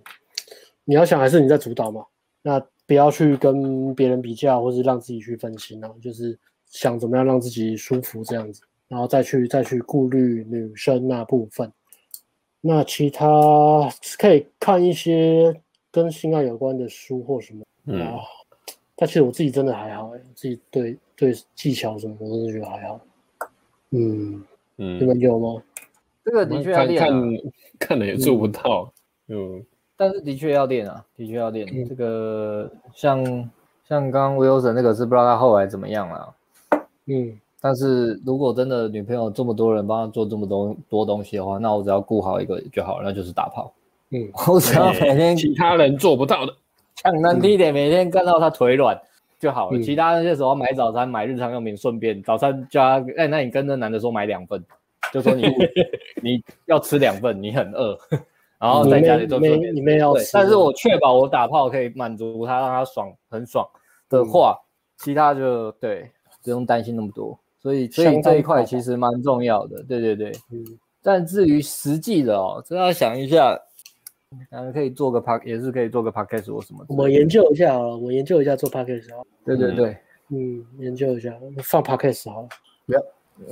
S2: 你要想还是你在主导嘛，那不要去跟别人比较，或是让自己去分心啊，就是想怎么样让自己舒服这样子，然后再去再去顾虑女生那部分。那其他可以看一些跟性爱有关的书或什么。哦
S3: 嗯，
S2: 但其实我自己真的还好、欸，自己对对技巧什么，我真的觉得还好。嗯，你
S3: 嗯，
S2: 们有吗？
S1: 这个的确要
S3: 看
S1: 练、啊，
S3: 看 看了也做不到，嗯，
S1: 但是的确要练啊，的确要练。
S2: 嗯
S1: 这个像像刚刚 Wilson 那个是不知道他后来怎么样了、
S2: 嗯
S1: 但是如果真的女朋友这么多人帮她做这么多多东西的话，那我只要顾好一个就好，那就是打炮。
S2: 嗯，
S1: 我只要每天
S3: 其他人做不到的，
S1: 讲难听一点，每天干到她腿软就好了。
S2: 嗯
S1: 其他那些时候买早餐、买日常用品，顺便早餐叫她，哎、那你跟那男的说买两份，就 说你你要吃两份，你很饿， 然后
S2: 你
S1: 哦在
S2: 妹
S1: 家里做
S2: 你妹
S1: 顺便
S2: 你妹要
S1: 对
S2: 吃，
S1: 但是我确保我打炮可以满足他，让他爽，很爽的
S2: 嗯
S1: 话，其他就对不用担心那么多。所以，所以
S2: 相当
S1: 这一块
S2: 好
S1: 其实蛮重要的，对对对。
S2: 嗯
S1: 但至于实际的哦，这要想一下，咱们可以做个 p a 也是可以做个 podcast 或什么之类的。
S2: 我们研究一下好了，我们研究一下做 podcast 好了，
S1: 对对对，
S2: 嗯，研究一下放 podcast 好了，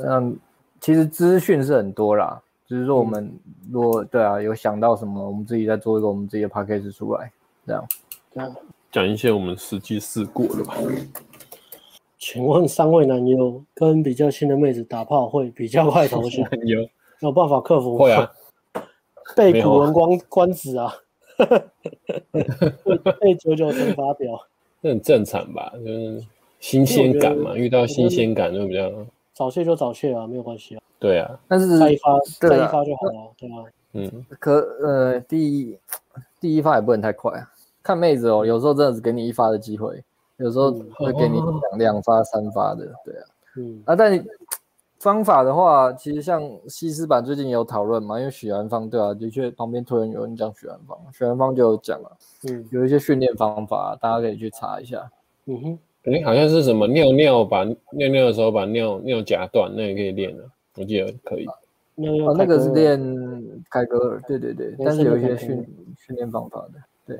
S1: 嗯，其实资讯是很多啦，只是说我
S2: 嗯
S1: 们如果对啊有想到什么，我们自己再做一个我们自己的 podcast 出来，这样。
S2: 对啊。
S3: 讲一些我们实际试过的吧，
S1: 嗯
S2: 请问三位男友跟比较新的妹子打炮会比较快投降，
S3: 有
S2: 有办法克服
S3: 会啊，没
S2: 被
S3: 有
S2: 古
S3: 啊
S2: 文光官子啊， 被被九九乘法表。
S3: 这很正常吧，就是新鲜感嘛，遇到新鲜感就比较，
S2: 早泄就早泄啊，没有关系啊，
S3: 对啊，
S1: 但是
S2: 再一发
S1: 对
S2: 再一
S1: 啊
S2: 发就好了，对吧、
S3: 嗯，
S1: 可呃，第一第一发也不能太快啊，看妹子哦，有时候真的只给你一发的机会，有时候
S2: 嗯
S1: 会给你
S3: 哦
S1: 两两发、三发的，对啊。
S2: 嗯，
S1: 啊，但你方法的话，其实像西施版最近有讨论嘛，因为许安芳对啊，的确旁边突然有人讲许安芳，许安芳就有讲了，
S2: 嗯
S1: 有一些训练方法，啊大家可以去查一下。
S2: 嗯哼，
S3: 哎，好像是什么尿尿把尿尿的时候把尿尿夹断，那也可以练啊，我记得可以，
S2: 那个、
S1: 哦，那个是练凯格尔，对对对，
S2: 人
S1: 但是
S2: 生的
S1: 有一些
S2: 凯格尔
S1: 训训练方法的，对。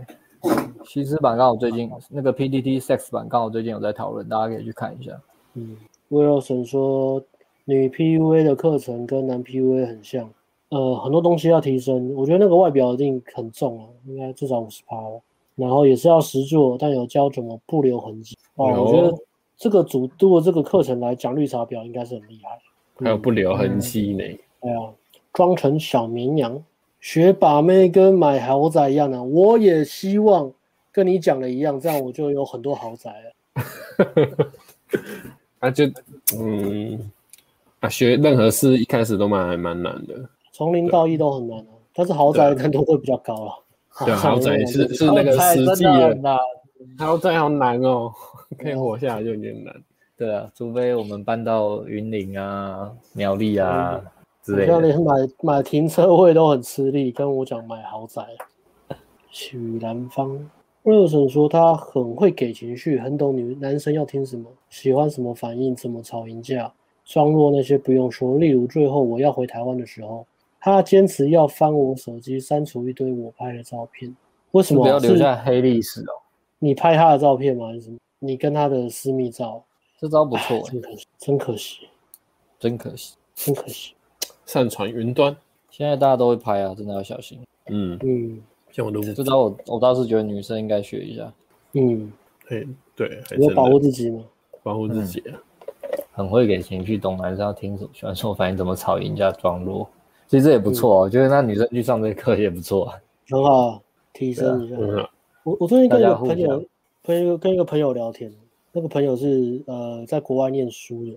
S1: 西施版刚好最近那个 PDT Sex 版刚好最近有在讨论，大家可以去看一下。
S2: 嗯，Wilson 说女 PUA 的课程跟男 PUA 很像，呃，很多东西要提升，我觉得那个外表一定很重啊，应该至少五十趴了，然后也是要实做，但有教怎么不留痕迹，哇，
S3: 有
S2: 我觉得这个组如果这个课程来讲绿茶婊，应该是很厉害。嗯
S3: 还有不留
S1: 嗯
S3: 痕迹呢。
S2: 对啊，装成小绵羊，学把妹跟买豪宅一样的、我也希望跟你讲的一样，这样我就有很多豪宅了。
S3: 啊，就嗯，啊，学任何事一开始都蛮还蛮难的，
S2: 从零到一都很难啊，但是豪宅的难度会比较高啊。
S3: 对啊，豪宅是是那
S1: 那
S3: 个
S1: 个
S3: 实际
S1: 真
S3: 哦的，啊
S1: 的，
S3: 豪宅好难哦， 可以活下来就有点难。
S1: 对啊，除非我们搬到云林啊、苗栗啊之类
S2: 像
S1: 的。
S2: 连买买停车位都很吃力，跟我讲买豪宅。许兰芳，Wilson 说他很会给情绪，很懂女男生要听什么，喜欢什么反应，怎么吵赢架。装弱那些不用说，例如最后我要回台湾的时候，他坚持要翻我手机，删除一堆我拍的照片。为什么？
S1: 不要留
S2: 是
S1: 下黑历史哦，
S2: 你拍他的照片吗？还是什么？你跟他的私密照？
S1: 这招不错、欸
S2: 真可惜，真可惜，
S1: 真可惜。
S2: 真可惜。
S3: 上传云端，
S1: 现在大家都会拍啊，真的要小心。
S3: 嗯，
S2: 嗯
S3: 像我都不
S1: 这招我我倒是觉得女生应该学一下，
S2: 嗯，
S3: 嘿，对，还
S2: 你
S3: 哎真
S2: 要
S3: 的
S2: 保护自己吗？
S3: 保护自己啊，
S1: 很会给情绪，懂男生要听什么，喜欢说反应，怎么吵赢家装弱。其实这也不错、哦，
S2: 嗯
S1: 我觉得那女生去上这课也不错、啊。
S2: 很好，提升一下。
S3: 嗯啊，
S2: 我我最近跟一
S1: 大
S2: 个
S1: 家互
S2: 朋友
S1: 相，
S2: 朋友跟一个朋友聊天，那个朋友是呃在国外念书的，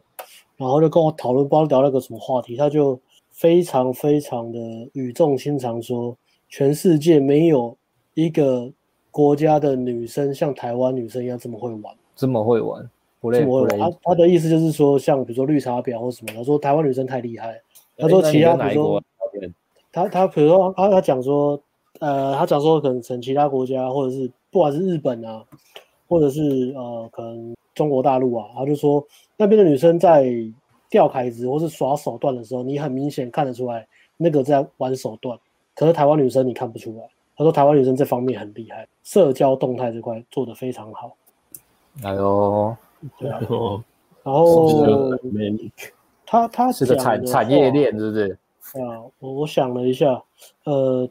S2: 然后就跟我讨论，不知道聊那个什么话题，他就非常非常的语重心长说，全世界没有一个国家的女生像台湾女生一样这么会玩，
S1: 这么会玩，不
S2: 这
S1: 累
S2: 么
S1: 不
S2: 会
S1: 累
S2: 玩。。他他的意思就是说，像比如说绿茶婊或什么，他说台湾女生太厉害了。啊他说
S1: 哎
S2: 其
S1: 那
S2: 他
S1: 你跟哪
S2: 比
S1: 一
S2: 如
S1: 国
S2: 说
S1: 玩照片？
S2: 他他比如说他他讲说，呃，他讲说可能从其他国家或者是不管是日本啊，或者是呃可能中国大陆啊，他就说那边的女生在吊凯子或是耍手段的时候，你很明显看得出来那个在玩手段，可是台湾女生你看不出来。他说台湾女生这方面很厉害，社交动态这块做得非常好。
S1: 哎呦，
S2: 对啊，
S3: 哦，
S2: 然
S3: 哦嗯
S2: 后，
S3: 魅力，
S2: 他他
S1: 是个
S2: 讲
S1: 产
S2: 的
S1: 产业
S2: 话
S1: 链，是不是？
S2: 对啊，我我想了一下，呃，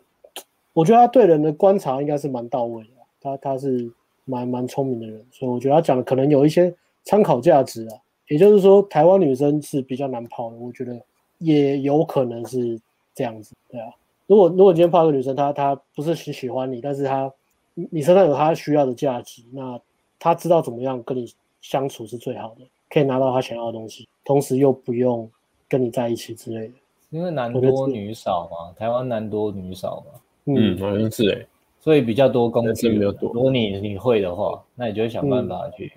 S2: 我觉得他对人的观察应该是蛮到位的，啊他他是蛮蛮聪明的人，所以我觉得他讲的可能有一些参考价值啊。也就是说，台湾女生是比较难泡的，我觉得也有可能是这样子，对啊。如果如果今天泡一个女生，她她不是喜喜欢你，但是她你你身上有她需要的价值，那她知道怎么样跟你相处是最好的，可以拿到她想要的东西，同时又不用跟你在一起之类的。
S1: 因为男
S2: 我觉得
S1: 多
S2: 是
S1: 女少嘛，台湾男多女少嘛，
S3: 嗯，好像是哎，
S1: 所以比较多工具
S3: 男生比较
S1: 嘛。
S3: 多
S1: 如果你你会的话，那你就会想办法去，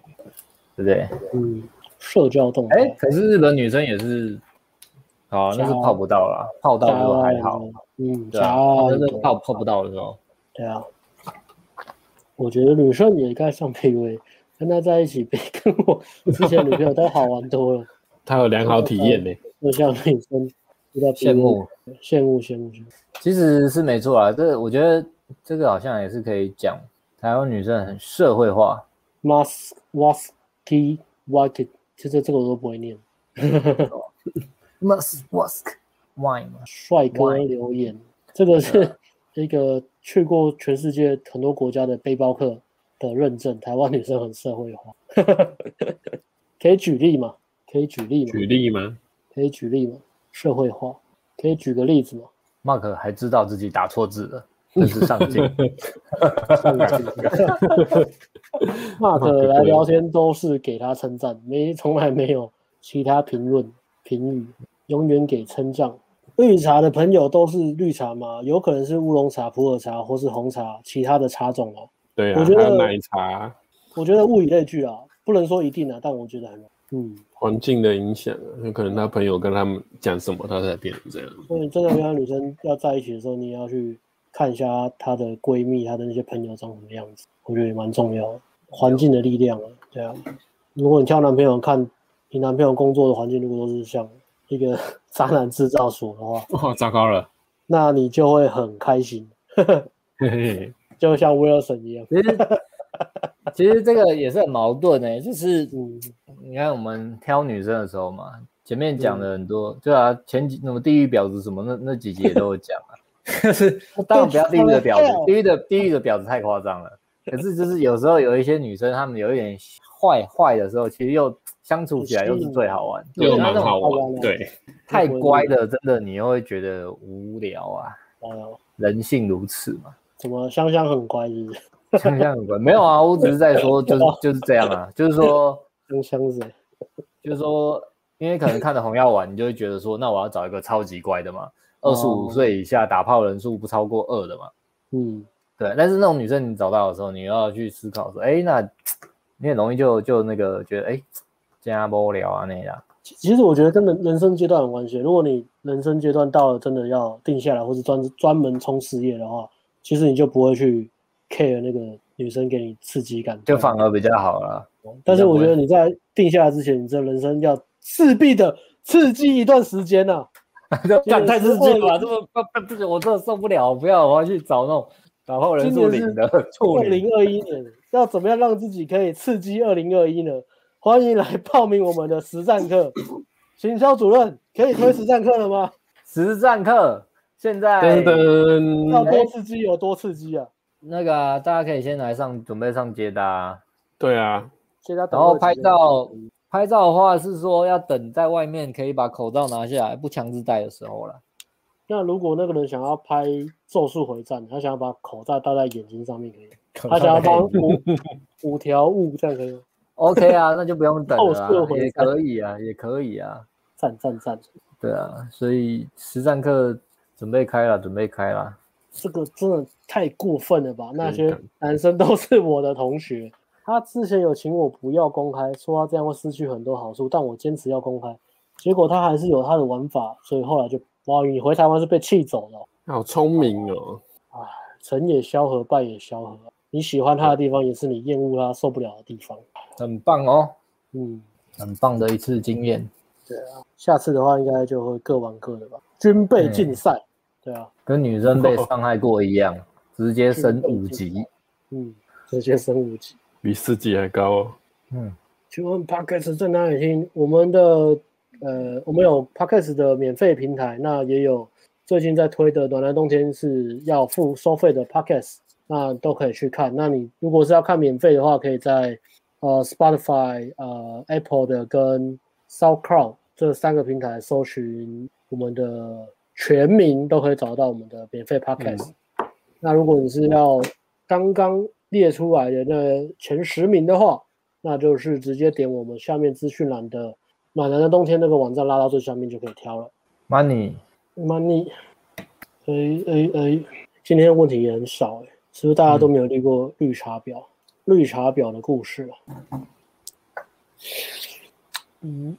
S1: 对不对？
S2: 嗯，社交动态。
S1: 哎、可是日本女生也是，好、啊，那是
S2: 加
S1: 泡不到啦，泡到就还好，，
S2: 嗯，
S1: 对
S2: 加
S1: 啊，
S2: 啊
S1: 那是泡泡不到的时候，
S2: 对啊。我觉得女生也该上 PUA，跟她在一起 比跟我之前女朋友都好玩多了。
S3: 他有良好体验欸
S2: 就
S3: 呢，
S2: 像女生遇到 PUA
S1: 羡慕，
S2: 羡慕羡慕羡慕。
S1: 嗯其实是没错啦。这我觉得这个好像也是可以讲，台湾女生很社会化，
S2: Mas waski waket，其实这个我都不会念。
S1: mask mask wine 嘛，
S2: 帅哥
S1: Why？
S2: 留言，这个
S3: 嗯
S2: 是一个去过全世界很多国家的背包客的认证。台湾女生很社会 化，可以举例吗？可以举例吗？
S3: 举例吗？
S2: 可以举例吗？社会化，可以举个例 子吗？
S1: Mark 还知道自己打错字了，真是上 进。
S2: 马克
S3: 啊
S2: 来聊天都是给他称赞，没 从来没有其他评论评语，永远给称赞。绿茶的朋友都是绿茶吗？有可能是乌龙茶、普洱茶或是红茶，其他的茶种啊。
S3: 对啊，
S2: 我
S3: 还
S2: 觉得
S3: 有奶茶
S2: 我觉得物以类聚啊，不能说一定啊，但我觉得很容易嗯，
S3: 环境的影响啊，有可能他朋友跟他们讲什么，他才变成这样。
S2: 嗯所以真的跟女生要在一起的时候，你也要去看一下她的闺蜜、她的那些朋友长什么样子，我觉得也蛮重要的。环境的力量啊，对啊。如果你挑男朋友看，你男朋友工作的环境如果都是像一个 渣男制造所的话，
S3: 哇，哦糟糕了，
S2: 那你就会很开心，
S3: 嘿嘿，
S2: 就像威尔森一样。
S1: 其实 其实这个也是很矛盾的、就是
S2: 嗯
S1: 你看我们挑女生的时候嘛，前面讲了很多，对啊，前几什么地狱婊子什么那那 几集也都有讲啊。但是当然不要地狱的婊子，地狱的地狱的婊子太夸张了。可是就是有时候有一些女生，她们有一点坏坏的时候，其实又相处起来又是最好玩，对啊
S3: 又
S1: 那
S3: 蛮
S1: 那种
S3: 好
S2: 好玩
S3: 玩，
S2: 的
S3: 对，
S1: 太乖的，真的你又会觉得无聊啊。
S2: 哦，
S1: 人性如此嘛，
S2: 怎么香香很乖是不是？
S1: 像这样有关没有啊？我只是在说，就是就是这样啊，就是说
S2: 香香是谁？
S1: 就是说，因为可能看了红药丸，你就会觉得说，那我要找一个超级乖的嘛，
S2: 哦
S1: 二十五岁以下打炮人数不超过二的嘛，
S2: 嗯，
S1: 对。但是那种女生你找到的时候，你又要去思考说，哎，那你很容易就就那个觉得，哎，加无聊啊那样。
S2: 其其实我觉得跟人人生阶段有关系。如果你人生阶段到了真的要定下来，或是专专门冲事业的话，其实你就不会去 care 那个女生给你刺激感，
S1: 就反而比较好 了。
S2: 但是我觉
S1: 比较
S2: 得你在定下来之前，你这人生要势必的刺激一段时间呐、啊。
S1: 干太刺激了吧，这么不不不，我真的受不了，不要，我要去找那种打炮人数零的处
S2: 二
S1: 女。
S2: 零二一年要怎么样让自己可以刺激二零二一呢？欢迎来报名我们的实战 课。行销主任可以推实战课了吗？
S1: 实战课现在
S3: 噔
S2: 要
S1: 嗯
S3: 噔，
S1: 哎
S2: 多刺激有多刺激啊！
S1: 那个啊、大家可以先来上，准备上接搭啊、
S3: 对啊，
S2: 现在
S1: 然后拍照，拍照的话是说要等在外面可以把口罩拿下来，不强制戴的时候了。
S2: 那如果那个人想要拍《咒术回战》，他想要把口罩戴在眼睛上面，可以吗？他想要当五五条悟，这样可以吗？
S1: OK 啊，那就不用等了
S2: 后撤
S1: 啊、
S2: 回
S1: 也可以啊，也可以啊，
S2: 赞赞赞！
S1: 对啊，所以实战课准备开了，准备开了，
S2: 这个真的太过分了吧？那
S3: 有
S2: 些
S3: 点
S2: 男生都是我的同学，他之前有请我不要公开，说他这样会失去很多好处，但我坚持要公开，结果他还是有他的玩法，所以后来就哇，你回台湾是被气走了。
S3: 好聪明哦，
S2: 成也萧何，败也萧何，你喜欢他的地方，也是你厌恶他受不了的地方。
S1: 很棒哦，
S2: 嗯，
S1: 很棒的一次经验。
S2: 下次的话应该就会各玩各的吧，军备竞赛。对啊，
S1: 跟女生
S3: 哦
S1: 被伤害过一样，直接升五级。
S2: 嗯，直接升五级。
S3: 比四级还高哦，
S1: 嗯，
S2: 请问 Podcast 在哪里听？我们的呃，我们有 Podcast 的免费平台，那也有最近在推的暖男冬天是要付收费的 Podcast，那都可以去看。那你如果是要看免费的话，可以在呃 Spotify、呃 Apple 的跟 SoundCloud 这三个平台搜寻我们的全名，都可以找到我们的免费 Podcast。那如果你是要刚刚列出来的那前十名的话，那就是直接点我们下面资讯栏的“暖男的冬天”那个网站拉到最下面就可以挑了。
S1: Money，
S2: 那你，哎哎哎，今天问题也很少哎、是不是
S1: 嗯
S2: 大家都没有遇过绿茶婊？绿茶婊的故事啊，嗯，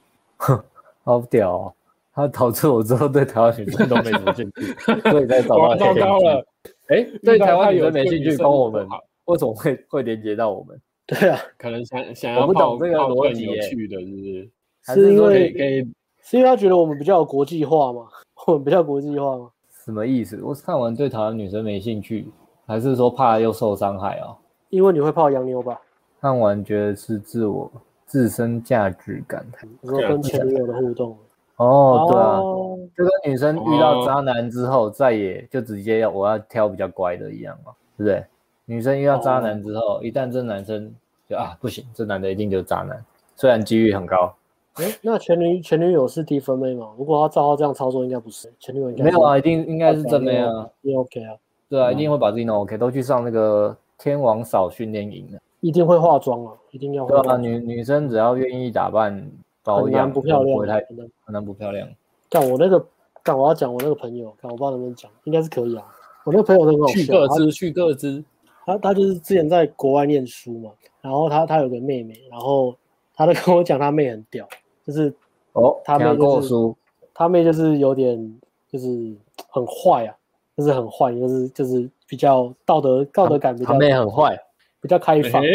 S1: 好屌哦！他导致我之后对台湾女生都没什么兴趣， 所以才找
S3: 哇，
S1: 到
S3: 糟糕了，
S1: 哎，对台湾女生
S3: 人
S1: 没兴趣，跟我们为什么会会连接到我们？
S2: 对啊，
S3: 啊可能想想
S1: 我
S3: 要
S1: 不
S3: 泡
S1: 懂这个
S3: 泡
S1: 逻
S3: 更
S1: 辑
S3: 有
S1: 耶
S3: 趣的，是不是？
S1: 还是
S2: 是因
S1: 说
S3: 可
S2: 为
S3: 以可以，
S2: 是因为他觉得我们比较有国际化嘛，我们比较国际化嘛。
S1: 什么意思？我看完对台湾女生没兴趣，还是说怕又受伤害哦？
S2: 因为你会泡洋妞吧？
S1: 看完觉得是自我自身价值感。
S2: 你说跟前女友的互动，
S1: 啊 哦，对啊，
S2: 哦
S1: 就跟女生遇到渣男之后，再也就直接要我要挑比较乖的一样嘛，对不对？女生遇到渣男之后，一旦这男生就啊不行，这男的一定就是渣男，虽然几率很高，
S2: 诶那前女前女友是低分妹吗？如果她照她这样操作，应该不是前女友应该
S1: 没有啊，一定应
S2: 应
S1: 该是真没啊，，
S2: 也 OK 啊，
S1: 对啊，一定会把自己弄 OK，都去上那个天王嫂训练营啊的，
S2: 一定会化妆啊，一定要
S1: 对啊，
S2: 化妆，
S1: 女女生只要愿意打扮保
S2: 很难
S1: 养，
S2: 不漂
S1: 不会
S2: 亮啊，
S1: 太
S2: 很难。
S1: 很难不漂亮。
S2: 但我那个，但我要讲我那个朋友，看我不知道能不能讲，应该是可以啊。我那个朋友很好
S3: 去
S2: 笑
S3: 各，自去各自，
S2: 他他他就是之前在国外念书嘛，然后他他有个妹妹，然后他就 跟我讲他妹很屌，就是
S1: 哦，
S2: 他妹
S1: 听
S2: 就是
S1: 过书，
S2: 他妹就是有点就是很坏啊，就是很坏，就是就是比较道德道德感比
S1: 他
S2: 较
S1: 妹很坏，
S2: 比较开放。
S3: 哎，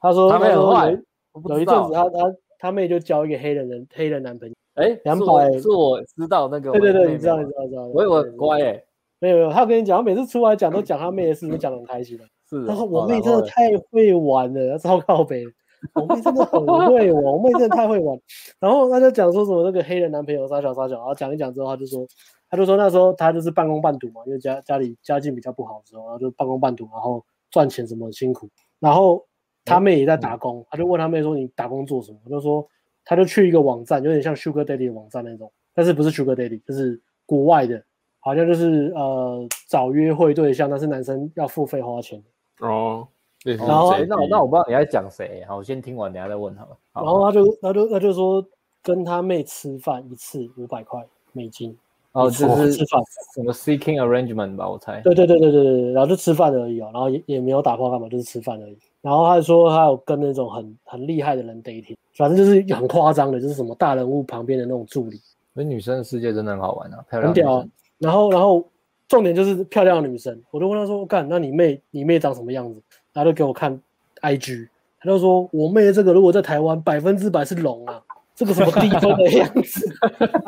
S2: 他说
S1: 他妹
S2: 他
S1: 很
S2: 说
S1: 坏
S2: 有一
S1: 我不
S2: 有
S1: 知
S2: 一阵
S1: 道
S2: 子，他他他妹就交一个黑人人黑人男朋友。
S1: 哎，是
S2: 200
S1: 我是我知道那个我
S2: 对
S1: 妹妹
S2: 对
S1: 吗，
S2: 对，你知道你知道你知道。
S1: 我以为
S2: 我
S1: 很乖哎、
S2: 没有没有，他跟你讲，他每次出来讲都讲他妹的事情，讲的很开心的。
S1: 是哦。
S2: 他说我
S1: 好
S2: 妹
S1: 然
S2: 真
S1: 后
S2: 的
S1: 嘞
S2: 太会玩了，超靠北。我妹真的很会玩，我妹真的太会玩。然后他就讲说什么那个黑人男朋友傻小傻小，然后讲一讲之后，他就说，他就说那时候他就是半工半读嘛，因为家家里家境比较不好的时候，然后就半工半读，然后赚钱什么很辛苦。然后他
S1: 嗯
S2: 妹也在打工，他就问他妹说：“你打工做什么？”他就说：“他就去一个网站，有点像 Sugar Daddy 的网站那种，但是不是 Sugar Daddy，就是国外的，好像就是呃找约会对象，但是男生要付费花钱。
S3: 哦，然
S1: 然后
S2: 后
S1: 那我那我不知道你在讲谁，好，我先听完，等一下再问好了。好
S2: 然后他就他就他就说跟他妹吃饭一次五百块美金，
S1: 哦，这是
S2: 吃饭
S1: 什么 seeking arrangement 吧？我猜。
S2: 对对对对对对，然后就吃饭而已哦，然后也也没有打炮干嘛，就是吃饭而已。然后他说他有跟那种很很厉害的人 dating，反正就是很夸张的，就是什么大人物旁边的那种助理，
S1: 所以女生的世界真的很好玩啊，漂亮女
S2: 很屌啊
S1: 生。。
S2: 然后然后重点就是漂亮的女生，我就问他说，干，那你妹你妹长什么样子？然后就给我看 IG，他就说我妹这个如果在台湾百分之百是龙啊，这个什么低分的样 子，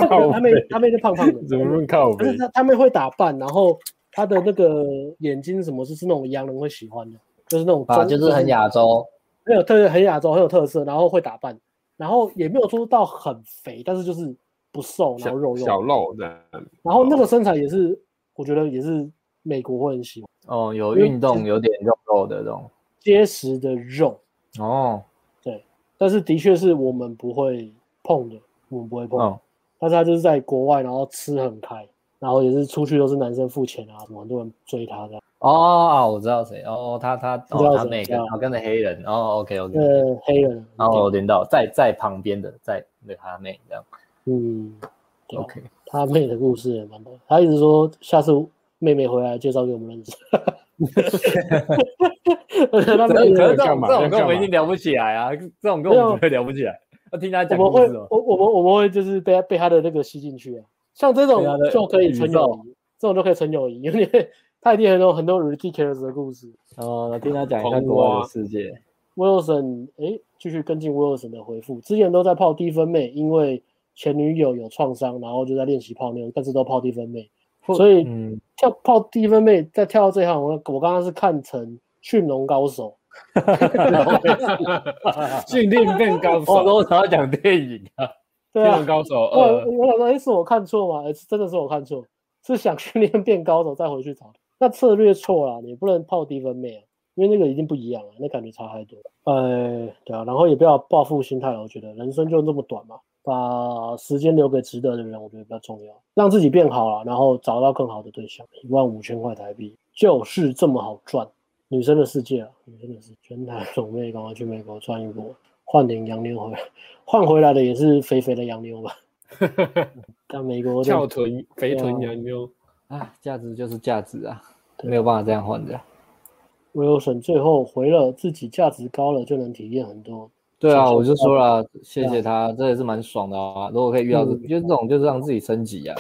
S2: 他妹他妹就胖胖的，
S3: 怎么那么靠
S2: 但
S3: 北
S2: 是？他他们会打扮，然后他的那个眼睛什么，就是那种洋人会喜欢的，就是那种
S1: 啊，
S2: 中
S1: 就是很亚，洲，
S2: 很有特很亚洲，很有特色，然后会打扮，然后也没有说到很肥，但是就是不瘦，然后肉肉，
S3: 小小肉的，
S2: 然后那
S1: 哦
S2: 个身材也是，我觉得也是美国会很喜欢，
S1: 哦，有
S2: 因为
S1: 运动，有点肉肉的这种。
S2: 结实的肉，
S1: 哦，
S2: 但是的确是我们不会碰的，我们不会碰，
S1: 哦，
S2: 但是他就是在国外，然后吃很开，然后也是出去都是男生付钱啊，什么很多人追他的，
S1: 哦，啊我知道谁，哦，他他
S2: 知道
S1: 哦，他
S2: 谁
S1: 那
S2: 知
S1: 个
S2: 道
S1: 哦，跟着黑人，哦，OK OK，
S2: 呃，黑人，
S1: 然后连到在在旁边的，在那个他妹这样
S2: 嗯，对啊
S1: ，OK，
S2: 他妹的故事也蛮多。他一直说下次妹妹回来介绍给我们认识。 我觉得他
S1: 可
S2: 妹
S1: 是可
S2: 妹
S1: 是这
S3: 干
S1: 种
S3: 嘛
S1: 这种
S3: 要干
S1: 跟我们一
S3: 嘛
S1: 定聊不起来啊，这种跟我们绝对聊不起来。要听他
S2: 我
S1: 讲
S2: 们
S1: 故
S2: 会
S1: 事哦，
S2: 我我们我们会就是被他被他的那个吸进去啊。像这种
S1: 对啊对
S2: 就可以纯
S1: 宇
S2: 友
S1: 宙
S2: 谊，这种就可以纯友谊，因为他一定很多很多 ridiculous 的故事。
S1: 哦，听他讲一下
S3: 红
S1: 国外
S3: 蛙
S1: 的世界，
S2: Wilson，哎，继续跟进 Wilson 的回复，之前都在泡低分妹，因为前女友有创伤，然后就在练习泡妞，但是都泡低分妹，
S1: 或
S2: 所以
S1: 嗯，
S2: 跳泡低分妹，再跳到这一行，我我刚刚是看成驯龙高手，
S3: 训练变高
S1: 我
S3: 手，
S1: 都想要讲电影啊，
S2: 对
S3: 训
S2: 啊
S3: 练，高手呃
S2: 我我
S3: 二，
S2: 想说，哎，是我看错吗？哎，是真的是我看错，是想训练变高手再回去找，那策略错了，你不能泡低分妹啊，因为那个已经不一样了，那感觉差太多。呃，对啊，然后也不要报复心态哦了，我觉得人生就这么短嘛，把时间留给值得的人，我觉得比较重要，让自己变好了，然后找到更好的对象，一万五千块台币就是这么好赚。女生的世界啊，女生的世界，全台总妹赶快去美国转一波，换点洋妞回来，换回来的也是肥肥的洋妞吧。 但美国就
S3: 翘臀肥臀洋妞，
S1: 啊，价值就是价值啊，
S2: 对
S1: 没有办法这样换的。
S2: Wilson 最后回了自己价值高了就能体验很多，
S1: 对啊，
S2: 小
S1: 我
S2: 小
S1: 就说了，谢
S2: 对啊
S1: 谢他，这也是蛮爽的啊。如果可以遇到这，
S2: 嗯
S1: 就是这种，就是让自己升级啊，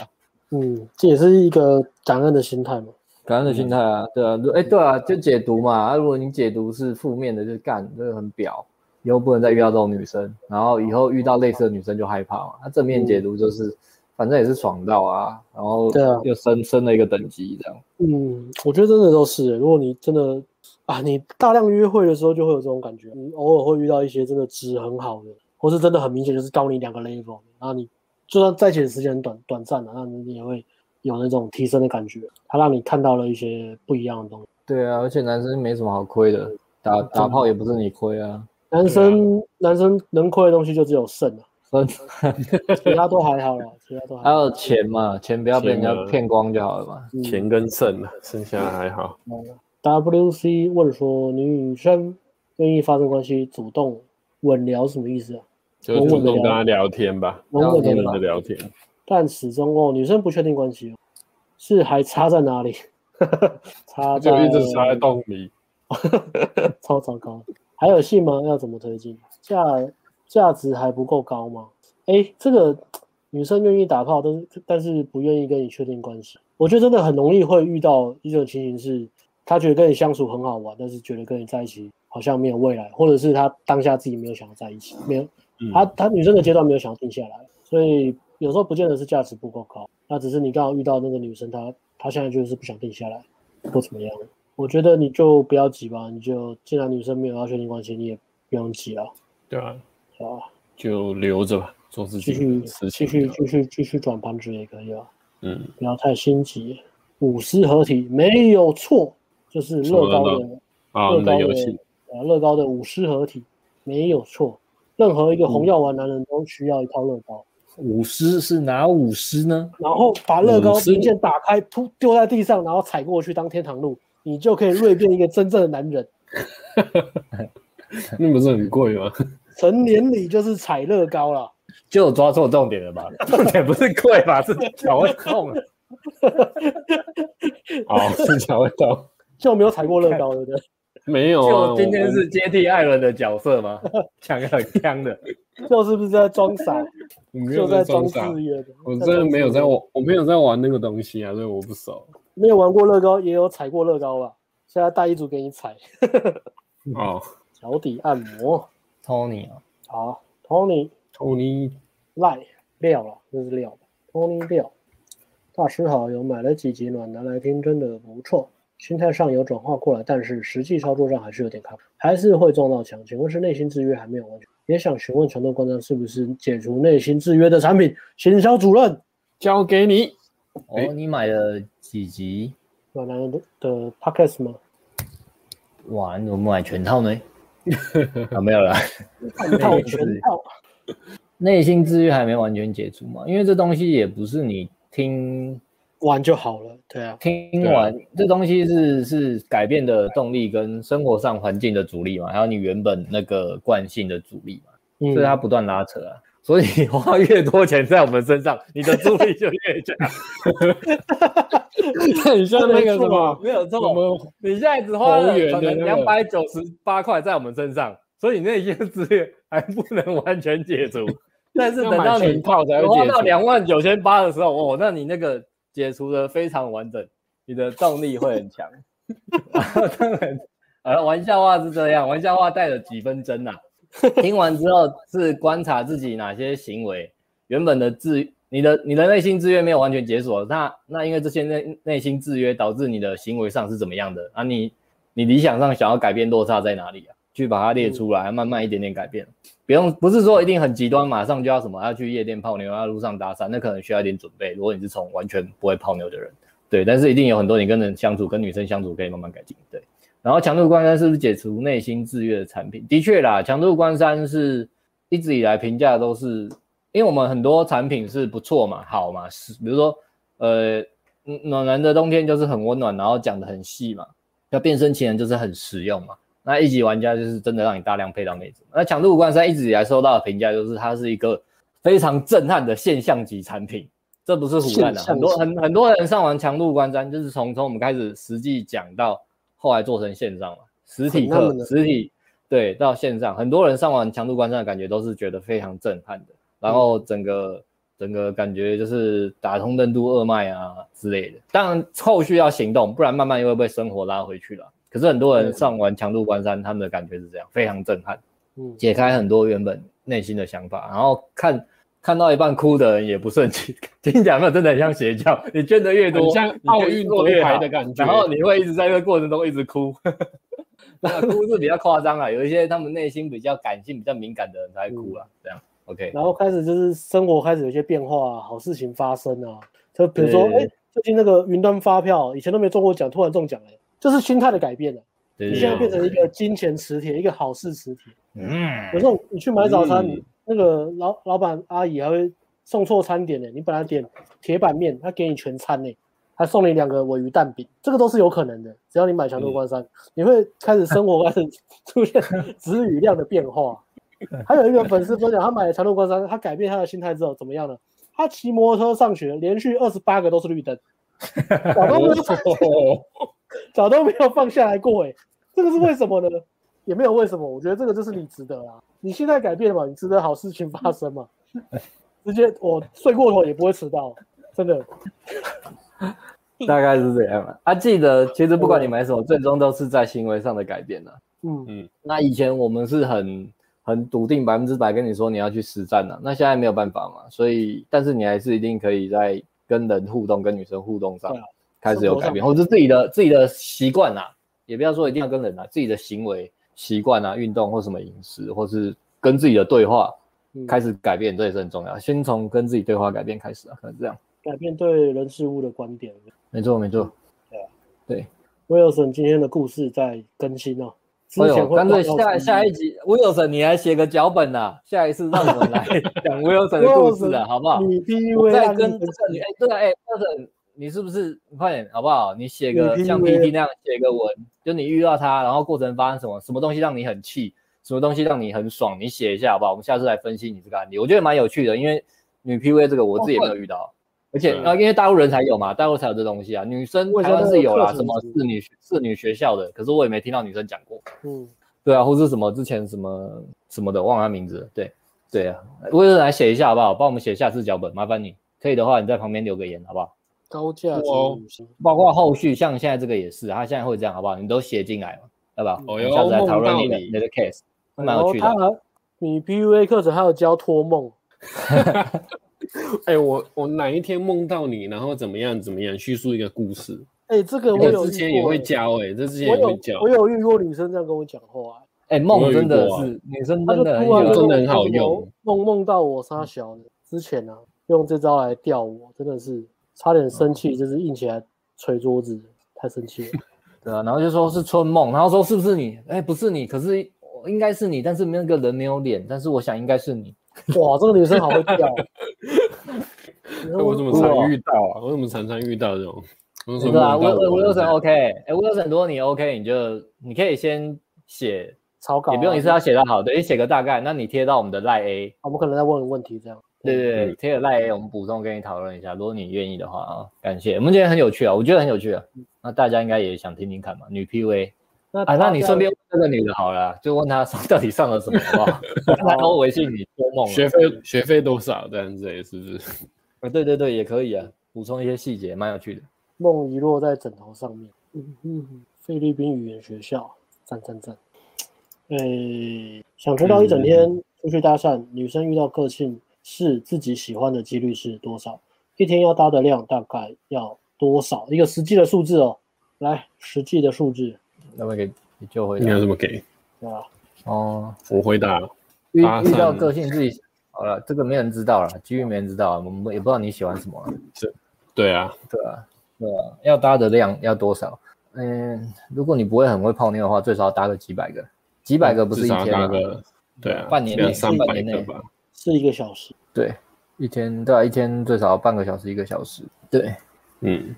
S2: 嗯，这也是一个感恩的心态嘛。
S1: 感恩的心态啊，对啊，如哎，对啊，就解读嘛。啊如果你解读是负面的，就是干，这个很表，以后不能再遇到这种女生，然后以后遇到类似的女生就害怕嘛。那正面解读就是，反正也是爽到嗯啊，然后
S2: 对啊
S1: 又升升了一个等级这样。
S2: 嗯，我觉得真的都是欸，如果你真的啊，你大量约会的时候就会有这种感觉，你偶尔会遇到一些真的值很好的，或是真的很明显就是高你两个 level，然后你就算在一起的时间很短短暂的、啊那你也会有那种提升的感觉，它让你看到了一些不一样的东西。
S1: 对啊，而且男生没什么好亏嗯的，打打炮也不是你亏啊，
S2: 男生、男生能亏的东西就只有肾啊，
S1: 分
S2: 其他都还好啦，其他都还
S1: 还
S2: 好。
S1: 有钱嘛，钱不要被人家
S3: 钱啊
S1: 骗光就好了嘛。
S2: 嗯
S3: 钱跟肾啊，剩下的还好。
S2: WC 问说，女生愿意发生关系，主动稳聊什么意思啊？
S3: 就主动跟他聊天吧，
S2: 稳稳
S1: 聊
S2: 的
S1: 天
S3: 跟
S1: 吧
S2: 聊，
S3: 他聊天。
S2: 但始终哦，女生不确定关系哦，是还差在哪里？ 差在
S3: 就一直插在洞里，
S2: 超糟糕。还有戏吗？要怎么推进？价价值还不够高吗？哎，这个女生愿意打炮，但是但是不愿意跟你确定关系，我觉得真的很容易会遇到一种情形是，她觉得跟你相处很好玩，但是觉得跟你在一起好像没有未来，或者是她当下自己没有想要在一起，没有
S3: 嗯
S2: 她她女生的阶段没有想要定下来，所以有时候不见得是价值不够高，那只是你刚好遇到那个女生，她她现在就是不想定下来，或怎么样。我觉得你就不要急吧，你就既然女生没有要确定关系，你也不用急了，
S3: 对啊吧？
S2: 是吧？
S3: 就留着吧，做自
S2: 继
S3: 己
S2: 续
S3: 的事
S2: 继
S3: 情
S2: 续
S3: 就好。
S2: 继续继续转盘子也可以啊，
S3: 嗯，
S2: 不要太心急。五十合体没有错，就是乐高
S3: 什么乐
S2: 的
S3: 啊，
S2: 乐
S3: 我们的
S2: 高
S3: 游
S2: 的
S3: 戏
S2: 呃乐高的五狮合体没有错，任何一个
S3: 嗯
S2: 红药丸男人都需要一套乐高，
S1: 舞狮是哪舞狮呢？
S2: 然后把乐高
S3: 五狮
S2: 零件打开，噗丢在地上，然后踩过去当天堂路，你就可以蜕变一个真正的男人。
S3: 那不是很贵吗？
S2: 成年礼就是踩乐高啦，
S1: 就有抓错重点了吧？重点不是贵吧，是脚会痛啊。
S3: 哦，是巧会到
S2: 就没有踩过乐 高，对不对？
S3: 没有啊？
S1: 就今天
S3: 我
S1: 是接替艾伦的角色吗？ 讲个很呛的，
S2: 就是不是在装傻，
S3: 我 没
S2: 就
S3: 有
S2: 在
S3: 装
S2: 装
S3: 傻，
S2: 自约的。
S3: 我真的没有
S2: 装自
S3: 在
S2: 虐
S3: 我我没有在玩那个东西啊，所以我不熟。
S2: 没有玩过乐高，也有踩过乐高啦。现在带一组给你踩，
S3: 哦
S2: 脚底按摩。
S1: Tony 啊，
S2: 好，Tony
S3: ，Tony
S2: 赖料了，这是料，Tony 料。大师好，有买了几集暖男来听，真的不错。心态上有转化过来，但是实际操作上还是有点卡，还是会撞到墙。请问是内心制约还没有完全？也想询问传统观察是不是解除内心制约的产品？行销主任，
S3: 交给你，哎
S1: 哦，你买了几集？
S2: 暖男的的 Podcast 吗？
S1: 哇，你怎么买全套呢？ 啊，没有啦，
S2: 半套全套，
S1: 内心治愈还没完全解除嘛，因为这东西也不是你听
S2: 玩就好了。对啊，
S1: 听完，这东西是是改变的动力跟生活上环境的阻力嘛，还有你原本那个惯性的阻力嘛，
S2: 嗯
S1: 所以它不断拉扯啊。所以你花越多钱在我们身上，你的助力就越强。
S3: 很像那个什么，
S1: 没有
S3: 什
S1: 错，
S3: 么
S1: 你现在只花
S3: 投
S1: 了
S3: 缘的
S1: 可能
S3: 那个
S1: 两百九十八块在我们身上，所以你那些资源还不能完全解 除。但是
S3: 要
S1: 等到
S3: 买
S1: 你
S3: 全套才会
S1: 花
S3: 解
S1: 到
S3: 除。
S1: 两万九千八的时候，哦，那你那个解除的非常完整，你的动力会很强。 啊当然，啊，玩笑话是这样，玩笑话带了几分真呐、听完之后是观察自己哪些行为原本的制，你的你的内心制约没有完全解锁，那那因为这些内内心制约导致你的行为上是怎么样的啊你？你理想上想要改变落差在哪里啊？去把它列出来，慢慢一点点改变。不用，不是说一定很极端，马上就要什么要去夜店泡妞，要路上搭讪，那可能需要一点准备。如果你是从完全不会泡妞的人，对，但是一定有很多你跟人相处、跟女生相处可以慢慢改进，对。然后强度关山是不是解除内心制约的产品？的确啦，强度关山是一直以来评价都是，因为我们很多产品是不错嘛，好嘛，是比如说呃嗯暖男的冬天就是很温暖，然后讲的很细嘛，那变身情人就是很实用嘛。那一级玩家就是真的让你大量配到妹子。那强度五冠三一直以来收到的评价就是它是一个非常震撼的现象级产品，这不是胡乱的、
S2: 现象
S1: 很
S2: 级
S1: 多很很多人上完强度五冠三，就是从从我们开始实际讲到后来做成线上嘛，实体
S2: 很纳闷
S1: 课
S2: 的
S1: 实体对到线上，很多人上完强度关山的感觉都是觉得非常震撼的，然后整个。整个感觉就是打通任督二脉啊之类的。当然后续要行动，不然慢慢又会被生活拉回去了。可是很多人上完强度关山，他们的感觉是这样，非常震撼，
S2: 嗯，
S1: 解开很多原本内心的想法。然后看看到一半哭的人也不顺 气，听讲没有真的很像邪教，你捐的越
S3: 很
S1: 多，
S3: 像奥运夺牌的感觉，
S1: 然后你会一直在这个过程中一直哭， 那哭是比较夸张啊，有一些他们内心比较感性、比较敏感的人才会哭啊，
S2: 嗯
S1: 这样 OK。
S2: 然后开始就是生活开始有一些变化、啊，好事情发生啊，就比如说，
S1: 对
S2: 哎、最近那个云端发票，以前都没中过奖，突然中奖了、就是心态的改变了、
S1: 对
S2: 你
S1: 对
S2: 现在
S1: 对
S2: 变成一个金钱磁铁，一个好事磁铁。
S1: 嗯
S2: 有时候你去买早餐，
S3: 嗯
S2: 那个老老板阿姨还会送错餐点呢、你本来点铁板面，她给你全餐呢、还送你两个尾鱼蛋饼，这个都是有可能的。只要你买强度关山，你会开始生活开始出现 词语量的变化。还有一个粉丝分享，他买了强度关山，他改变他的心态之后怎么样呢？他骑摩托车上学，连续二十八个都是绿灯，早都没有
S3: 哦
S2: 早都没有放下来过哎、这个是为什么呢？也没有为什么，我觉得这个就是你值得啦。你现在改变了嘛，你值得好事情发生嘛。 直接我睡过头也不会迟到，真的。
S1: 大概是这样了。啊，记得其实不管你买什么，最终都是在行为上的改变啊了。
S2: 嗯，
S1: 那以前我们是很很笃定百分之百跟你说你要去实战啊的、那现在没有办法嘛，所以但是你还是一定可以在跟人互动、跟女生互动上
S2: 对啊
S1: 开始有改变，或者是自己的自己的习惯啦，也不要说一定要跟人啊，自己的行为习惯啊、运动或什么饮食，或是跟自己的对话
S2: 嗯
S1: 开始改变，这也是很重要。先从跟自己对话改变开始啊，可能这样。
S2: 改变对人事物的观点。
S1: 没错，没错。
S2: 对啊
S1: 对
S2: 威尔森今天的故事在更新哦。之
S1: 哎
S2: 前
S1: 呦，
S2: 会
S1: 干脆
S2: 报告
S1: 下
S2: 什么
S1: 下一集威尔森，你来写个脚本啊，下一次让我们 来讲威尔森的故事啊，好不好？
S2: 你 PUA
S1: 我再
S2: 案例
S1: 跟
S2: 分
S1: 这
S2: 析
S1: 个你，哎，对啊，哎，威尔森，你是不是你快点好不好？你写个
S2: 你 PUA
S1: 像 PT 那样写个文，就你遇到他，然后过程发生什么，什么东西让你很气，什么东西让你很爽，你写一下好不好？我们下次来分析你这个案例，我觉得蛮有趣的，因为女 PUA 这个我自己也没有遇到。而且
S3: 对啊
S1: 啊，因为大陆人才有嘛，大陆才有这东西啊。女生
S2: 为什
S1: 台
S2: 么
S1: 湾
S2: 那
S1: 是
S2: 个
S1: 有
S2: 课
S1: 啦，
S2: 程
S1: 什么
S2: 是
S1: 四女四女学校的，可是我也没听到女生讲过。
S2: 嗯，
S1: 对啊，或是什么之前什么什么的，忘了他名字了。对对啊，威尔来写一下好不好？帮我们写下次脚本，麻烦你。可以的话，你在旁边留个言好不好？
S2: 高价值
S3: 哦
S2: 女性，
S1: 包括后续，像现在这个也是，他现在会这样好不好？你都写进来嘛，好不好？
S3: 哦
S1: 我
S3: 哟
S1: 们下次来讨论你
S3: 梦到
S1: 的
S3: 你
S1: 你的 case，那蛮
S2: 然
S1: 有
S2: 后
S1: 趣的
S2: 哎他。还你 PUA 课程还有教托梦，
S3: 哎、我我哪一天梦到你，然后怎么样怎么样，叙述一个故事。
S2: 哎，这个我
S3: 这
S2: 有
S3: 之前
S2: 遇
S3: 也
S2: 过
S3: 会
S2: 欸，
S3: 教哎、这之前
S2: 我
S3: 也会
S2: 有
S3: 教
S2: 我。有遇过女生这样跟我讲话欸，
S1: 哎，梦
S3: 我有遇
S1: 真的
S3: 过啊
S1: 是女生
S2: 她
S1: 真
S2: 就
S1: 的很
S2: 突然
S1: 有
S2: 跟
S3: 真
S2: 我
S3: 的很好
S2: 说
S3: 用
S2: 梦梦到我杀小的之前啊，用这招来吊我，真的是差点生
S1: 哦
S2: 气，就是硬起来捶桌子，太生气了。
S1: 对啊，然后就说是春梦，然后说是不是你？哎，不是你，可是我应该是你，但是那个人没有脸，但是我想应该是你。
S2: 哇，这个女生好会 吊哦，你
S3: 哎
S2: 说
S3: 我怎么
S1: 哇
S3: 常遇到啊？我怎么常常遇到这种？我怎
S1: 对
S3: 么
S1: 啊，
S3: 梦到
S1: 威
S3: 我
S1: 威尔森
S3: 这样
S1: OK，哎，威尔森如果你 OK，你就你可以先写
S2: 草稿啊
S1: 也不用一次要写到好，对，你写个大概，那你贴到我们的赖 A，
S2: 我们可能在问个问题这样。
S1: 对对对，贴了赖 A，我们补充跟你讨论一下，如果你愿意的话啊，感谢，我们今天很有趣啊，我觉得很有趣啊，那大家应该也想听听看嘛，女 PV
S2: 那
S1: 啊，那你顺
S2: 顺便
S1: 便问这个女的好了啊，就问她上 到底上了什么，好不好？她都微信你做梦
S3: 学
S1: 了，
S3: 费学费多少这样子、欸？是不是？
S1: 啊对对对，也可以啊，补充一些细节，蛮有趣的。
S2: 梦遗落在枕头上面。嗯嗯，菲律宾语言学校，赞赞赞。诶，想吹到一整天，出去搭讪，女生遇到个性是自己喜欢的几率是多少？一天要搭的量大概要多少？一个实际的数字哦，来，实际的数字，啊
S1: 那么给你救回
S3: 你要
S1: 来
S3: 怎么给？
S2: 对吧？
S1: 哦，
S3: 我回答
S1: 遇
S3: 搭讪
S1: 遇到个性自己好了，这个没人知道了，机遇没人知道啊，我们也不知道你喜欢什么啊。
S3: 对啊，
S1: 对啊，对啊，要搭的量要多少？嗯，如果你不会很会泡妞的话，最少要搭个几百个，几百个不是一
S3: 至少
S1: 天啊
S3: 搭
S1: 吗？
S3: 个对啊，
S1: 半年内
S3: 三百
S1: 半年内
S3: 个吧。
S2: 是一个小时。
S1: 对，一天对啊，一天最少要半个小时一个小时。对
S3: 嗯，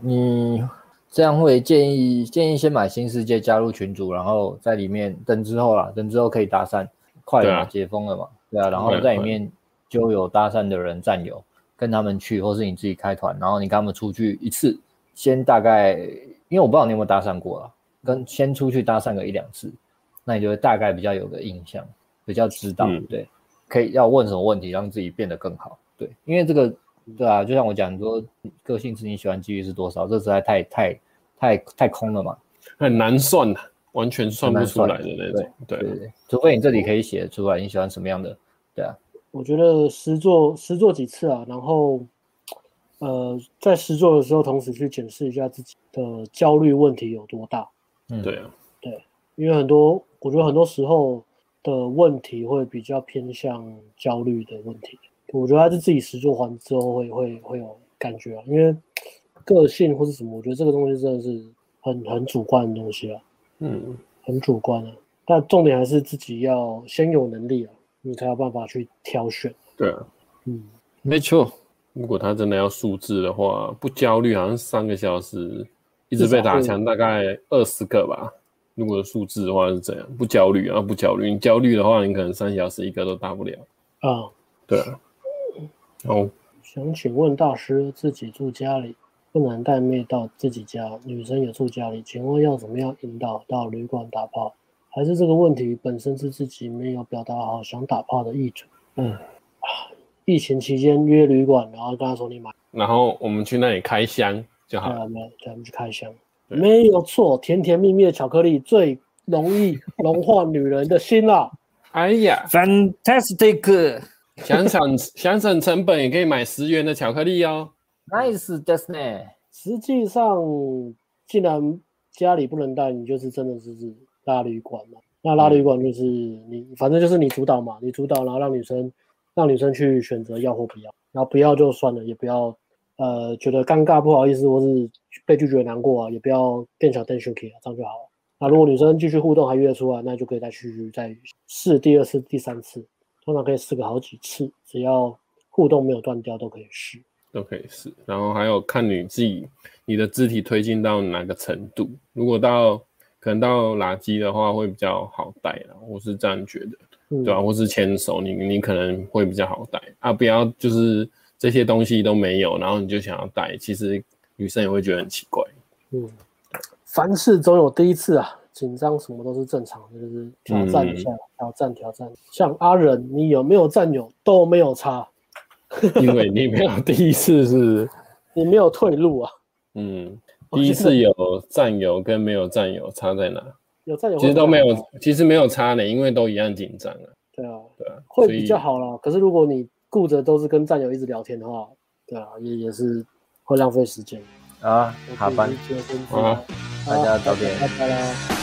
S1: 你这样会建议建议先买新世界加入群组，然后在里面等之后啦，等之后可以搭讪，快了嘛，
S3: 对啊
S1: 解封了嘛，对啊，然
S3: 快
S1: 后
S3: 了
S1: 在里面就有搭讪的人占有，跟他们去，或是你自己开团，然后你跟他们出去一次，先大概，因为我不知道你有没有搭讪过啦，跟先出去搭讪个一两次，那你就会大概比较有个印象，比较知道，
S3: 嗯
S1: 对，可以要问什么问题，让自己变得更好，对，因为这个，对啊，就像我讲说，个性是你喜欢几率是多少，这实在太太太太空了嘛，
S3: 很难算的，完全算不出来的那种。对啊
S1: 对对对，除非你这里可以写出来你喜欢什么样的，对啊，
S2: 我觉得实做实做几次啊，然后，呃，在实做的时候，同时去检视一下自己的焦虑问题有多大，
S1: 嗯，
S3: 对啊，
S2: 因为很多我觉得很多时候的问题会比较偏向焦虑的问题。我觉得他是自己实做完之后会会会有感觉啊，因为个性或是什么，我觉得这个东西真的是很很主观的东西啊，
S3: 嗯，
S2: 很主观啊。但重点还是自己要先有能力啊，你才有办法去挑选。
S3: 对啊，
S2: 嗯。
S3: 没错。如果他真的要数字的话，不焦虑，好像三个小时一直被打枪，大概二十个吧。如果数字的话是这样，不焦虑啊，不焦虑。你焦虑的话，你可能三小时一个都打不了。
S2: 啊、
S3: 对啊。哦，
S2: 想请问大师，自己住家里，不能带妹到自己家，女生也住家里，请问要怎么样引导到旅馆打炮？还是这个问题本身是自己没有表达好想打炮的意图？
S3: 嗯
S2: 啊，疫情期间约旅馆，然后跟他说你买
S3: 然后我们去那里开箱就好
S2: 对
S3: 了。
S2: 啊，没有，对，我们去开箱，
S3: 对
S2: 没有错，甜甜蜜蜜的巧克力最容易 融化女人的心啊啦。
S3: 哎呀，
S1: ，fantastic。
S3: 想省想省成本，也可以买十元的巧克力哦。
S1: Nice，ですね。
S2: 实际上，既然家里不能带，你就是真的就是拉旅馆嘛。那拉旅馆就是你，反正就是你主导嘛，你主导，然后让女生让女生去选择要或不要，然后不要就算了，也不要呃觉得尴尬、不好意思，或是被拒绝难过啊，也不要变小 tension key 啊，这样就好了。那如果女生继续互动还约得出来，那就可以再去再试第二次、第三次，通常可以试个好几次，只要互动没有断掉都可以试。
S3: 都可以试。然后还有看你自己你的肢体推进到哪个程度，如果到可能到垃圾的话会比较好带啦，我是这样觉得，
S2: 嗯，
S3: 对吧、啊或是牵手，你你可能会比较好带啊，不要就是这些东西都没有，然后你就想要带，其实女生也会觉得很奇 怪。
S2: 嗯，凡事总有第一次啊，紧张什么都是正常的，就是挑战一
S3: 嗯
S2: 下，挑战挑战。像阿仁，你有没有战友都没有差，
S3: 因为你没有第一次是，
S2: 你没有退路啊。
S3: 嗯，第一次有战友跟没有战友差在哪？
S2: 有战友
S3: 其
S2: 会
S3: 实都
S2: 比较
S3: 没
S2: 好啊
S3: 有，其实没有差呢，因为都一样紧张啊，
S2: 对啊，
S3: 对啊，
S2: 会
S3: 所以
S2: 比较好啦。可是如果你顾着都是跟战友一直聊天的话，对啊，也也是会浪费时间。
S1: 啊，
S2: 我
S1: 下班。
S2: 自己觉得真是
S3: 好啊
S1: 大家早点
S2: 拜拜啦。